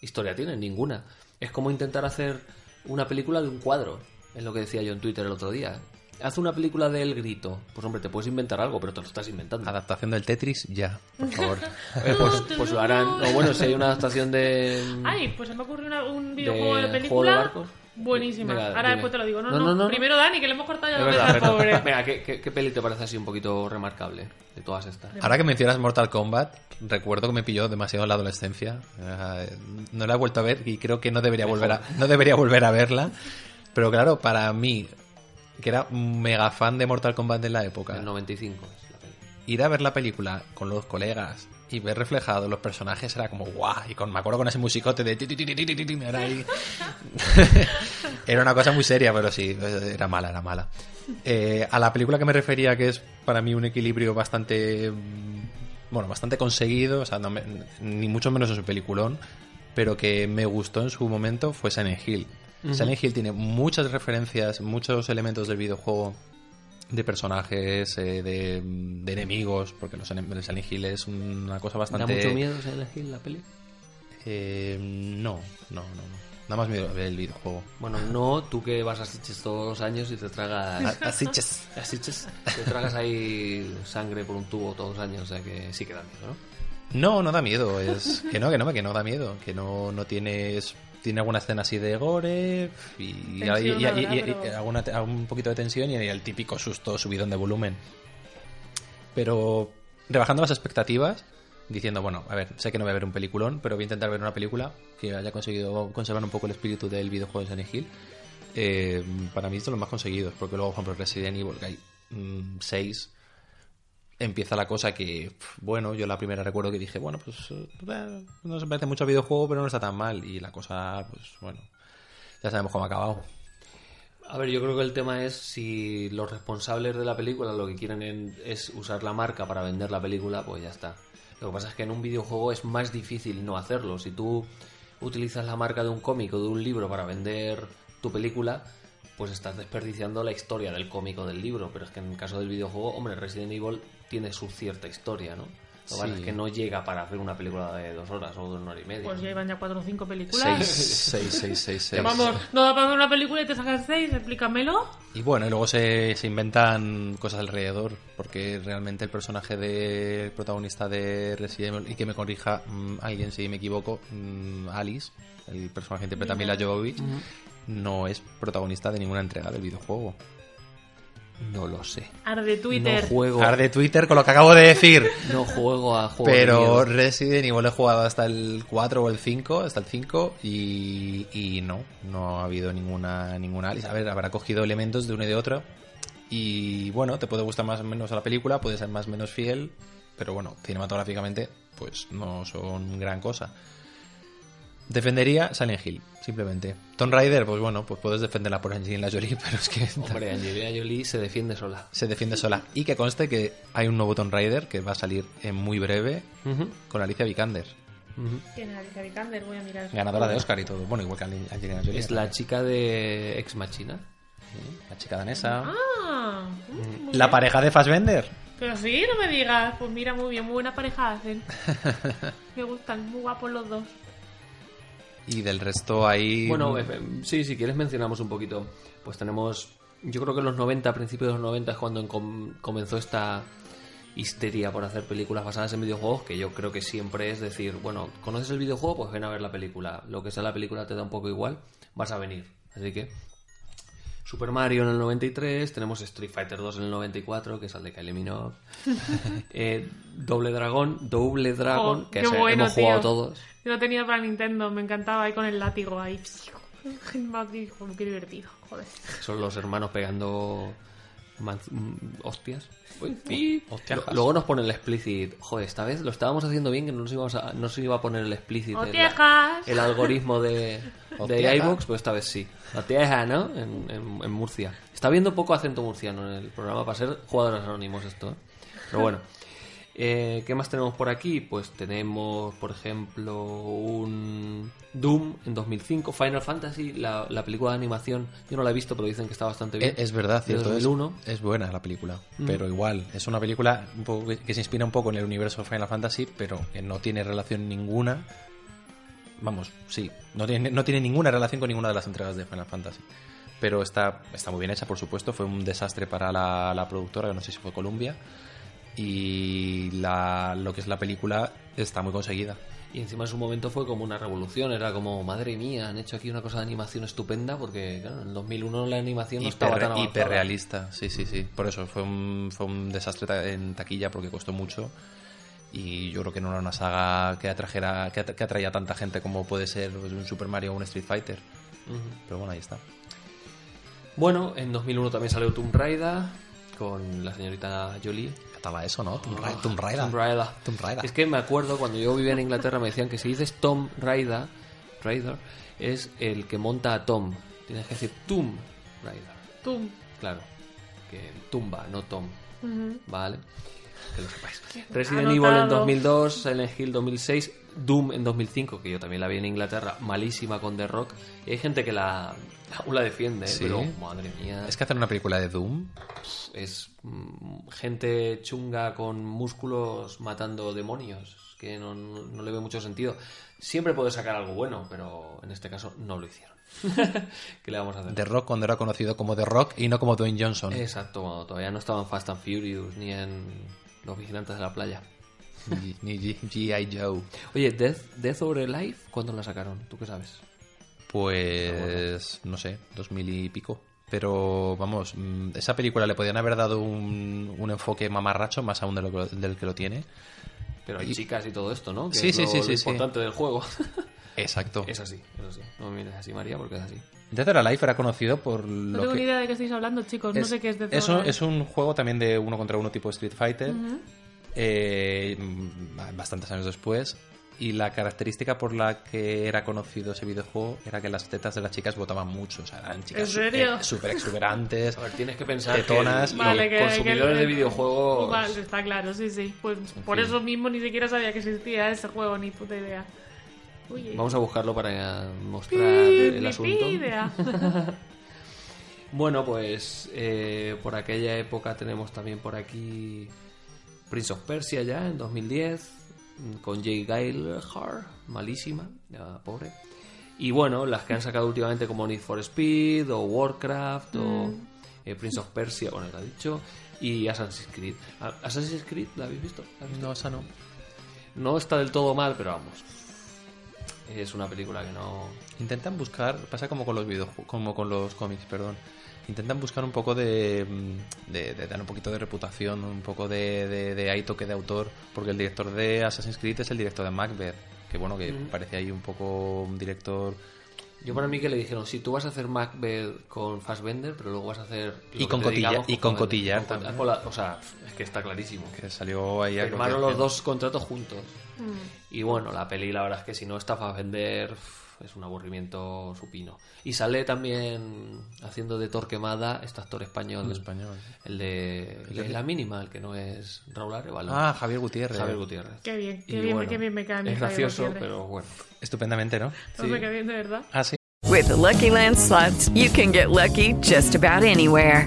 [SPEAKER 1] historia tienen, ninguna. Es como intentar hacer una película de un cuadro, es lo que decía yo en Twitter el otro día. Haz una película del grito. Pues hombre, te puedes inventar algo, pero te lo estás inventando.
[SPEAKER 3] Adaptación del Tetris, ya, por favor.
[SPEAKER 1] Eh, pues, pues lo harán. O bueno, si hay una adaptación de.
[SPEAKER 2] Ay, pues se me ocurrió una- un
[SPEAKER 1] de
[SPEAKER 2] videojuego de,
[SPEAKER 1] Juego de
[SPEAKER 2] película.
[SPEAKER 1] barcos.
[SPEAKER 2] Buenísima.
[SPEAKER 1] Venga,
[SPEAKER 2] Ahora
[SPEAKER 1] dime.
[SPEAKER 2] después te lo digo. No,
[SPEAKER 1] No,
[SPEAKER 2] no,
[SPEAKER 1] no, no, no.
[SPEAKER 2] Primero Dani, que le hemos cortado ya
[SPEAKER 1] Es
[SPEAKER 2] la
[SPEAKER 1] verdad,
[SPEAKER 2] cabeza,
[SPEAKER 1] perdón.
[SPEAKER 2] pobre.
[SPEAKER 1] Venga, ¿qué, qué, qué peli te parece así un poquito remarcable de todas estas?
[SPEAKER 3] Ahora que mencionas Mortal Kombat, recuerdo que me pilló demasiado en la adolescencia. Eh, No la he vuelto a ver y creo que no debería volver a, no debería volver a verla. Pero claro, para mí, que era un mega fan de Mortal Kombat de la época.
[SPEAKER 1] El 95.
[SPEAKER 3] Ir a ver la película con los colegas y ver reflejados los personajes era como guau. Y con, me acuerdo con ese musicote de... ti, ti, ti, ti, ti, ti, ti, era ahí. Era una cosa muy seria, pero sí, era mala, era mala. Eh, a la película que me refería, que es para mí un equilibrio bastante. mm, Bueno, bastante conseguido, o sea, no me- ni mucho menos es un peliculón, pero que me gustó en su momento fue Silent Hill.
[SPEAKER 1] Ujú.
[SPEAKER 3] Silent Hill tiene muchas referencias, muchos elementos del videojuego, de personajes, eh, de, de enemigos, porque los enem- el Silent Hill es una cosa bastante.
[SPEAKER 1] ¿Da mucho miedo se elegir la peli?
[SPEAKER 3] Eh, no, no, no, no. Nada más miedo el videojuego.
[SPEAKER 1] Bueno, no, tú que vas a Sitges todos los años y te tragas.
[SPEAKER 3] A- a Sitges.
[SPEAKER 1] A Sitges. Te tragas ahí sangre por un tubo todos los años, o sea que sí que da miedo, ¿no?
[SPEAKER 3] No, no da miedo. Es que no, que no, que no da miedo. Que no, no tienes. Tiene alguna escena así de gore y, y-
[SPEAKER 1] Tensión,
[SPEAKER 3] y- y-
[SPEAKER 1] habrá,
[SPEAKER 3] y- y-
[SPEAKER 1] pero-
[SPEAKER 3] alguna, un poquito de tensión y el típico susto subidón de volumen. Pero rebajando las expectativas, diciendo, bueno, a ver, sé que no voy a ver un peliculón, pero voy a intentar ver una película que haya conseguido conservar un poco el espíritu del videojuego de Silent Hill. Eh, para mí es de los más conseguidos, porque luego, por ejemplo, Resident Evil, que hay 6, empieza la cosa que, pf, bueno, yo la primera recuerdo que dije, bueno, pues eh, eh, no se parece mucho a videojuego, pero no está tan mal. Y la cosa, pues bueno, ya sabemos cómo ha acabado.
[SPEAKER 1] A ver, yo creo que el tema es si los responsables de la película lo que quieren en- es usar la marca para vender la película, pues ya está. Lo que pasa es que en un videojuego es más difícil no hacerlo. Si tú utilizas la marca de un cómic o de un libro para vender tu película, pues estás desperdiciando la historia del cómic o del libro. Pero es que en el caso del videojuego, hombre, Resident Evil tiene su cierta historia, ¿no? Lo que pasa
[SPEAKER 3] Sí.
[SPEAKER 1] es que no llega para hacer una película de dos horas o de una hora y media.
[SPEAKER 2] Pues ya iban ya cuatro o cinco películas.
[SPEAKER 3] Seis, seis, seis, seis, seis.
[SPEAKER 2] Vamos, no da para ver una película y te sacas seis, explícamelo.
[SPEAKER 3] Y bueno, y luego se, se inventan cosas alrededor, porque realmente el personaje del protagonista de Resident Evil, y que me corrija mm, alguien si me equivoco, mm, Alice, el personaje que interpreta a Mila Jovovich,
[SPEAKER 1] Ujú.
[SPEAKER 3] no es protagonista de ninguna entrega del videojuego. No lo sé.
[SPEAKER 2] Arde Twitter.
[SPEAKER 1] No juego.
[SPEAKER 3] Arde Twitter con lo que acabo de decir.
[SPEAKER 1] No juego a juegos de
[SPEAKER 3] Pero
[SPEAKER 1] miedo.
[SPEAKER 3] Resident Evil he jugado hasta el 4 o el 5, hasta el 5 y, y no, no ha habido ninguna ninguna Alice. A ver, habrá cogido elementos de uno y de otro y bueno, te puede gustar más o menos la película, puede ser más o menos fiel, pero bueno, cinematográficamente pues no son gran cosa. Defendería Silent Hill, simplemente. Tomb Raider, pues bueno, pues puedes defenderla por Angelina Jolie, pero es que...
[SPEAKER 1] Hombre, Angelina Jolie se defiende sola.
[SPEAKER 3] Se defiende sola. Y que conste que hay un nuevo Tomb Raider que va a salir en muy breve
[SPEAKER 1] Ujú.
[SPEAKER 3] con Alicia Vikander.
[SPEAKER 2] ¿Quién es Alicia Vikander? Voy a mirar.
[SPEAKER 3] Ganadora de Oscar y todo. Bueno, igual que Angelina Jolie.
[SPEAKER 1] Es la chica de Ex Machina.
[SPEAKER 3] La chica danesa.
[SPEAKER 2] Ah, mm, muy
[SPEAKER 3] La
[SPEAKER 2] bien.
[SPEAKER 3] pareja de Fassbender.
[SPEAKER 2] Pero sí, no me digas. Pues mira, muy bien, muy buena pareja hacen. Me gustan, muy guapos los dos.
[SPEAKER 3] Y del resto ahí...
[SPEAKER 1] Bueno, eh, eh, sí, si quieres mencionamos un poquito. Pues tenemos, yo creo que en los 90, a principios de los 90 es cuando encom- comenzó esta histeria por hacer películas basadas en videojuegos, que yo creo que siempre es decir, bueno, ¿conoces el videojuego? Pues ven a ver la película. Lo que sea la película te da un poco igual, vas a venir. Así que Super Mario en el 93, tenemos Street Fighter 2 en el 94, que es el de Kylie Minogue. Eh, Doble Dragón, Doble Dragon,
[SPEAKER 2] Oh,
[SPEAKER 1] que
[SPEAKER 2] qué
[SPEAKER 1] ese
[SPEAKER 2] bueno,
[SPEAKER 1] hemos jugado
[SPEAKER 2] tío.
[SPEAKER 1] todos.
[SPEAKER 2] Yo lo tenía para Nintendo, me encantaba ahí con el látigo ahí. Madre, hijo, qué divertido, joder.
[SPEAKER 1] Son los hermanos pegando Man- mm, hostias.
[SPEAKER 2] y-
[SPEAKER 3] Hostiajas.
[SPEAKER 1] Lo- Luego nos pone el explicit. Joder, esta vez lo estábamos haciendo bien que no nos, íbamos a- no se iba a poner el explicit. en la-
[SPEAKER 2] Hostiajas.
[SPEAKER 1] el algoritmo de,
[SPEAKER 3] Hostiaja.
[SPEAKER 1] de iVoox, pues esta vez sí. Hostiaja, ¿no? En, en- en Murcia. Está viendo poco acento murciano en el programa para ser jugadores anónimos esto. ¿eh? Pero bueno. Eh, ¿Qué más tenemos por aquí? Pues tenemos, por ejemplo, un Doom en 2005, Final Fantasy, la, la película de animación. Yo no la he visto, pero dicen que está bastante bien.
[SPEAKER 3] Es, es verdad,
[SPEAKER 1] De
[SPEAKER 3] cierto. Es,
[SPEAKER 1] 2001.
[SPEAKER 3] es buena la película,
[SPEAKER 1] Mm.
[SPEAKER 3] pero igual, es una película un poco que, que se inspira un poco en el universo de Final Fantasy, pero que no tiene relación ninguna. Vamos, sí, no tiene, no tiene ninguna relación con ninguna de las entregas de Final Fantasy. Pero está, está muy bien hecha, por supuesto. Fue un desastre para la, la productora, que no sé si fue Columbia. Y la- lo que es la película está muy conseguida.
[SPEAKER 1] Y encima en su momento fue como una revolución, era como, madre mía, han hecho aquí una cosa de animación estupenda, porque claro, en 2001 la animación no estaba tan ¿eh?
[SPEAKER 3] Hiper,
[SPEAKER 1] avanzada.
[SPEAKER 3] hiperrealista, sí, sí, sí. Por eso fue un, fue un desastre ta- en taquilla porque costó mucho. Y yo creo que no era una saga que, atrajera, que, at- que atraía a tanta gente como puede ser pues, un Super Mario o un Street Fighter.
[SPEAKER 1] Ujú.
[SPEAKER 3] Pero bueno, ahí está.
[SPEAKER 1] Bueno, en 2001 también salió Tomb Raider con la señorita Jolie.
[SPEAKER 3] ¿Qué tal eso, no? Tomb Ra-
[SPEAKER 1] Ah,
[SPEAKER 3] Tomb Raider.
[SPEAKER 1] Tomb Raider.
[SPEAKER 3] Tomb Raider.
[SPEAKER 1] Es que me acuerdo cuando yo vivía en Inglaterra me decían que si dices Tom Raider, Raider es el que monta a Tom. Tienes que decir Tomb Raider.
[SPEAKER 2] Tú.
[SPEAKER 1] Claro. Que tumba, no Tom.
[SPEAKER 2] Ujú.
[SPEAKER 1] Vale. Que lo sepáis. Resident
[SPEAKER 2] Anotado.
[SPEAKER 1] Evil en 2002, Silent Hill 2006, Doom en 2005, que yo también la vi en Inglaterra, malísima con The Rock. Y hay gente que la aún la defiende, ¿eh?
[SPEAKER 3] Sí.
[SPEAKER 1] pero madre mía,
[SPEAKER 3] Es que hacer una película de Doom.
[SPEAKER 1] es mm, gente chunga con músculos matando demonios, que no, no- no le ve mucho sentido. Siempre puede sacar algo bueno, pero en este caso no lo hicieron. ¿Qué le vamos a hacer?
[SPEAKER 3] The Rock cuando era conocido como The Rock y no como Dwayne Johnson.
[SPEAKER 1] Exacto, cuando todavía no estaban Fast and Furious ni en Los Vigilantes de la Playa.
[SPEAKER 3] Ni- Ni G- G.I. Joe.
[SPEAKER 1] Oye, Death, Death Over Life, ¿cuándo la sacaron? ¿Tú qué sabes?
[SPEAKER 3] Pues no sé, dos mil y pico. Pero vamos, mm, esa película le podían haber dado un, un enfoque mamarracho más aún de lo que- del que lo tiene.
[SPEAKER 1] Pero hay
[SPEAKER 3] Y-
[SPEAKER 1] chicas y todo esto, ¿no? Que
[SPEAKER 3] Sí,
[SPEAKER 1] es
[SPEAKER 3] sí,
[SPEAKER 1] lo-
[SPEAKER 3] sí,
[SPEAKER 1] lo
[SPEAKER 3] sí, sí.
[SPEAKER 1] importante del juego.
[SPEAKER 3] Exacto.
[SPEAKER 1] Es así, es así. No me mires así, María, porque es así.
[SPEAKER 3] Dead or Alive era conocido por
[SPEAKER 2] No
[SPEAKER 3] lo
[SPEAKER 2] tengo
[SPEAKER 3] que...
[SPEAKER 2] ni idea de qué estáis hablando, chicos. no
[SPEAKER 3] es-
[SPEAKER 2] sé qué es de
[SPEAKER 3] eso
[SPEAKER 2] Zora.
[SPEAKER 3] es un juego también de uno contra uno tipo Street Fighter.
[SPEAKER 2] Ujú.
[SPEAKER 3] eh, mm, bastantes años después. Y la característica por la que era conocido ese videojuego era que las tetas de las chicas botaban mucho. O sea, eran chicas
[SPEAKER 2] ¿En serio?
[SPEAKER 3] súper súper exuberantes.
[SPEAKER 1] A ver, tienes que pensar
[SPEAKER 3] Tetonas
[SPEAKER 1] que
[SPEAKER 3] y-
[SPEAKER 1] el-
[SPEAKER 2] Vale, que-
[SPEAKER 1] consumidores de
[SPEAKER 2] que-
[SPEAKER 1] videojuegos-
[SPEAKER 2] Vale, está claro, sí, sí. Pues por
[SPEAKER 1] fin.
[SPEAKER 2] eso mismo ni siquiera sabía que existía ese juego, ni puta idea. Oye.
[SPEAKER 1] Vamos a buscarlo para mostrar
[SPEAKER 2] Pi,
[SPEAKER 1] el
[SPEAKER 2] pi, pi,
[SPEAKER 1] asunto.
[SPEAKER 2] idea.
[SPEAKER 1] Bueno, pues eh, por aquella época tenemos también por aquí Prince of Persia ya en 2010 mm, con Jay Gailhar, malísima, ya, pobre. Y bueno, las que han sacado últimamente como Need for Speed o Warcraft o
[SPEAKER 2] Mm.
[SPEAKER 1] eh, Prince of Persia, bueno, te ha dicho, y Assassin's Creed. ¿A- ¿Assassin's Creed la habéis visto? ¿La habéis visto?
[SPEAKER 3] No, esa no.
[SPEAKER 1] No está del todo mal, pero vamos. Es una película que no,
[SPEAKER 3] Intentan buscar, pasa como con los videojuegos, como con los cómics, perdón. Intentan buscar un poco de, mm, de, de dar un poquito de reputación, un poco de, de, de hay toque de autor, porque el director de Assassin's Creed es el director de Macbeth, que bueno, que
[SPEAKER 1] Mm.
[SPEAKER 3] parece ahí un poco un director...
[SPEAKER 1] Yo para mí que le dijeron, si tú vas a hacer Macbeth con Fassbender, pero luego vas a hacer... lo
[SPEAKER 3] Y
[SPEAKER 1] que
[SPEAKER 3] con
[SPEAKER 1] te
[SPEAKER 3] Cotilla-
[SPEAKER 1] digamos
[SPEAKER 3] y con
[SPEAKER 1] Fassbender".
[SPEAKER 3] Cotillar
[SPEAKER 1] Con Cot-
[SPEAKER 3] también.
[SPEAKER 1] con la- o sea, es que está clarísimo.
[SPEAKER 3] Que salió ahí... a
[SPEAKER 1] Firmaron
[SPEAKER 3] cotización.
[SPEAKER 1] los dos contratos juntos.
[SPEAKER 2] Mm.
[SPEAKER 1] Y bueno, la peli la verdad es que si no está Fassbender uf, es un aburrimiento supino. Y sale también haciendo de Torquemada este actor español.
[SPEAKER 3] Un español.
[SPEAKER 1] El de, el de La Mínima, el que no es Raúl Arevalo.
[SPEAKER 3] Ah, Javier Gutiérrez.
[SPEAKER 1] Javier Gutiérrez.
[SPEAKER 2] Qué bien, qué
[SPEAKER 1] Y
[SPEAKER 2] bien, qué bien me cae a mí
[SPEAKER 1] Es
[SPEAKER 2] Javier
[SPEAKER 1] gracioso,
[SPEAKER 2] Gutiérrez.
[SPEAKER 1] pero bueno.
[SPEAKER 3] Estupendamente, ¿no?
[SPEAKER 2] No me quedé bien de verdad.
[SPEAKER 3] Ah, sí.
[SPEAKER 5] With the Lucky Land slots, you can get lucky just about anywhere.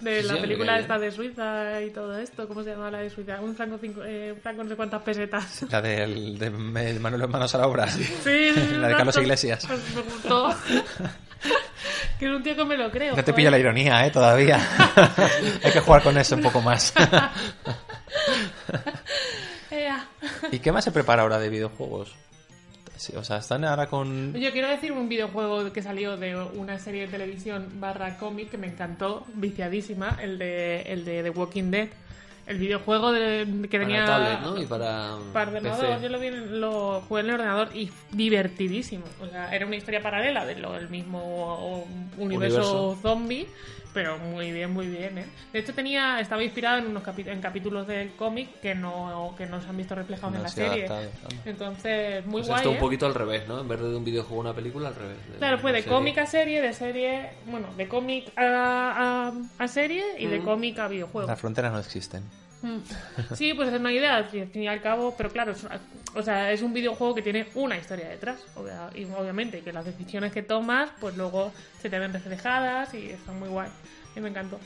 [SPEAKER 2] De la
[SPEAKER 3] Sí, eh,
[SPEAKER 2] película
[SPEAKER 3] ya, ya.
[SPEAKER 2] esta de Suiza y todo esto. ¿Cómo se llama la de Suiza? Un franco, cinco- eh, un franco no sé cuántas pesetas.
[SPEAKER 3] La del de Me- Manuel Manos a la obra.
[SPEAKER 2] Sí,
[SPEAKER 3] la de Carlos
[SPEAKER 2] tanto-
[SPEAKER 3] Iglesias.
[SPEAKER 2] pues me gustó. que es un tío que me lo creo.
[SPEAKER 3] No te
[SPEAKER 2] joder.
[SPEAKER 3] pilla la ironía, ¿eh? Todavía. Hay que jugar con eso un poco más.
[SPEAKER 2] Ea.
[SPEAKER 3] ¿Y qué más se prepara ahora de videojuegos? Sí, o sea, están ahora con...
[SPEAKER 2] Yo quiero decir un videojuego que salió de una serie de televisión barra cómic que me encantó, viciadísima, el de, el de The Walking Dead. El videojuego de- que
[SPEAKER 1] Para
[SPEAKER 2] tenía...
[SPEAKER 1] tablet, ¿no? Y para
[SPEAKER 2] Para ordenador,
[SPEAKER 1] PC.
[SPEAKER 2] yo lo, vi en- lo jugué en el ordenador y divertidísimo. O sea, era una historia paralela del mismo universo,
[SPEAKER 1] Universo.
[SPEAKER 2] zombie, pero muy bien, muy bien. ¿eh? De hecho, tenía estaba inspirado en unos capi- en capítulos del cómic que no, que no se han visto reflejados
[SPEAKER 1] No
[SPEAKER 2] en la
[SPEAKER 1] se ha
[SPEAKER 2] serie.
[SPEAKER 1] adaptado, anda.
[SPEAKER 2] Entonces, muy
[SPEAKER 1] O sea,
[SPEAKER 2] guay.
[SPEAKER 1] esto un
[SPEAKER 2] ¿eh?
[SPEAKER 1] poquito al revés, ¿no? En vez de de un videojuego a una película, al revés. De
[SPEAKER 2] Claro,
[SPEAKER 1] una
[SPEAKER 2] fue de
[SPEAKER 1] Este, serie.
[SPEAKER 2] cómic a serie, de serie, bueno, de cómic a, a- a serie y de
[SPEAKER 3] Mm.
[SPEAKER 2] cómic a videojuego.
[SPEAKER 1] Ah.
[SPEAKER 3] Las fronteras no existen.
[SPEAKER 2] Mm. Sí, pues es una idea, al fin y al cabo, pero claro, es, una- o sea, es un videojuego que tiene una historia detrás, obvia- y obviamente, que las decisiones que tomas, pues luego se te ven reflejadas y está muy guay. Y me encantó.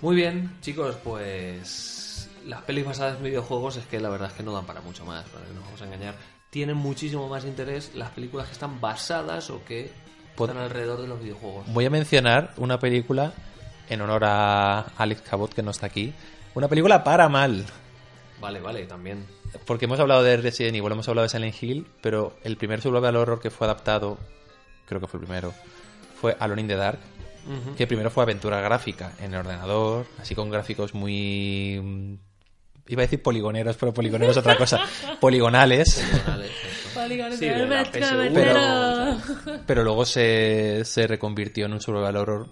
[SPEAKER 1] Muy bien, chicos, pues las pelis basadas en videojuegos es que la verdad es que no dan para mucho más, para que nos vamos a engañar. Tienen muchísimo más interés las películas que están basadas o que están alrededor de los videojuegos.
[SPEAKER 3] Voy a mencionar una película en honor a Alex Cabot, que no está aquí. Una película para mal.
[SPEAKER 1] Vale, vale, también.
[SPEAKER 3] Porque hemos hablado de Resident Evil, hemos hablado de Silent Hill, pero el primer survival horror que fue adaptado, creo que fue el primero, fue Alone in the Dark,
[SPEAKER 1] Ujú.
[SPEAKER 3] que primero fue aventura gráfica en el ordenador, así con gráficos muy... mm, Iba a decir poligoneros, pero poligoneros es otra cosa. Poligonales.
[SPEAKER 2] Pues
[SPEAKER 1] Sí, de la PSU,
[SPEAKER 3] Pero, pero luego se, se reconvirtió en un survival horror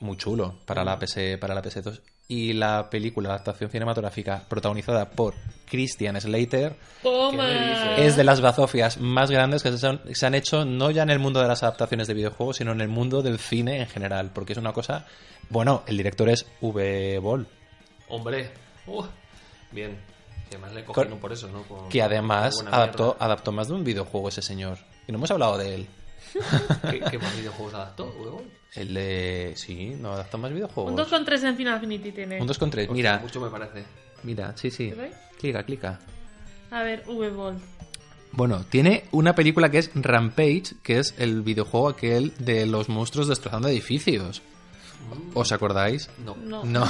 [SPEAKER 3] muy chulo para la PS para la PS2 y la película la adaptación cinematográfica protagonizada por Christian Slater
[SPEAKER 2] ¡Toma!
[SPEAKER 3] es de las bazofias más grandes que se han, se han hecho no ya en el mundo de las adaptaciones de videojuegos sino en el mundo del cine en general porque es una cosa bueno el director es V Ball
[SPEAKER 1] Hombre, uh, bien. Que además le cogieron por eso, ¿no? Por-
[SPEAKER 3] que además
[SPEAKER 1] por buena
[SPEAKER 3] adaptó adaptó más de un videojuego ese señor y no hemos hablado de él
[SPEAKER 1] mierda. ¿Qué, qué más videojuegos adaptó, huevo?
[SPEAKER 3] el de sí no adaptó más videojuegos
[SPEAKER 2] Un 2,3 en Final Affinity tiene.
[SPEAKER 3] Un 2 con 3,
[SPEAKER 1] Hostia,
[SPEAKER 3] mira.
[SPEAKER 1] mucho me parece.
[SPEAKER 3] Mira, sí, sí.
[SPEAKER 2] ¿Te ve?
[SPEAKER 3] Clica, clica.
[SPEAKER 2] A ver, V-Ball.
[SPEAKER 3] Bueno, tiene una película que es Rampage, que es el videojuego aquel de los monstruos destrozando edificios.
[SPEAKER 1] Mm.
[SPEAKER 3] ¿Os acordáis?
[SPEAKER 1] No.
[SPEAKER 2] No.
[SPEAKER 3] No.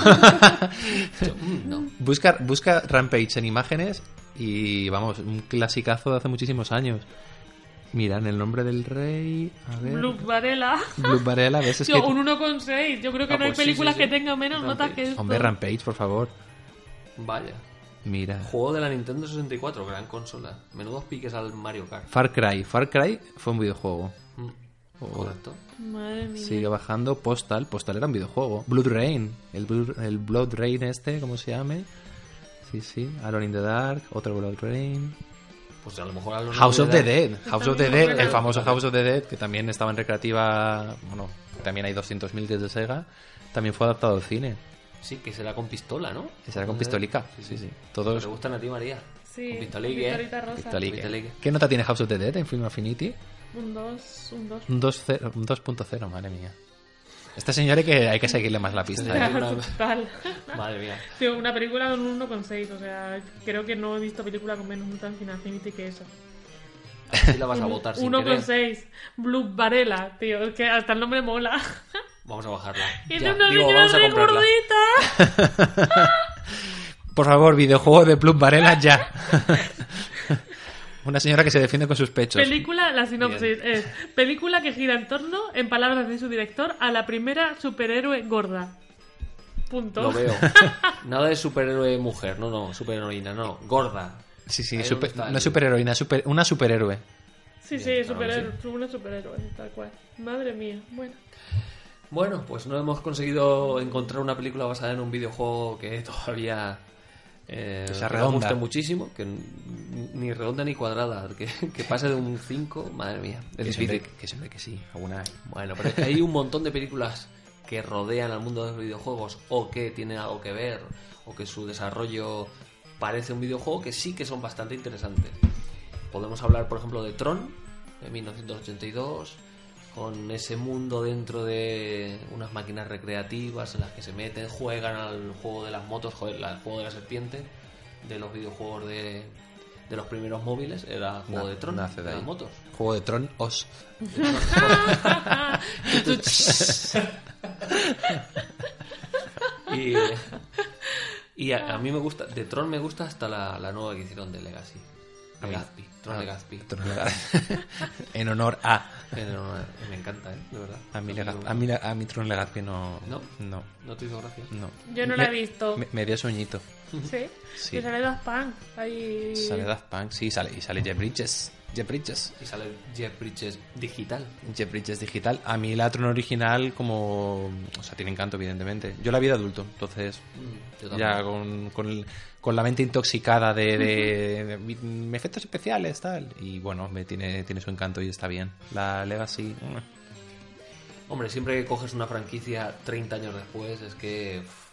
[SPEAKER 1] Yo, mm, no.
[SPEAKER 3] busca, busca Rampage en imágenes y vamos, un clasicazo de hace muchísimos años. Mira, en el nombre del rey. A
[SPEAKER 1] Mm.
[SPEAKER 3] ver.
[SPEAKER 2] Blue Varela.
[SPEAKER 3] Blue Varela, ¿ves? Es
[SPEAKER 2] Yo,
[SPEAKER 3] que-
[SPEAKER 2] un 1,6. Yo creo que
[SPEAKER 1] Ah,
[SPEAKER 2] no hay
[SPEAKER 1] pues sí,
[SPEAKER 2] películas
[SPEAKER 1] sí, sí.
[SPEAKER 2] que tengan menos notas que esto.
[SPEAKER 3] Hombre, Rampage, por favor.
[SPEAKER 1] Vaya.
[SPEAKER 3] Mira.
[SPEAKER 1] Juego de la Nintendo 64, gran consola. Menudos piques al Mario Kart.
[SPEAKER 3] Far Cry. Far Cry fue un videojuego.
[SPEAKER 1] Mm.
[SPEAKER 3] Oh.
[SPEAKER 1] Correcto.
[SPEAKER 2] Madre mía.
[SPEAKER 3] Sigue bajando. Postal. Postal era un videojuego. Blood Rain. El, Blu- el Blood Rain este, ¿cómo se llame? Sí, sí. Alone in the Dark. Otro Blood Rain.
[SPEAKER 1] Pues a lo mejor a los
[SPEAKER 3] House of the
[SPEAKER 1] novedades-
[SPEAKER 3] Dead. House of the Dead. El
[SPEAKER 1] Claro.
[SPEAKER 3] famoso House of the Dead, que también estaba en recreativa. Bueno, también hay 200.000 desde Sega. También fue adaptado al cine.
[SPEAKER 1] Sí, que será con pistola, ¿no?
[SPEAKER 3] Que será con pistolica. Sí, sí. Todos.
[SPEAKER 1] ¿Te gustan a ti, María?
[SPEAKER 2] Sí,
[SPEAKER 1] Con pistolique.
[SPEAKER 2] pistolita rosa.
[SPEAKER 3] Pistolique.
[SPEAKER 1] Pistolique.
[SPEAKER 3] ¿Qué nota tiene House of the Dead en Film Affinity?
[SPEAKER 2] Un 2, un 2.
[SPEAKER 3] Un 2.0, un 2.0, madre mía. Este señor hay que, hay que seguirle más la pista. ¿eh?
[SPEAKER 2] Total.
[SPEAKER 1] Madre mía.
[SPEAKER 2] Sí, una película con un 1,6. O sea, creo que no he visto película con menos nota en Final Affinity que eso.
[SPEAKER 1] Así la vas a votar sin querer.
[SPEAKER 2] 1,6. Blue Varela, tío. Es que hasta el nombre mola.
[SPEAKER 1] Vamos a bajarla.
[SPEAKER 2] Es
[SPEAKER 1] Ya,
[SPEAKER 2] una
[SPEAKER 1] digo,
[SPEAKER 2] niña
[SPEAKER 1] vamos a
[SPEAKER 2] re
[SPEAKER 1] comprarla.
[SPEAKER 2] gordita.
[SPEAKER 3] Por favor, videojuego de Plum Varela ya. Una señora que se defiende con sus pechos.
[SPEAKER 2] Película, la sinopsis es película que gira en torno, en palabras de su director, a la primera superhéroe gorda. Punto.
[SPEAKER 1] Lo veo. Nada de superhéroe mujer, no, no, superheroína, no, gorda.
[SPEAKER 3] Sí,
[SPEAKER 1] Ahí
[SPEAKER 3] sí,
[SPEAKER 1] es
[SPEAKER 3] super-
[SPEAKER 1] donde está
[SPEAKER 3] no
[SPEAKER 1] el-
[SPEAKER 3] superheroína, super- una superhéroe.
[SPEAKER 2] Sí,
[SPEAKER 1] Bien,
[SPEAKER 2] sí,
[SPEAKER 1] claro que
[SPEAKER 2] superhéroe, una superhéroe, tal cual. Madre mía, bueno.
[SPEAKER 1] Bueno, pues no hemos conseguido encontrar una película basada en un videojuego que todavía eh,
[SPEAKER 3] Que sea
[SPEAKER 1] que me
[SPEAKER 3] redonda.
[SPEAKER 1] guste muchísimo, que n- ni redonda ni cuadrada, que, que pase de un 5, madre mía. Es
[SPEAKER 3] Que
[SPEAKER 1] difícil.
[SPEAKER 3] siempre- que siempre que sí, alguna vez.
[SPEAKER 1] Bueno, pero es que hay un montón de películas que rodean al mundo de los videojuegos o que tienen algo que ver o que su desarrollo parece un videojuego que sí que son bastante interesantes. Podemos hablar, por ejemplo, de Tron, de 1982, con ese mundo dentro de unas máquinas recreativas en las que se meten, juegan al juego de las motos, joder, al juego de la serpiente, de los videojuegos de, de los primeros móviles, era el juego
[SPEAKER 3] Na-
[SPEAKER 1] de Tron,
[SPEAKER 3] nace de
[SPEAKER 1] de
[SPEAKER 3] ahí.
[SPEAKER 1] las motos.
[SPEAKER 3] Juego de Tron Os.
[SPEAKER 1] y eh, y
[SPEAKER 3] Ah.
[SPEAKER 1] a, a mí me gusta, de Tron me gusta hasta la, la nueva que hicieron de Legacy.
[SPEAKER 3] A mí.
[SPEAKER 1] Legacy, Tron
[SPEAKER 3] Ah,
[SPEAKER 1] Legacy.
[SPEAKER 3] Tron Legacy. en honor a.
[SPEAKER 1] En honor a- me encanta, ¿eh? De verdad.
[SPEAKER 3] A mí,
[SPEAKER 1] No
[SPEAKER 3] Legat-
[SPEAKER 1] tengo-
[SPEAKER 3] a mí, Le- a mí Tron Legacy no.
[SPEAKER 1] No.
[SPEAKER 3] No.
[SPEAKER 1] ¿No te hizo gracia?
[SPEAKER 3] No.
[SPEAKER 2] Yo no
[SPEAKER 3] Me-
[SPEAKER 2] la he visto.
[SPEAKER 3] Me, me dio sueñito.
[SPEAKER 2] Sí.
[SPEAKER 3] Sí.
[SPEAKER 2] Que sale Daft Punk. Ahí...
[SPEAKER 3] Sale Daft Punk, sí, sale, y sale Jeff Bridges. Jeff Bridges.
[SPEAKER 1] Y sale Jeff Bridges digital.
[SPEAKER 3] Jeff Bridges digital. A mí la Tron original, como. O sea, tiene encanto, evidentemente. Yo la vi de adulto, entonces.
[SPEAKER 1] Mm, yo
[SPEAKER 3] ya
[SPEAKER 1] también.
[SPEAKER 3] con, con, el- con la mente intoxicada de, de- de- mm, efectos especiales, tal. Y bueno, me tiene, tiene su encanto y está bien. La Legacy. mm,
[SPEAKER 1] Hombre, siempre que coges una franquicia 30 años después es que pff,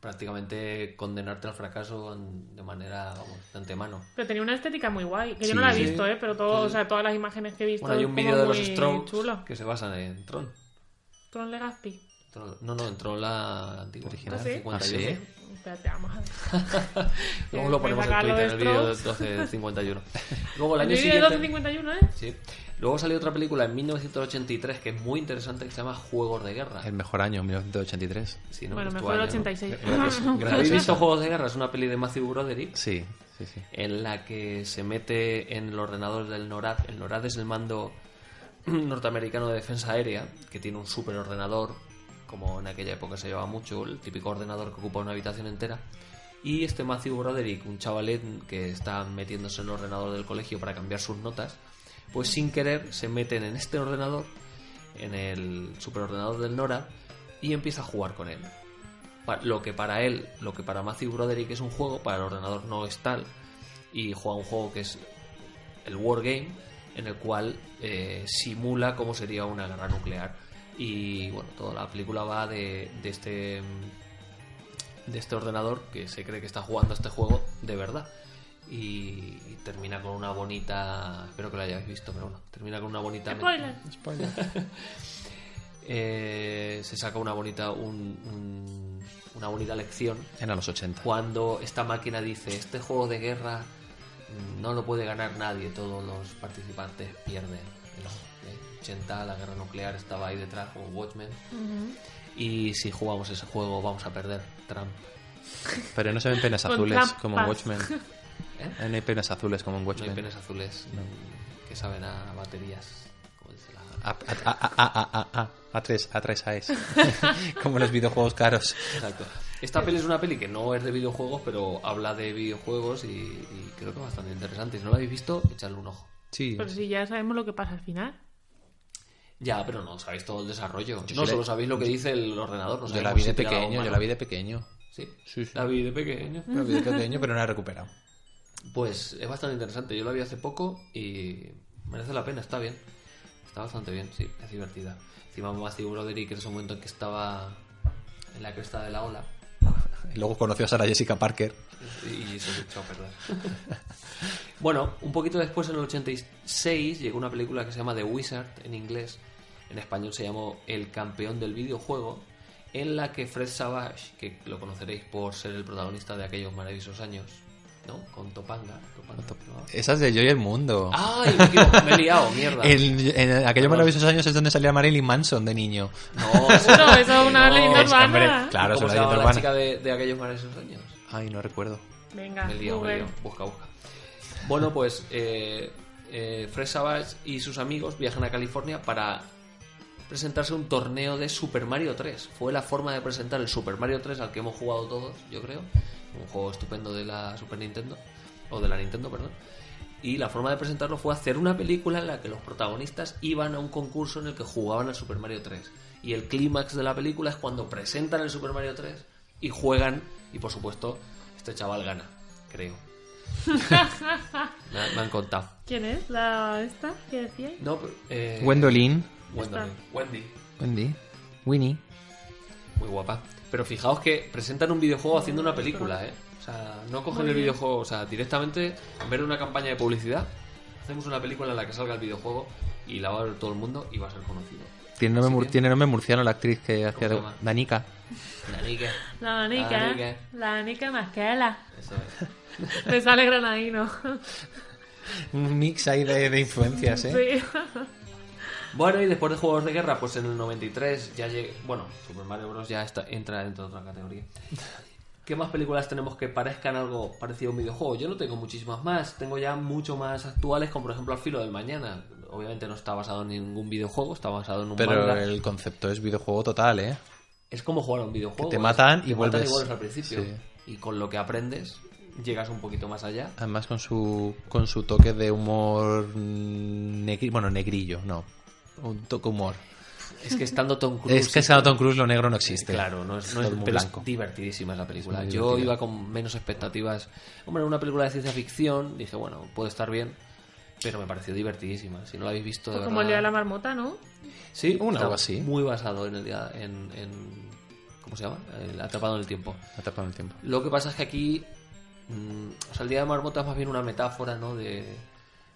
[SPEAKER 1] prácticamente condenarte al fracaso en- de manera, vamos, de antemano.
[SPEAKER 2] Pero tenía una estética muy guay. Que
[SPEAKER 1] Sí.
[SPEAKER 2] yo no la he
[SPEAKER 1] Sí.
[SPEAKER 2] visto, ¿eh? Pero todo,
[SPEAKER 1] Sí.
[SPEAKER 2] o sea, todas las imágenes que he visto.
[SPEAKER 1] Bueno, hay un
[SPEAKER 2] es
[SPEAKER 1] vídeo de
[SPEAKER 2] como
[SPEAKER 1] los
[SPEAKER 2] muy
[SPEAKER 1] Strokes
[SPEAKER 2] Chulo.
[SPEAKER 1] que se basan en Tron.
[SPEAKER 2] Tron Legacy.
[SPEAKER 1] Tron- no, no, en Tron la, la antigua.
[SPEAKER 2] ¿Ah,
[SPEAKER 1] Original,
[SPEAKER 2] sí? Espérate, vamos a ver.
[SPEAKER 1] Luego lo
[SPEAKER 2] Me
[SPEAKER 1] ponemos en
[SPEAKER 2] saca lo
[SPEAKER 1] Twitter, el
[SPEAKER 2] de
[SPEAKER 1] vídeo de
[SPEAKER 2] Strokes.
[SPEAKER 1] 1251. Luego el
[SPEAKER 2] El
[SPEAKER 1] año
[SPEAKER 2] vídeo de
[SPEAKER 1] siguiente...
[SPEAKER 2] 1251, ¿eh?
[SPEAKER 1] Sí. Luego salió otra película en 1983 que es muy interesante que se llama Juegos de Guerra.
[SPEAKER 3] El mejor año, 1983.
[SPEAKER 1] Sí, ¿no?
[SPEAKER 2] Bueno,
[SPEAKER 1] Es tu
[SPEAKER 2] mejor el
[SPEAKER 1] año, ¿no?
[SPEAKER 2] 86.
[SPEAKER 1] Gracias. Gracias. ¿Habéis visto Juegos de Guerra? Es una peli de Matthew Broderick.
[SPEAKER 3] Sí, sí, sí.
[SPEAKER 1] En la que se mete en el ordenador del NORAD. El NORAD es el mando norteamericano de defensa aérea, que tiene un superordenador, como en aquella época se llevaba mucho, el típico ordenador que ocupa una habitación entera. Y este Matthew Broderick, un chavalet que está metiéndose en el ordenador del colegio para cambiar sus notas, pues sin querer se meten en este ordenador, en el superordenador del NORAD, y empieza a jugar con él. Pa- Lo que para él, lo que para Matthew Broderick es un juego, para el ordenador no es tal. Y juega un juego que es el Wargame, en el cual eh, simula cómo sería una guerra nuclear. Y bueno, toda la película va de, de este de este ordenador que se cree que está jugando a este juego de verdad. Y, y termina con una bonita. Espero que lo hayáis visto, pero bueno. Termina con una bonita.
[SPEAKER 2] Spoiler.
[SPEAKER 3] Spoiler.
[SPEAKER 1] Eh, se saca una bonita un- un- una bonita lección
[SPEAKER 3] Era los 80.
[SPEAKER 1] cuando esta máquina dice este juego de guerra mm, no lo puede ganar nadie todos los participantes pierden en los eh, 80 la guerra nuclear estaba ahí detrás como Watchmen y si jugamos ese juego vamos a perder Trump
[SPEAKER 3] Pero no se ven penas
[SPEAKER 1] Con
[SPEAKER 3] azules
[SPEAKER 1] trampas.
[SPEAKER 3] como en Watchmen.
[SPEAKER 1] ¿Eh?
[SPEAKER 3] No hay penas azules como en
[SPEAKER 1] no
[SPEAKER 3] Watchmen.
[SPEAKER 1] hay penas azules mm, que saben a baterías como dice la
[SPEAKER 3] A, a, a, a, a, a, a, a 3, a 3 AES. como los videojuegos caros.
[SPEAKER 1] Exacto. Esta peli es una peli que no es de videojuegos, pero habla de videojuegos y, y creo que es bastante interesante. Si no la habéis visto, echadle un ojo.
[SPEAKER 3] Sí.
[SPEAKER 2] Pero si ya sabemos lo que pasa al final.
[SPEAKER 1] Ya, pero no sabéis todo el desarrollo.
[SPEAKER 3] Yo
[SPEAKER 1] no
[SPEAKER 3] sí la-
[SPEAKER 1] solo sabéis lo que dice el ordenador. No
[SPEAKER 3] Yo
[SPEAKER 1] sabéis
[SPEAKER 3] la
[SPEAKER 1] cómo
[SPEAKER 3] vi
[SPEAKER 1] se
[SPEAKER 3] de
[SPEAKER 1] tira la
[SPEAKER 3] pequeño,
[SPEAKER 1] mano.
[SPEAKER 3] yo la vi de pequeño.
[SPEAKER 1] Sí.
[SPEAKER 3] Sí, sí.
[SPEAKER 1] La vi de pequeño.
[SPEAKER 3] La vi de pequeño, pero no la he recuperado.
[SPEAKER 1] Pues es bastante interesante. Yo la vi hace poco y merece la pena, está bien. Está bastante bien, sí, es divertida. Encima Matthew Broderick en ese momento en que estaba en la cresta de la ola
[SPEAKER 3] Y luego conoció a Sara Jessica Parker.
[SPEAKER 1] y se echó a perder. Bueno, un poquito después, en el 86, llegó una película que se llama The Wizard en inglés. En español se llamó El campeón del videojuego. En la que Fred Savage, que lo conoceréis por ser el protagonista de aquellos maravillosos años, ¿no? Con Topanga. Topanga, ¿no?
[SPEAKER 3] Esa es de Joy el Mundo.
[SPEAKER 1] ¡Ay! Me, he equivocado, me he liado, mierda.
[SPEAKER 3] En, en aquellos maravillosos años es donde salía Marilyn Manson de niño.
[SPEAKER 1] No,
[SPEAKER 2] Bueno, eso es una leyenda
[SPEAKER 3] es que,
[SPEAKER 2] urbana.
[SPEAKER 3] hombre, claro,
[SPEAKER 1] ¿Cómo se
[SPEAKER 3] es una leyenda
[SPEAKER 1] llamaba la
[SPEAKER 3] urbana.
[SPEAKER 1] chica de, de aquellos maravillosos años?
[SPEAKER 3] Ay, no recuerdo.
[SPEAKER 2] Venga,
[SPEAKER 1] Me he liado, me he
[SPEAKER 2] Google.
[SPEAKER 1] liado. Busca, busca. Bueno, pues eh, eh, Fred Savage y sus amigos viajan a California para presentarse a un torneo de Super Mario 3. Fue la forma de presentar el Super Mario 3 al que hemos jugado todos, yo creo. Un juego estupendo de la Super Nintendo. O de la Nintendo, perdón. Y la forma de presentarlo fue hacer una película en la que los protagonistas iban a un concurso en el que jugaban al Super Mario 3. Y el clímax de la película es cuando presentan el Super Mario 3 y juegan. Y por supuesto, Este chaval gana, creo. Me han- me han contado.
[SPEAKER 2] ¿Quién es la esta que decía?
[SPEAKER 1] No, pero, eh,
[SPEAKER 3] Gwendolyn.
[SPEAKER 1] Gwendolyn. Wendy.
[SPEAKER 3] Wendy. Winnie.
[SPEAKER 1] Muy guapa. Pero fijaos que presentan un videojuego haciendo una película, ¿eh? O sea, no cogen
[SPEAKER 3] Muy
[SPEAKER 1] el
[SPEAKER 3] bien.
[SPEAKER 1] videojuego, o sea, directamente en vez de una campaña de publicidad, hacemos una película en la que salga el videojuego y la va a ver todo el mundo y va a ser conocido.
[SPEAKER 3] Tiene nombre, mur- tiene nombre murciano la actriz que
[SPEAKER 1] se
[SPEAKER 3] hacía de-
[SPEAKER 1] llama?
[SPEAKER 3] Danica.
[SPEAKER 1] Danica.
[SPEAKER 2] La Anica. La Anica Masquela.
[SPEAKER 1] Eso es.
[SPEAKER 2] Me sale granadino.
[SPEAKER 3] Un mix ahí de, de influencias, ¿eh?
[SPEAKER 2] Sí.
[SPEAKER 1] Bueno, y después de juegos de guerra, pues en el 93 ya llega. Bueno, Super Mario Bros. ya está, entra dentro de otra categoría. ¿Qué más películas tenemos que parezcan algo parecido a un videojuego? Yo no tengo muchísimas más, tengo ya mucho más actuales, como por ejemplo Al filo del mañana. Obviamente no está basado en ningún videojuego, está basado en un
[SPEAKER 6] Pero
[SPEAKER 1] manga.
[SPEAKER 6] el concepto es videojuego total, ¿eh?
[SPEAKER 1] Es como jugar a un videojuego.
[SPEAKER 6] Que te
[SPEAKER 1] es-
[SPEAKER 6] matan y
[SPEAKER 1] te
[SPEAKER 6] vuelves.
[SPEAKER 1] al principio.
[SPEAKER 6] Sí.
[SPEAKER 1] Y con lo que aprendes, llegas un poquito más allá.
[SPEAKER 3] Además con su con su toque de humor negri- bueno, negrillo, no. Un toque humor.
[SPEAKER 1] Es que estando Tom Cruise-
[SPEAKER 3] Es que estando Tom Cruise lo negro no existe.
[SPEAKER 1] Claro, no es, no es-
[SPEAKER 3] Todo este muy
[SPEAKER 1] pero es
[SPEAKER 3] blanco.
[SPEAKER 1] divertidísima la película.
[SPEAKER 3] Es muy
[SPEAKER 1] Yo
[SPEAKER 3] divertida.
[SPEAKER 1] iba con menos expectativas. Hombre, una película de ciencia ficción, dije, bueno, puede estar bien, pero me pareció divertidísima. Si no la habéis visto, de
[SPEAKER 2] Como el
[SPEAKER 1] verdad-
[SPEAKER 2] día de la marmota, ¿no?
[SPEAKER 1] Sí,
[SPEAKER 3] Una
[SPEAKER 1] está
[SPEAKER 3] o así.
[SPEAKER 1] Muy basado en el día. En, en- ¿Cómo se llama? Eh, El atrapado en el tiempo.
[SPEAKER 3] Atrapado en el tiempo.
[SPEAKER 1] Lo que pasa es que aquí. mm, o sea, el día de Marmota es más bien una metáfora, ¿no? De.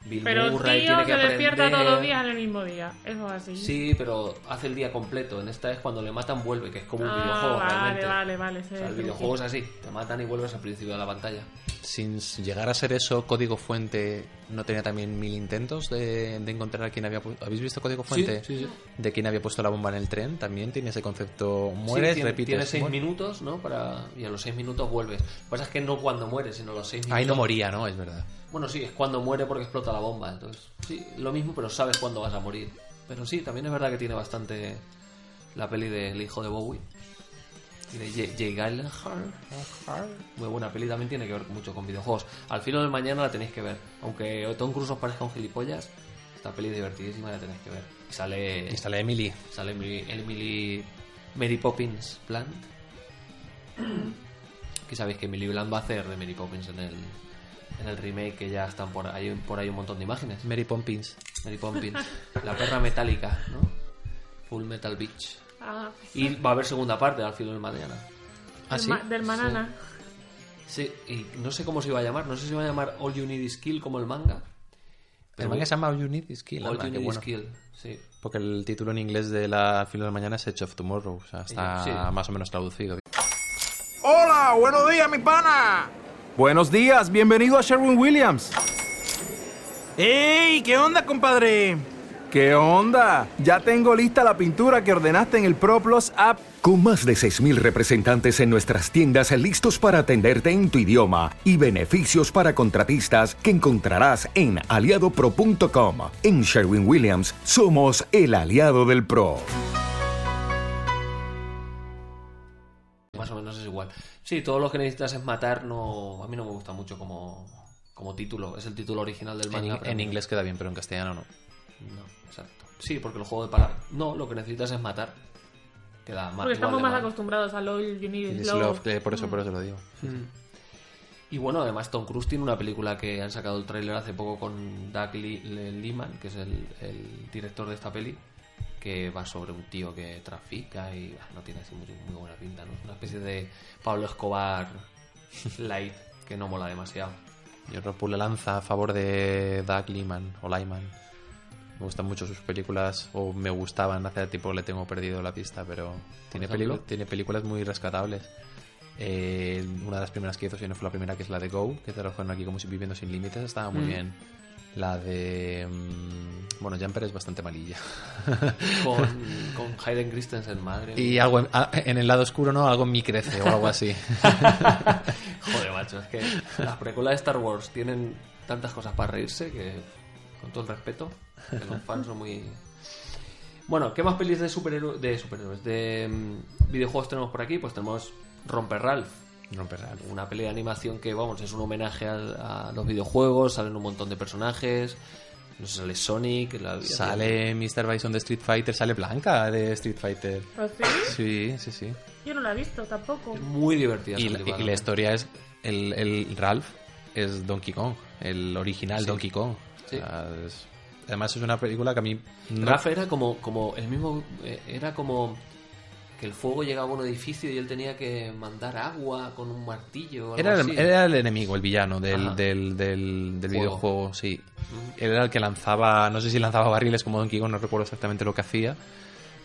[SPEAKER 1] Bill
[SPEAKER 2] Pero el
[SPEAKER 1] Murray
[SPEAKER 2] tío
[SPEAKER 1] tiene que
[SPEAKER 2] se despierta todos
[SPEAKER 1] aprender.
[SPEAKER 2] los días en el mismo día. Eso es así.
[SPEAKER 1] Sí, pero hace el día completo. En esta es cuando le matan, vuelve, que es como un
[SPEAKER 2] Ah,
[SPEAKER 1] videojuego
[SPEAKER 2] vale,
[SPEAKER 1] realmente.
[SPEAKER 2] vale, vale, sí,
[SPEAKER 1] O sea, el
[SPEAKER 2] sí,
[SPEAKER 1] videojuego
[SPEAKER 2] Eh, sí.
[SPEAKER 1] es así: te matan y vuelves al principio de la pantalla.
[SPEAKER 3] Sin llegar a ser eso, Código Fuente no tenía también mil intentos de, de encontrar a quien había pu- ¿Habéis visto Código Fuente?
[SPEAKER 1] sí, sí.
[SPEAKER 3] De quien había puesto la bomba en el tren. También tiene ese concepto. Mueres,
[SPEAKER 1] Sí, tiene-
[SPEAKER 3] repites.
[SPEAKER 1] Tienes seis
[SPEAKER 3] mueres.
[SPEAKER 1] minutos, ¿no? Para... Y a los seis minutos vuelves. Lo que pasa es que no cuando mueres, sino a los seis minutos.
[SPEAKER 3] Ahí no moría, ¿no? Es verdad.
[SPEAKER 1] Bueno, sí, es cuando muere porque explota la bomba. Entonces, sí, lo mismo, pero sabes cuándo vas a morir. Pero sí, también es verdad que tiene bastante la peli del hijo de Bowie. Y de J- Jay Gyllenhaal. Muy buena peli, también tiene que ver mucho con videojuegos. Al filo del mañana la tenéis que ver. Aunque Tom Cruise os parezca un gilipollas, esta peli es divertidísima la tenéis que ver. Y sale...
[SPEAKER 3] Y sale Emily.
[SPEAKER 1] Sale Emily, Emily- Mary Poppins Plant. Que sabéis que Emily Blunt va a hacer de Mary Poppins en el, en el remake, que ya están por ahí, por ahí un montón de imágenes.
[SPEAKER 3] Mary Poppins.
[SPEAKER 1] Mary Poppins. La perra metálica, ¿no? Full Metal Beach.
[SPEAKER 2] Ah.
[SPEAKER 1] Y va a haber segunda parte al final del mañana. Ah,
[SPEAKER 3] Ah,
[SPEAKER 2] Del ma- Del manana.
[SPEAKER 1] Sí, y no sé cómo se iba a llamar. No sé si se va a llamar All You Need Is Kill como el manga.
[SPEAKER 3] El manga se llama All You Need Is Kill.
[SPEAKER 1] All You
[SPEAKER 3] anda, qué
[SPEAKER 1] Need Is
[SPEAKER 3] bueno.
[SPEAKER 1] Kill, sí.
[SPEAKER 3] Porque el título en inglés de la al filo de la mañana es Edge of Tomorrow. O sea, está
[SPEAKER 7] Sí.
[SPEAKER 3] más o menos traducido.
[SPEAKER 8] Hola, buenos días, mi pana. Buenos días, bienvenido a Sherwin Williams. ¡Ey! ¿Qué onda, compadre? ¿Qué onda? Ya tengo lista la pintura que ordenaste en el ProPlus app.
[SPEAKER 9] Con más de 6.000 representantes en nuestras tiendas listos para atenderte en tu idioma y beneficios para contratistas que encontrarás en aliadopro.com. En Sherwin Williams somos el aliado del PRO.
[SPEAKER 1] Más o menos es igual. Sí, todo lo que necesitas es matar, no. A mí no me gusta mucho como, como título. Es el título original del
[SPEAKER 3] En
[SPEAKER 1] manga.
[SPEAKER 3] in- en inglés queda bien, pero en castellano no.
[SPEAKER 1] No, exacto. Sí, porque el juego de palabras. No, lo que necesitas es matar. Queda ma-
[SPEAKER 2] Porque estamos
[SPEAKER 1] igual de
[SPEAKER 2] más
[SPEAKER 1] mal.
[SPEAKER 2] acostumbrados a LOL, You Need
[SPEAKER 3] Y
[SPEAKER 2] Is
[SPEAKER 3] es
[SPEAKER 2] Love.
[SPEAKER 3] love, eh, por eso, por eso lo digo.
[SPEAKER 1] Mm. Y bueno, además Tom Cruise tiene una película que han sacado el tráiler hace poco con Doug Li- Le- Liman, que es el, el director de esta peli, que va sobre un tío que trafica y bah, no tiene así muy, muy buena pinta, ¿no? Es una especie de Pablo Escobar light que no mola demasiado.
[SPEAKER 3] Yo rompo la lanza a favor de Doug Liman o Lyman. Me gustan mucho sus películas, o me gustaban, hace tiempo le tengo perdido la pista, pero tiene,
[SPEAKER 1] ejemplo?
[SPEAKER 3] pelicu- tiene películas muy rescatables. Eh, una de las primeras que hizo, si no fue la primera, que es la de Go, que trabajaron aquí como si viviendo sin límites, estaba muy
[SPEAKER 1] Mm.
[SPEAKER 3] bien. La de... mm, bueno, Jumper es bastante malilla.
[SPEAKER 1] Con, con Hayden Christensen, madre.
[SPEAKER 3] Y algo en, a- en el lado oscuro, ¿no? Algo en mi crece o algo así.
[SPEAKER 1] Joder, macho, es que las películas de Star Wars tienen tantas cosas para reírse que, con todo el respeto, que los fans son muy... Bueno, ¿qué más pelis de superhéroes, de, superhéroes, de mm, videojuegos tenemos por aquí? Pues tenemos Romper Ralph.
[SPEAKER 3] Romper Ralph.
[SPEAKER 1] Una peli de animación que, vamos, es un homenaje al- a, los videojuegos, salen un montón de personajes, no sé, sale Sonic, la-
[SPEAKER 3] sale Mr. Bison de Street Fighter, sale Blanca de Street Fighter.
[SPEAKER 2] ¿Ah, sí?
[SPEAKER 3] Sí, sí, sí.
[SPEAKER 2] Yo no la he visto tampoco.
[SPEAKER 1] Muy divertida.
[SPEAKER 3] Y,
[SPEAKER 1] esa
[SPEAKER 3] la-
[SPEAKER 1] película
[SPEAKER 3] y la historia es el, el Ralph es Donkey Kong, el original
[SPEAKER 1] Sí.
[SPEAKER 3] Donkey Kong. O sea, es- además es una película que a mí... no-
[SPEAKER 1] Rafa era como, como el mismo. eh, Era como que el fuego llegaba a un edificio y él tenía que mandar agua con un martillo. o algo
[SPEAKER 3] Era el,
[SPEAKER 1] así.
[SPEAKER 3] era el enemigo, el villano
[SPEAKER 1] Ajá.
[SPEAKER 3] del, del, del, del
[SPEAKER 1] Juego.
[SPEAKER 3] videojuego, sí.
[SPEAKER 1] Ujú.
[SPEAKER 3] Él era el que lanzaba, no sé si lanzaba barriles como Donkey Kong, no recuerdo exactamente lo que hacía,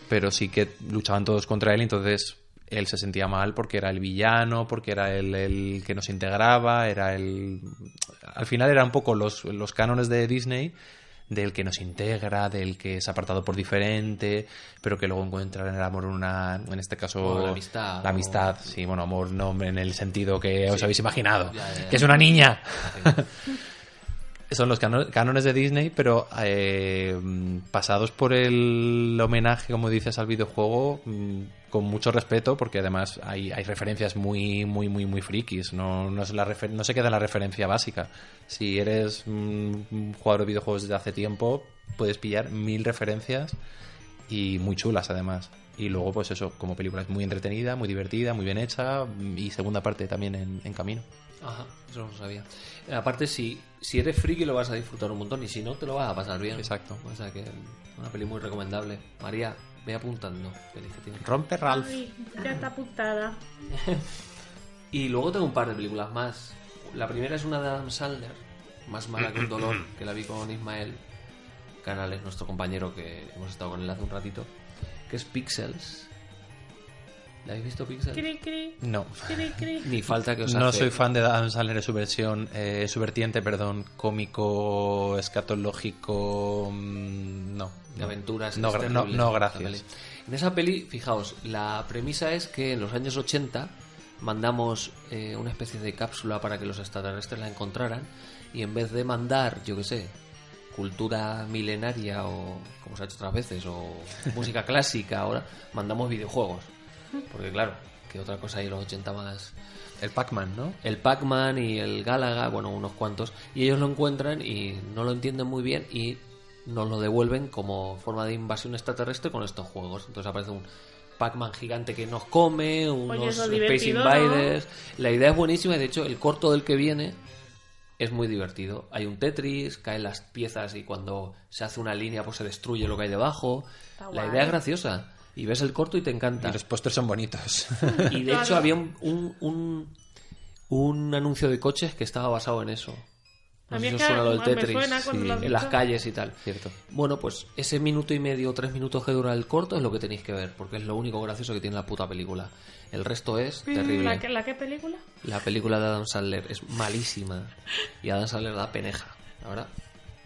[SPEAKER 3] pero sí que luchaban todos contra él, entonces él se sentía mal porque era el villano, porque era el, el que nos integraba, era el... Al final eran un poco los, los cánones de Disney del que nos integra, del que es apartado por diferente, pero que luego encuentra en el amor una, en este caso,
[SPEAKER 1] O la amistad,
[SPEAKER 3] la
[SPEAKER 1] o-
[SPEAKER 3] amistad, sí, bueno, amor no en el sentido que os
[SPEAKER 1] Sí.
[SPEAKER 3] habéis imaginado,
[SPEAKER 1] Ya, ya, ya.
[SPEAKER 3] que es una niña.
[SPEAKER 1] Sí.
[SPEAKER 3] Son los cano- cánones de Disney, pero eh, mm, pasados por el homenaje, como dices, al videojuego, mm, con mucho respeto, porque además hay, hay referencias muy, muy, muy, muy frikis. No, no, es la refer- no se queda en la referencia básica. Si eres mm, un jugador de videojuegos desde hace tiempo, puedes pillar mil referencias y muy chulas además. Y luego, pues eso, como película es muy entretenida, muy divertida, muy bien hecha mm, y segunda parte también en, en camino.
[SPEAKER 1] Ajá, eso no lo sabía. Eh, Aparte, si, si eres friki lo vas a disfrutar un montón y si no, te lo vas a pasar bien. Exacto. O sea que mm, una peli muy recomendable. María, ve apuntando. pelis que tienes.
[SPEAKER 3] Rompe
[SPEAKER 2] Ay, ya está apuntada.
[SPEAKER 1] Y luego tengo un par de películas más. La primera es una de Adam Sandler, más mala que un dolor, que la vi con Ismael Canales, nuestro compañero que hemos estado con él hace un ratito, que es Pixels. ¿La habéis visto Pixels?
[SPEAKER 2] Cri, cri.
[SPEAKER 3] No.
[SPEAKER 2] Cri, cri.
[SPEAKER 1] Ni falta que os
[SPEAKER 3] No
[SPEAKER 1] hace.
[SPEAKER 3] soy fan de Adam Sandler en su versión, eh, su vertiente, perdón, cómico, escatológico. mm, No.
[SPEAKER 1] de aventuras.
[SPEAKER 3] No,
[SPEAKER 1] es
[SPEAKER 3] gra- no,
[SPEAKER 1] terrible
[SPEAKER 3] no,
[SPEAKER 1] esa
[SPEAKER 3] gracias.
[SPEAKER 1] peli. En esa peli, fijaos, la premisa es que en los años 80 mandamos eh, una especie de cápsula para que los extraterrestres la encontraran y en vez de mandar, yo qué sé, cultura milenaria o como se ha hecho otras veces o música clásica ahora, mandamos videojuegos. Porque claro, que otra cosa hay en los 80 más
[SPEAKER 3] el Pac-Man, ¿no?
[SPEAKER 1] El Pac-Man y el Galaga, bueno, unos cuantos. Y ellos lo encuentran y no lo entienden muy bien y nos lo devuelven como forma de invasión extraterrestre con estos juegos. Entonces aparece un Pac-Man gigante que nos come, unos
[SPEAKER 2] eso es
[SPEAKER 1] Space
[SPEAKER 2] divertido, ¿no?
[SPEAKER 1] Invaders. La idea es buenísima y de hecho el corto del que viene es muy divertido. Hay un Tetris, caen las piezas y cuando se hace una línea pues se destruye lo que hay debajo.
[SPEAKER 2] Está
[SPEAKER 1] La
[SPEAKER 2] guay.
[SPEAKER 1] idea es graciosa. Y ves el corto y te encanta.
[SPEAKER 3] Y los pósters son bonitos.
[SPEAKER 1] Y de
[SPEAKER 2] Claro.
[SPEAKER 1] hecho había un, un, un- un anuncio de coches que estaba basado en eso. No
[SPEAKER 2] A mí
[SPEAKER 1] sé si
[SPEAKER 2] es
[SPEAKER 1] os
[SPEAKER 2] que
[SPEAKER 1] suena lo del
[SPEAKER 2] me
[SPEAKER 1] Tetris.
[SPEAKER 2] suena cuando lo has
[SPEAKER 1] en las
[SPEAKER 2] dicho.
[SPEAKER 1] calles y tal.
[SPEAKER 3] Cierto.
[SPEAKER 1] Bueno, pues ese minuto y medio o tres minutos que dura el corto es lo que tenéis que ver, porque es lo único gracioso que tiene la puta película. El resto es terrible.
[SPEAKER 2] Mm, ¿La, que- ¿La qué película?
[SPEAKER 1] La película de Adam Sandler es malísima. Y Adam Sandler da peneja, la verdad.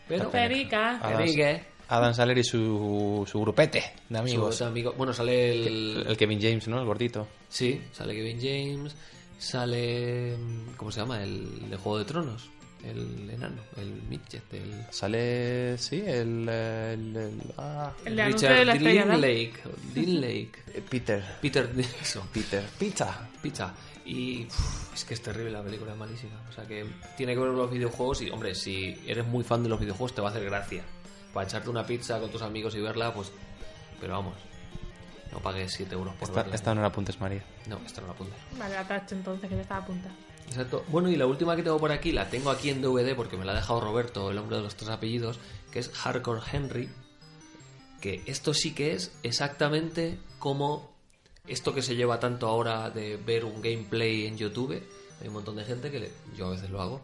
[SPEAKER 1] Pero.
[SPEAKER 2] Perica.
[SPEAKER 1] Adam- Enrique.
[SPEAKER 3] Adam Sandler y su, su grupete de amigos.
[SPEAKER 1] Su amigo- Bueno, sale el.
[SPEAKER 3] El Kevin James, ¿no? El gordito.
[SPEAKER 1] Sí, sale Kevin James, sale. mm, ¿Cómo se llama? El de Juego de Tronos. El enano, el midget, el.
[SPEAKER 3] Sale, sí, el. el, el- ah,
[SPEAKER 2] El de anuncio de la estrella, ¿no? Eh,
[SPEAKER 1] Lake, Dean Lake.
[SPEAKER 3] Peter.
[SPEAKER 1] Peter, eso,
[SPEAKER 3] Peter. Pizza.
[SPEAKER 1] pizza. Y uf, es que es terrible la película, es malísima. O sea que tiene que ver con los videojuegos y, hombre, si eres muy fan de los videojuegos te va a hacer gracia. Para echarte una pizza con tus amigos y verla, pues... Pero vamos, no pagues 7 euros por
[SPEAKER 3] Esta,
[SPEAKER 1] verla.
[SPEAKER 3] esta no la apuntes, María.
[SPEAKER 1] No, esta no la apuntes.
[SPEAKER 2] Vale, la tacho entonces, que ya estaba apuntada.
[SPEAKER 1] Exacto. Bueno, y la última que tengo por aquí, la tengo aquí en DVD porque me la ha dejado Roberto, el hombre de los tres apellidos, que es Hardcore Henry. Que esto sí que es exactamente como esto que se lleva tanto ahora de ver un gameplay en YouTube. Hay un montón de gente que le- yo a veces lo hago,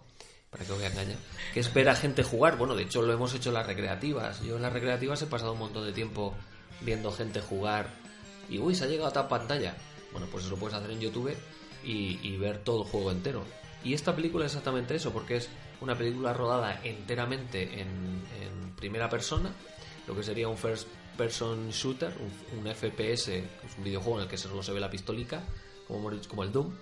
[SPEAKER 1] para que os voy a engañar, que es ver a gente jugar. Bueno, de hecho lo hemos hecho en las recreativas. Yo en las recreativas he pasado un montón de tiempo viendo gente jugar y uy, se ha llegado a tal pantalla. Bueno, pues eso lo puedes hacer en YouTube y, y ver todo el juego entero. Y esta película es exactamente eso, porque es una película rodada enteramente en, en primera persona, lo que sería un first person shooter, un, un FPS, que es un videojuego en el que solo se ve la pistolica, como, hemos dicho, como el Doom,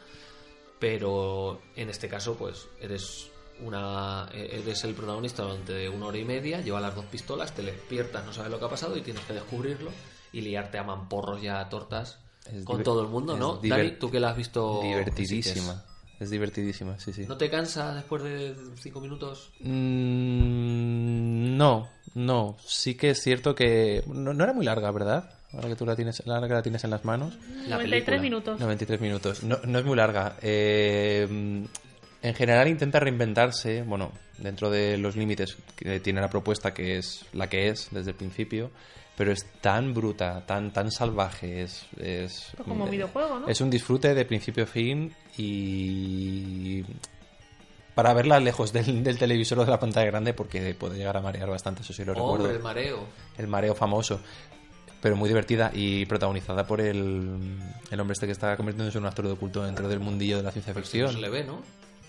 [SPEAKER 1] pero en este caso pues eres una e-, eres el protagonista durante una hora y media lleva las dos pistolas te despiertas no sabes lo que ha pasado y tienes que descubrirlo y liarte a mamporros y a tortas
[SPEAKER 3] Es
[SPEAKER 1] con
[SPEAKER 3] diver-
[SPEAKER 1] todo el mundo
[SPEAKER 3] es
[SPEAKER 1] no
[SPEAKER 3] diver-
[SPEAKER 1] Dani tú Oh, pues que la has visto
[SPEAKER 3] Divertidísima. Es divertidísima, sí, sí.
[SPEAKER 1] no te cansa después de cinco minutos
[SPEAKER 3] Mm, no, no. Sí que es cierto que no, no era muy larga, ¿verdad? Ahora que tú la tienes, ahora que la tienes en las manos.
[SPEAKER 2] La 93 película. minutos.
[SPEAKER 3] 93 minutos. No, no es muy larga. Eh, En general intenta reinventarse, bueno, dentro de los límites que tiene la propuesta, que es la que es desde el principio, pero es tan bruta, tan, tan salvaje, es... es
[SPEAKER 2] Pues Como
[SPEAKER 3] eh,
[SPEAKER 2] videojuego, ¿no?
[SPEAKER 3] Es un disfrute de principio a fin y... Para verla lejos del, del televisor o de la pantalla grande porque puede llegar a marear bastante, eso sí lo
[SPEAKER 1] Hombre,
[SPEAKER 3] recuerdo.
[SPEAKER 1] el mareo.
[SPEAKER 3] El mareo famoso. Pero muy divertida y protagonizada por el, el hombre este que está convirtiéndose en un actor de culto dentro del mundillo de la ciencia
[SPEAKER 1] Sí, no
[SPEAKER 3] ficción.
[SPEAKER 1] se le ve, ¿no?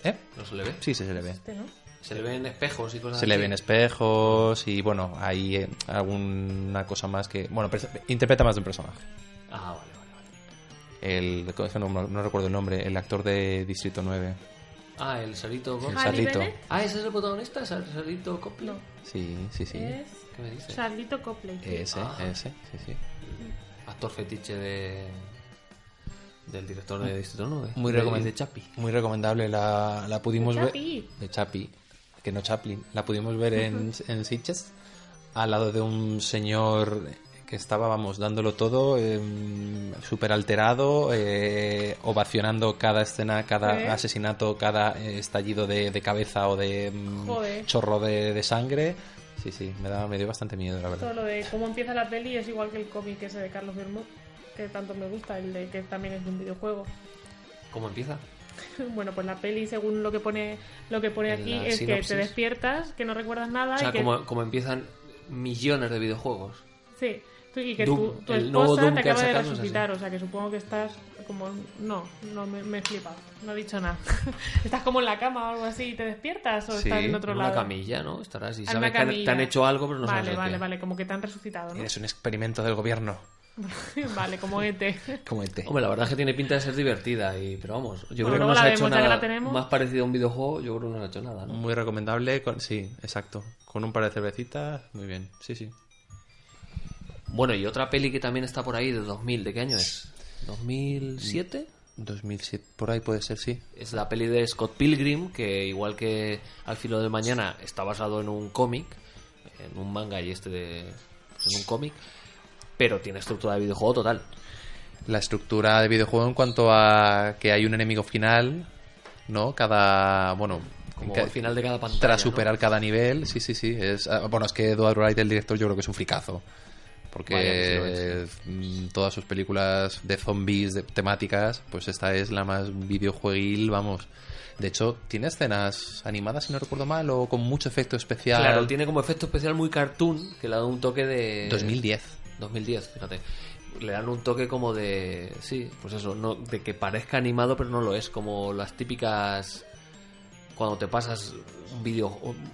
[SPEAKER 3] ¿Eh?
[SPEAKER 1] No se le ve.
[SPEAKER 3] Sí, sí, se le ve.
[SPEAKER 2] Este, ¿no?
[SPEAKER 1] Se le ven espejos y cosas
[SPEAKER 3] Se le
[SPEAKER 1] así.
[SPEAKER 3] ven espejos y bueno, hay eh, alguna cosa más que... Bueno, pres- interpreta más de un personaje.
[SPEAKER 1] Ah, vale, vale.
[SPEAKER 3] El, es que no, no recuerdo el nombre, el actor de Distrito 9.
[SPEAKER 1] Ah, el Sarito
[SPEAKER 3] El Sarito.
[SPEAKER 1] Ah, ese es el protagonista, Sar- Sarito Copley.
[SPEAKER 3] Sí, sí, sí.
[SPEAKER 2] Eh.
[SPEAKER 1] Es- ¿Qué me dices?
[SPEAKER 2] Charlito Copley.
[SPEAKER 3] Ese,
[SPEAKER 1] Ah.
[SPEAKER 3] ese, sí, sí.
[SPEAKER 1] Actor fetiche de del director de Distrito 9.
[SPEAKER 3] Muy,
[SPEAKER 1] de,
[SPEAKER 3] recomen-
[SPEAKER 1] de Chapi.
[SPEAKER 3] muy recomendable. La, la pudimos
[SPEAKER 1] De
[SPEAKER 3] ver.
[SPEAKER 1] Chapi.
[SPEAKER 3] De Chapi. Que no Chaplin. La pudimos ver en, en Sitges. Al lado de un señor que estaba, vamos, dándolo todo. súper alterado. ovacionando cada escena, cada
[SPEAKER 2] ¿Eh?
[SPEAKER 3] asesinato, cada eh, estallido de, de cabeza o de mm,
[SPEAKER 2] Joder.
[SPEAKER 3] chorro de, de sangre. Sí, sí, me, daba, me dio bastante miedo, la verdad.
[SPEAKER 2] Todo lo de cómo empieza la peli es igual que el cómic ese de Carlos Bermud, que tanto me gusta, el de que también es de un videojuego.
[SPEAKER 1] ¿Cómo empieza?
[SPEAKER 2] Bueno, pues la peli, según lo que pone, lo que pone
[SPEAKER 1] En
[SPEAKER 2] aquí,
[SPEAKER 1] la
[SPEAKER 2] es que
[SPEAKER 1] sinopsis.
[SPEAKER 2] te despiertas, que no recuerdas nada
[SPEAKER 1] O sea,
[SPEAKER 2] y que,
[SPEAKER 1] como, como empiezan millones de videojuegos.
[SPEAKER 2] sí, tú- y que
[SPEAKER 1] Doom,
[SPEAKER 2] tu, tu
[SPEAKER 1] el nuevo
[SPEAKER 2] esposa
[SPEAKER 1] Doom
[SPEAKER 2] te
[SPEAKER 1] que ha
[SPEAKER 2] acaba de
[SPEAKER 1] sacado es así.
[SPEAKER 2] resucitar, o sea, que supongo que estás como... No, no me, me he flipado, no he dicho nada. estás como en la cama o algo así y te despiertas o estás en otro
[SPEAKER 1] una
[SPEAKER 2] lado.
[SPEAKER 1] camilla, ¿no? Estarás y
[SPEAKER 2] En
[SPEAKER 1] sabes
[SPEAKER 2] una
[SPEAKER 1] que han- te
[SPEAKER 2] camilla.
[SPEAKER 1] han hecho algo, pero no
[SPEAKER 2] Vale,
[SPEAKER 1] sabes
[SPEAKER 2] vale,
[SPEAKER 1] qué.
[SPEAKER 2] vale, como que te han resucitado, ¿no?
[SPEAKER 3] Eres un experimento del gobierno.
[SPEAKER 2] vale, como E ET.
[SPEAKER 3] Como este. ET.
[SPEAKER 1] Hombre, la verdad es que tiene pinta de ser divertida, y, pero vamos, yo
[SPEAKER 2] Bueno,
[SPEAKER 1] creo que
[SPEAKER 2] luego
[SPEAKER 1] no se
[SPEAKER 2] la
[SPEAKER 1] ha
[SPEAKER 2] vemos,
[SPEAKER 1] hecho
[SPEAKER 2] ya que
[SPEAKER 1] nada
[SPEAKER 2] la tenemos.
[SPEAKER 1] más parecido a un videojuego, yo creo que no se ha hecho nada, ¿no?
[SPEAKER 3] Muy recomendable, con, sí, exacto. Con un par de cervecitas, muy bien, sí, sí.
[SPEAKER 1] Bueno, y otra peli que también está por ahí de 2000, ¿de qué año es? ¿2007?
[SPEAKER 3] Mm, 2007, por ahí puede ser, sí.
[SPEAKER 1] Es la peli de Scott Pilgrim, que igual que Al filo del mañana está basado en un cómic, en un manga y este de pues, en un cómic, pero tiene estructura de videojuego total.
[SPEAKER 3] La estructura de videojuego en cuanto a que hay un enemigo final, ¿no? Cada, bueno...
[SPEAKER 1] Como
[SPEAKER 3] ca-
[SPEAKER 1] al final de cada pantalla,
[SPEAKER 3] Tras
[SPEAKER 1] ¿no?
[SPEAKER 3] superar cada nivel, sí, sí, sí. Es, ah, bueno, es que Edward Wright, el director, yo creo que es un fricazo. Porque
[SPEAKER 1] Vaya, pues, que sí lo
[SPEAKER 3] mm, todas sus películas de zombies, de temáticas, pues esta es la más videojueguil, vamos. De hecho, tiene escenas animadas, si no recuerdo mal, o con mucho efecto especial.
[SPEAKER 1] Claro, tiene como efecto especial muy cartoon, que le da un toque de...
[SPEAKER 3] 2010.
[SPEAKER 1] 2010, fíjate. Le dan un toque como de... Sí, pues eso, no, de que parezca animado, pero no lo es. Como las típicas... Cuando te pasas un vídeo...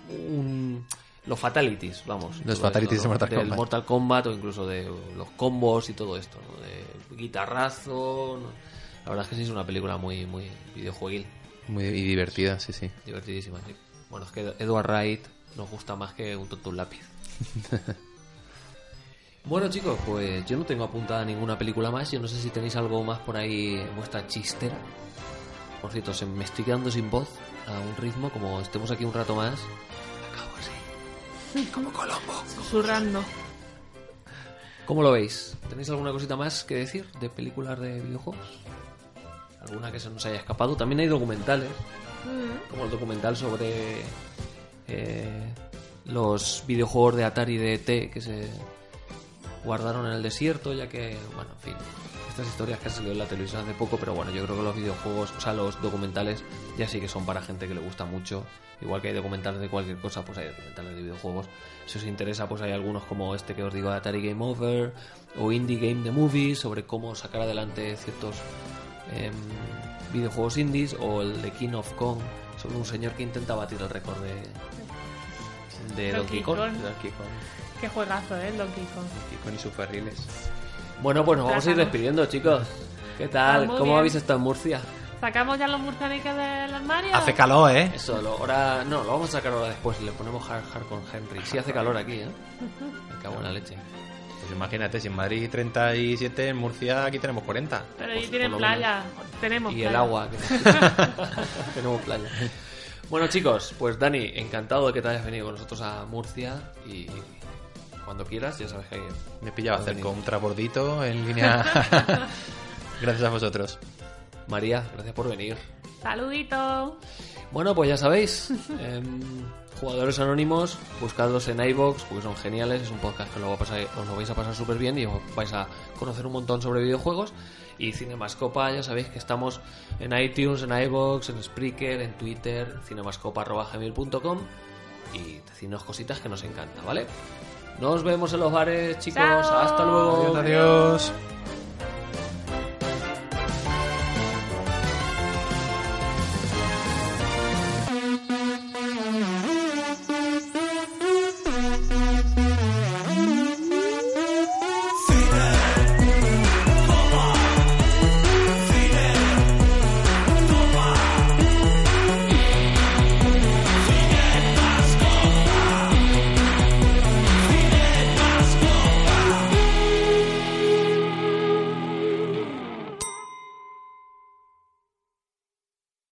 [SPEAKER 1] Un, los fatalities, vamos.
[SPEAKER 3] Los
[SPEAKER 1] todo
[SPEAKER 3] fatalities de Mortal
[SPEAKER 1] del
[SPEAKER 3] Kombat.
[SPEAKER 1] Mortal Kombat o incluso de los combos y todo esto. ¿no? De guitarrazo... ¿no? La verdad es que sí es una película muy, muy videojueguil.
[SPEAKER 3] Muy y divertida, sí, sí.
[SPEAKER 1] Divertidísima, sí. Bueno, es que Edward Wright nos gusta más que un tonto un lápiz. bueno, chicos, pues yo no tengo apuntada ninguna película más. Yo no sé si tenéis algo más por ahí en vuestra chistera. Por cierto, se me estoy quedando sin voz a un ritmo. Como estemos aquí un rato más, Como Colombo.
[SPEAKER 2] Susurrando.
[SPEAKER 1] ¿cómo lo veis? ¿Tenéis alguna cosita más que decir de películas de videojuegos? ¿Alguna que se nos haya escapado? También hay documentales. como el documental sobre eh, los videojuegos de Atari de ET que se guardaron en el desierto, ya que, bueno, en fin, estas historias que han salido en la televisión hace poco, pero bueno, yo creo que los videojuegos, o sea, los documentales ya sí que son para gente que le gusta mucho. Igual que hay documentales de cualquier cosa, pues hay documentales de videojuegos. Si os interesa, pues hay algunos como este que os digo de Atari Game Over o Indie Game The Movie sobre cómo sacar adelante ciertos em, videojuegos indies o el de King of Kong sobre un señor que intenta batir el récord de, de Donkey
[SPEAKER 2] Donkey
[SPEAKER 1] Kong.
[SPEAKER 2] Kong.
[SPEAKER 1] de Donkey Kong.
[SPEAKER 2] Qué juegazo, ¿eh? El Donkey Kong.
[SPEAKER 3] Con y sus barriles.
[SPEAKER 1] Bueno, pues nos vamos a ir
[SPEAKER 2] Plátanos.
[SPEAKER 1] despidiendo, chicos. ¿Qué tal?
[SPEAKER 2] Pues muy
[SPEAKER 1] ¿Cómo
[SPEAKER 2] bien.
[SPEAKER 1] habéis estado en Murcia?
[SPEAKER 2] ¿Sacamos ya los murcianicas del armario?
[SPEAKER 3] calor, ¿eh?
[SPEAKER 1] Eso, lo- ahora no, lo vamos a sacar ahora después. Le ponemos hard, hard con Henry. Sí hace calor aquí, ¿eh? Me cago en la leche.
[SPEAKER 3] Pues imagínate, si en Madrid 37, en Murcia aquí tenemos 40.
[SPEAKER 2] Pero
[SPEAKER 1] Por-
[SPEAKER 2] ahí tienen
[SPEAKER 1] por lo menos.
[SPEAKER 2] playa. Tenemos
[SPEAKER 1] Y
[SPEAKER 2] playa.
[SPEAKER 1] el agua. que- Tenemos playa. Bueno, chicos, pues Dani, encantado de que te hayas venido con nosotros a Murcia. Y cuando quieras, ya sabes que
[SPEAKER 3] Me pillaba
[SPEAKER 1] Madrid.
[SPEAKER 3] cerca un trabordito en línea. Gracias a vosotros.
[SPEAKER 1] María, gracias por venir.
[SPEAKER 2] Saludito.
[SPEAKER 1] Bueno, pues ya sabéis, em, jugadores anónimos, buscadlos en iBox porque son geniales. Es un podcast que luego pasar, os lo vais a pasar súper bien y os vais a conocer un montón sobre videojuegos. Y Cinemascopa, ya sabéis que estamos en iTunes, en iBox, en Spreaker, en Twitter, cinemascopa.gmail.com y decidnos cositas que nos encanta, ¿vale? Nos vemos en los bares, chicos.
[SPEAKER 2] Chao.
[SPEAKER 1] Hasta luego.
[SPEAKER 2] Adiós, adiós.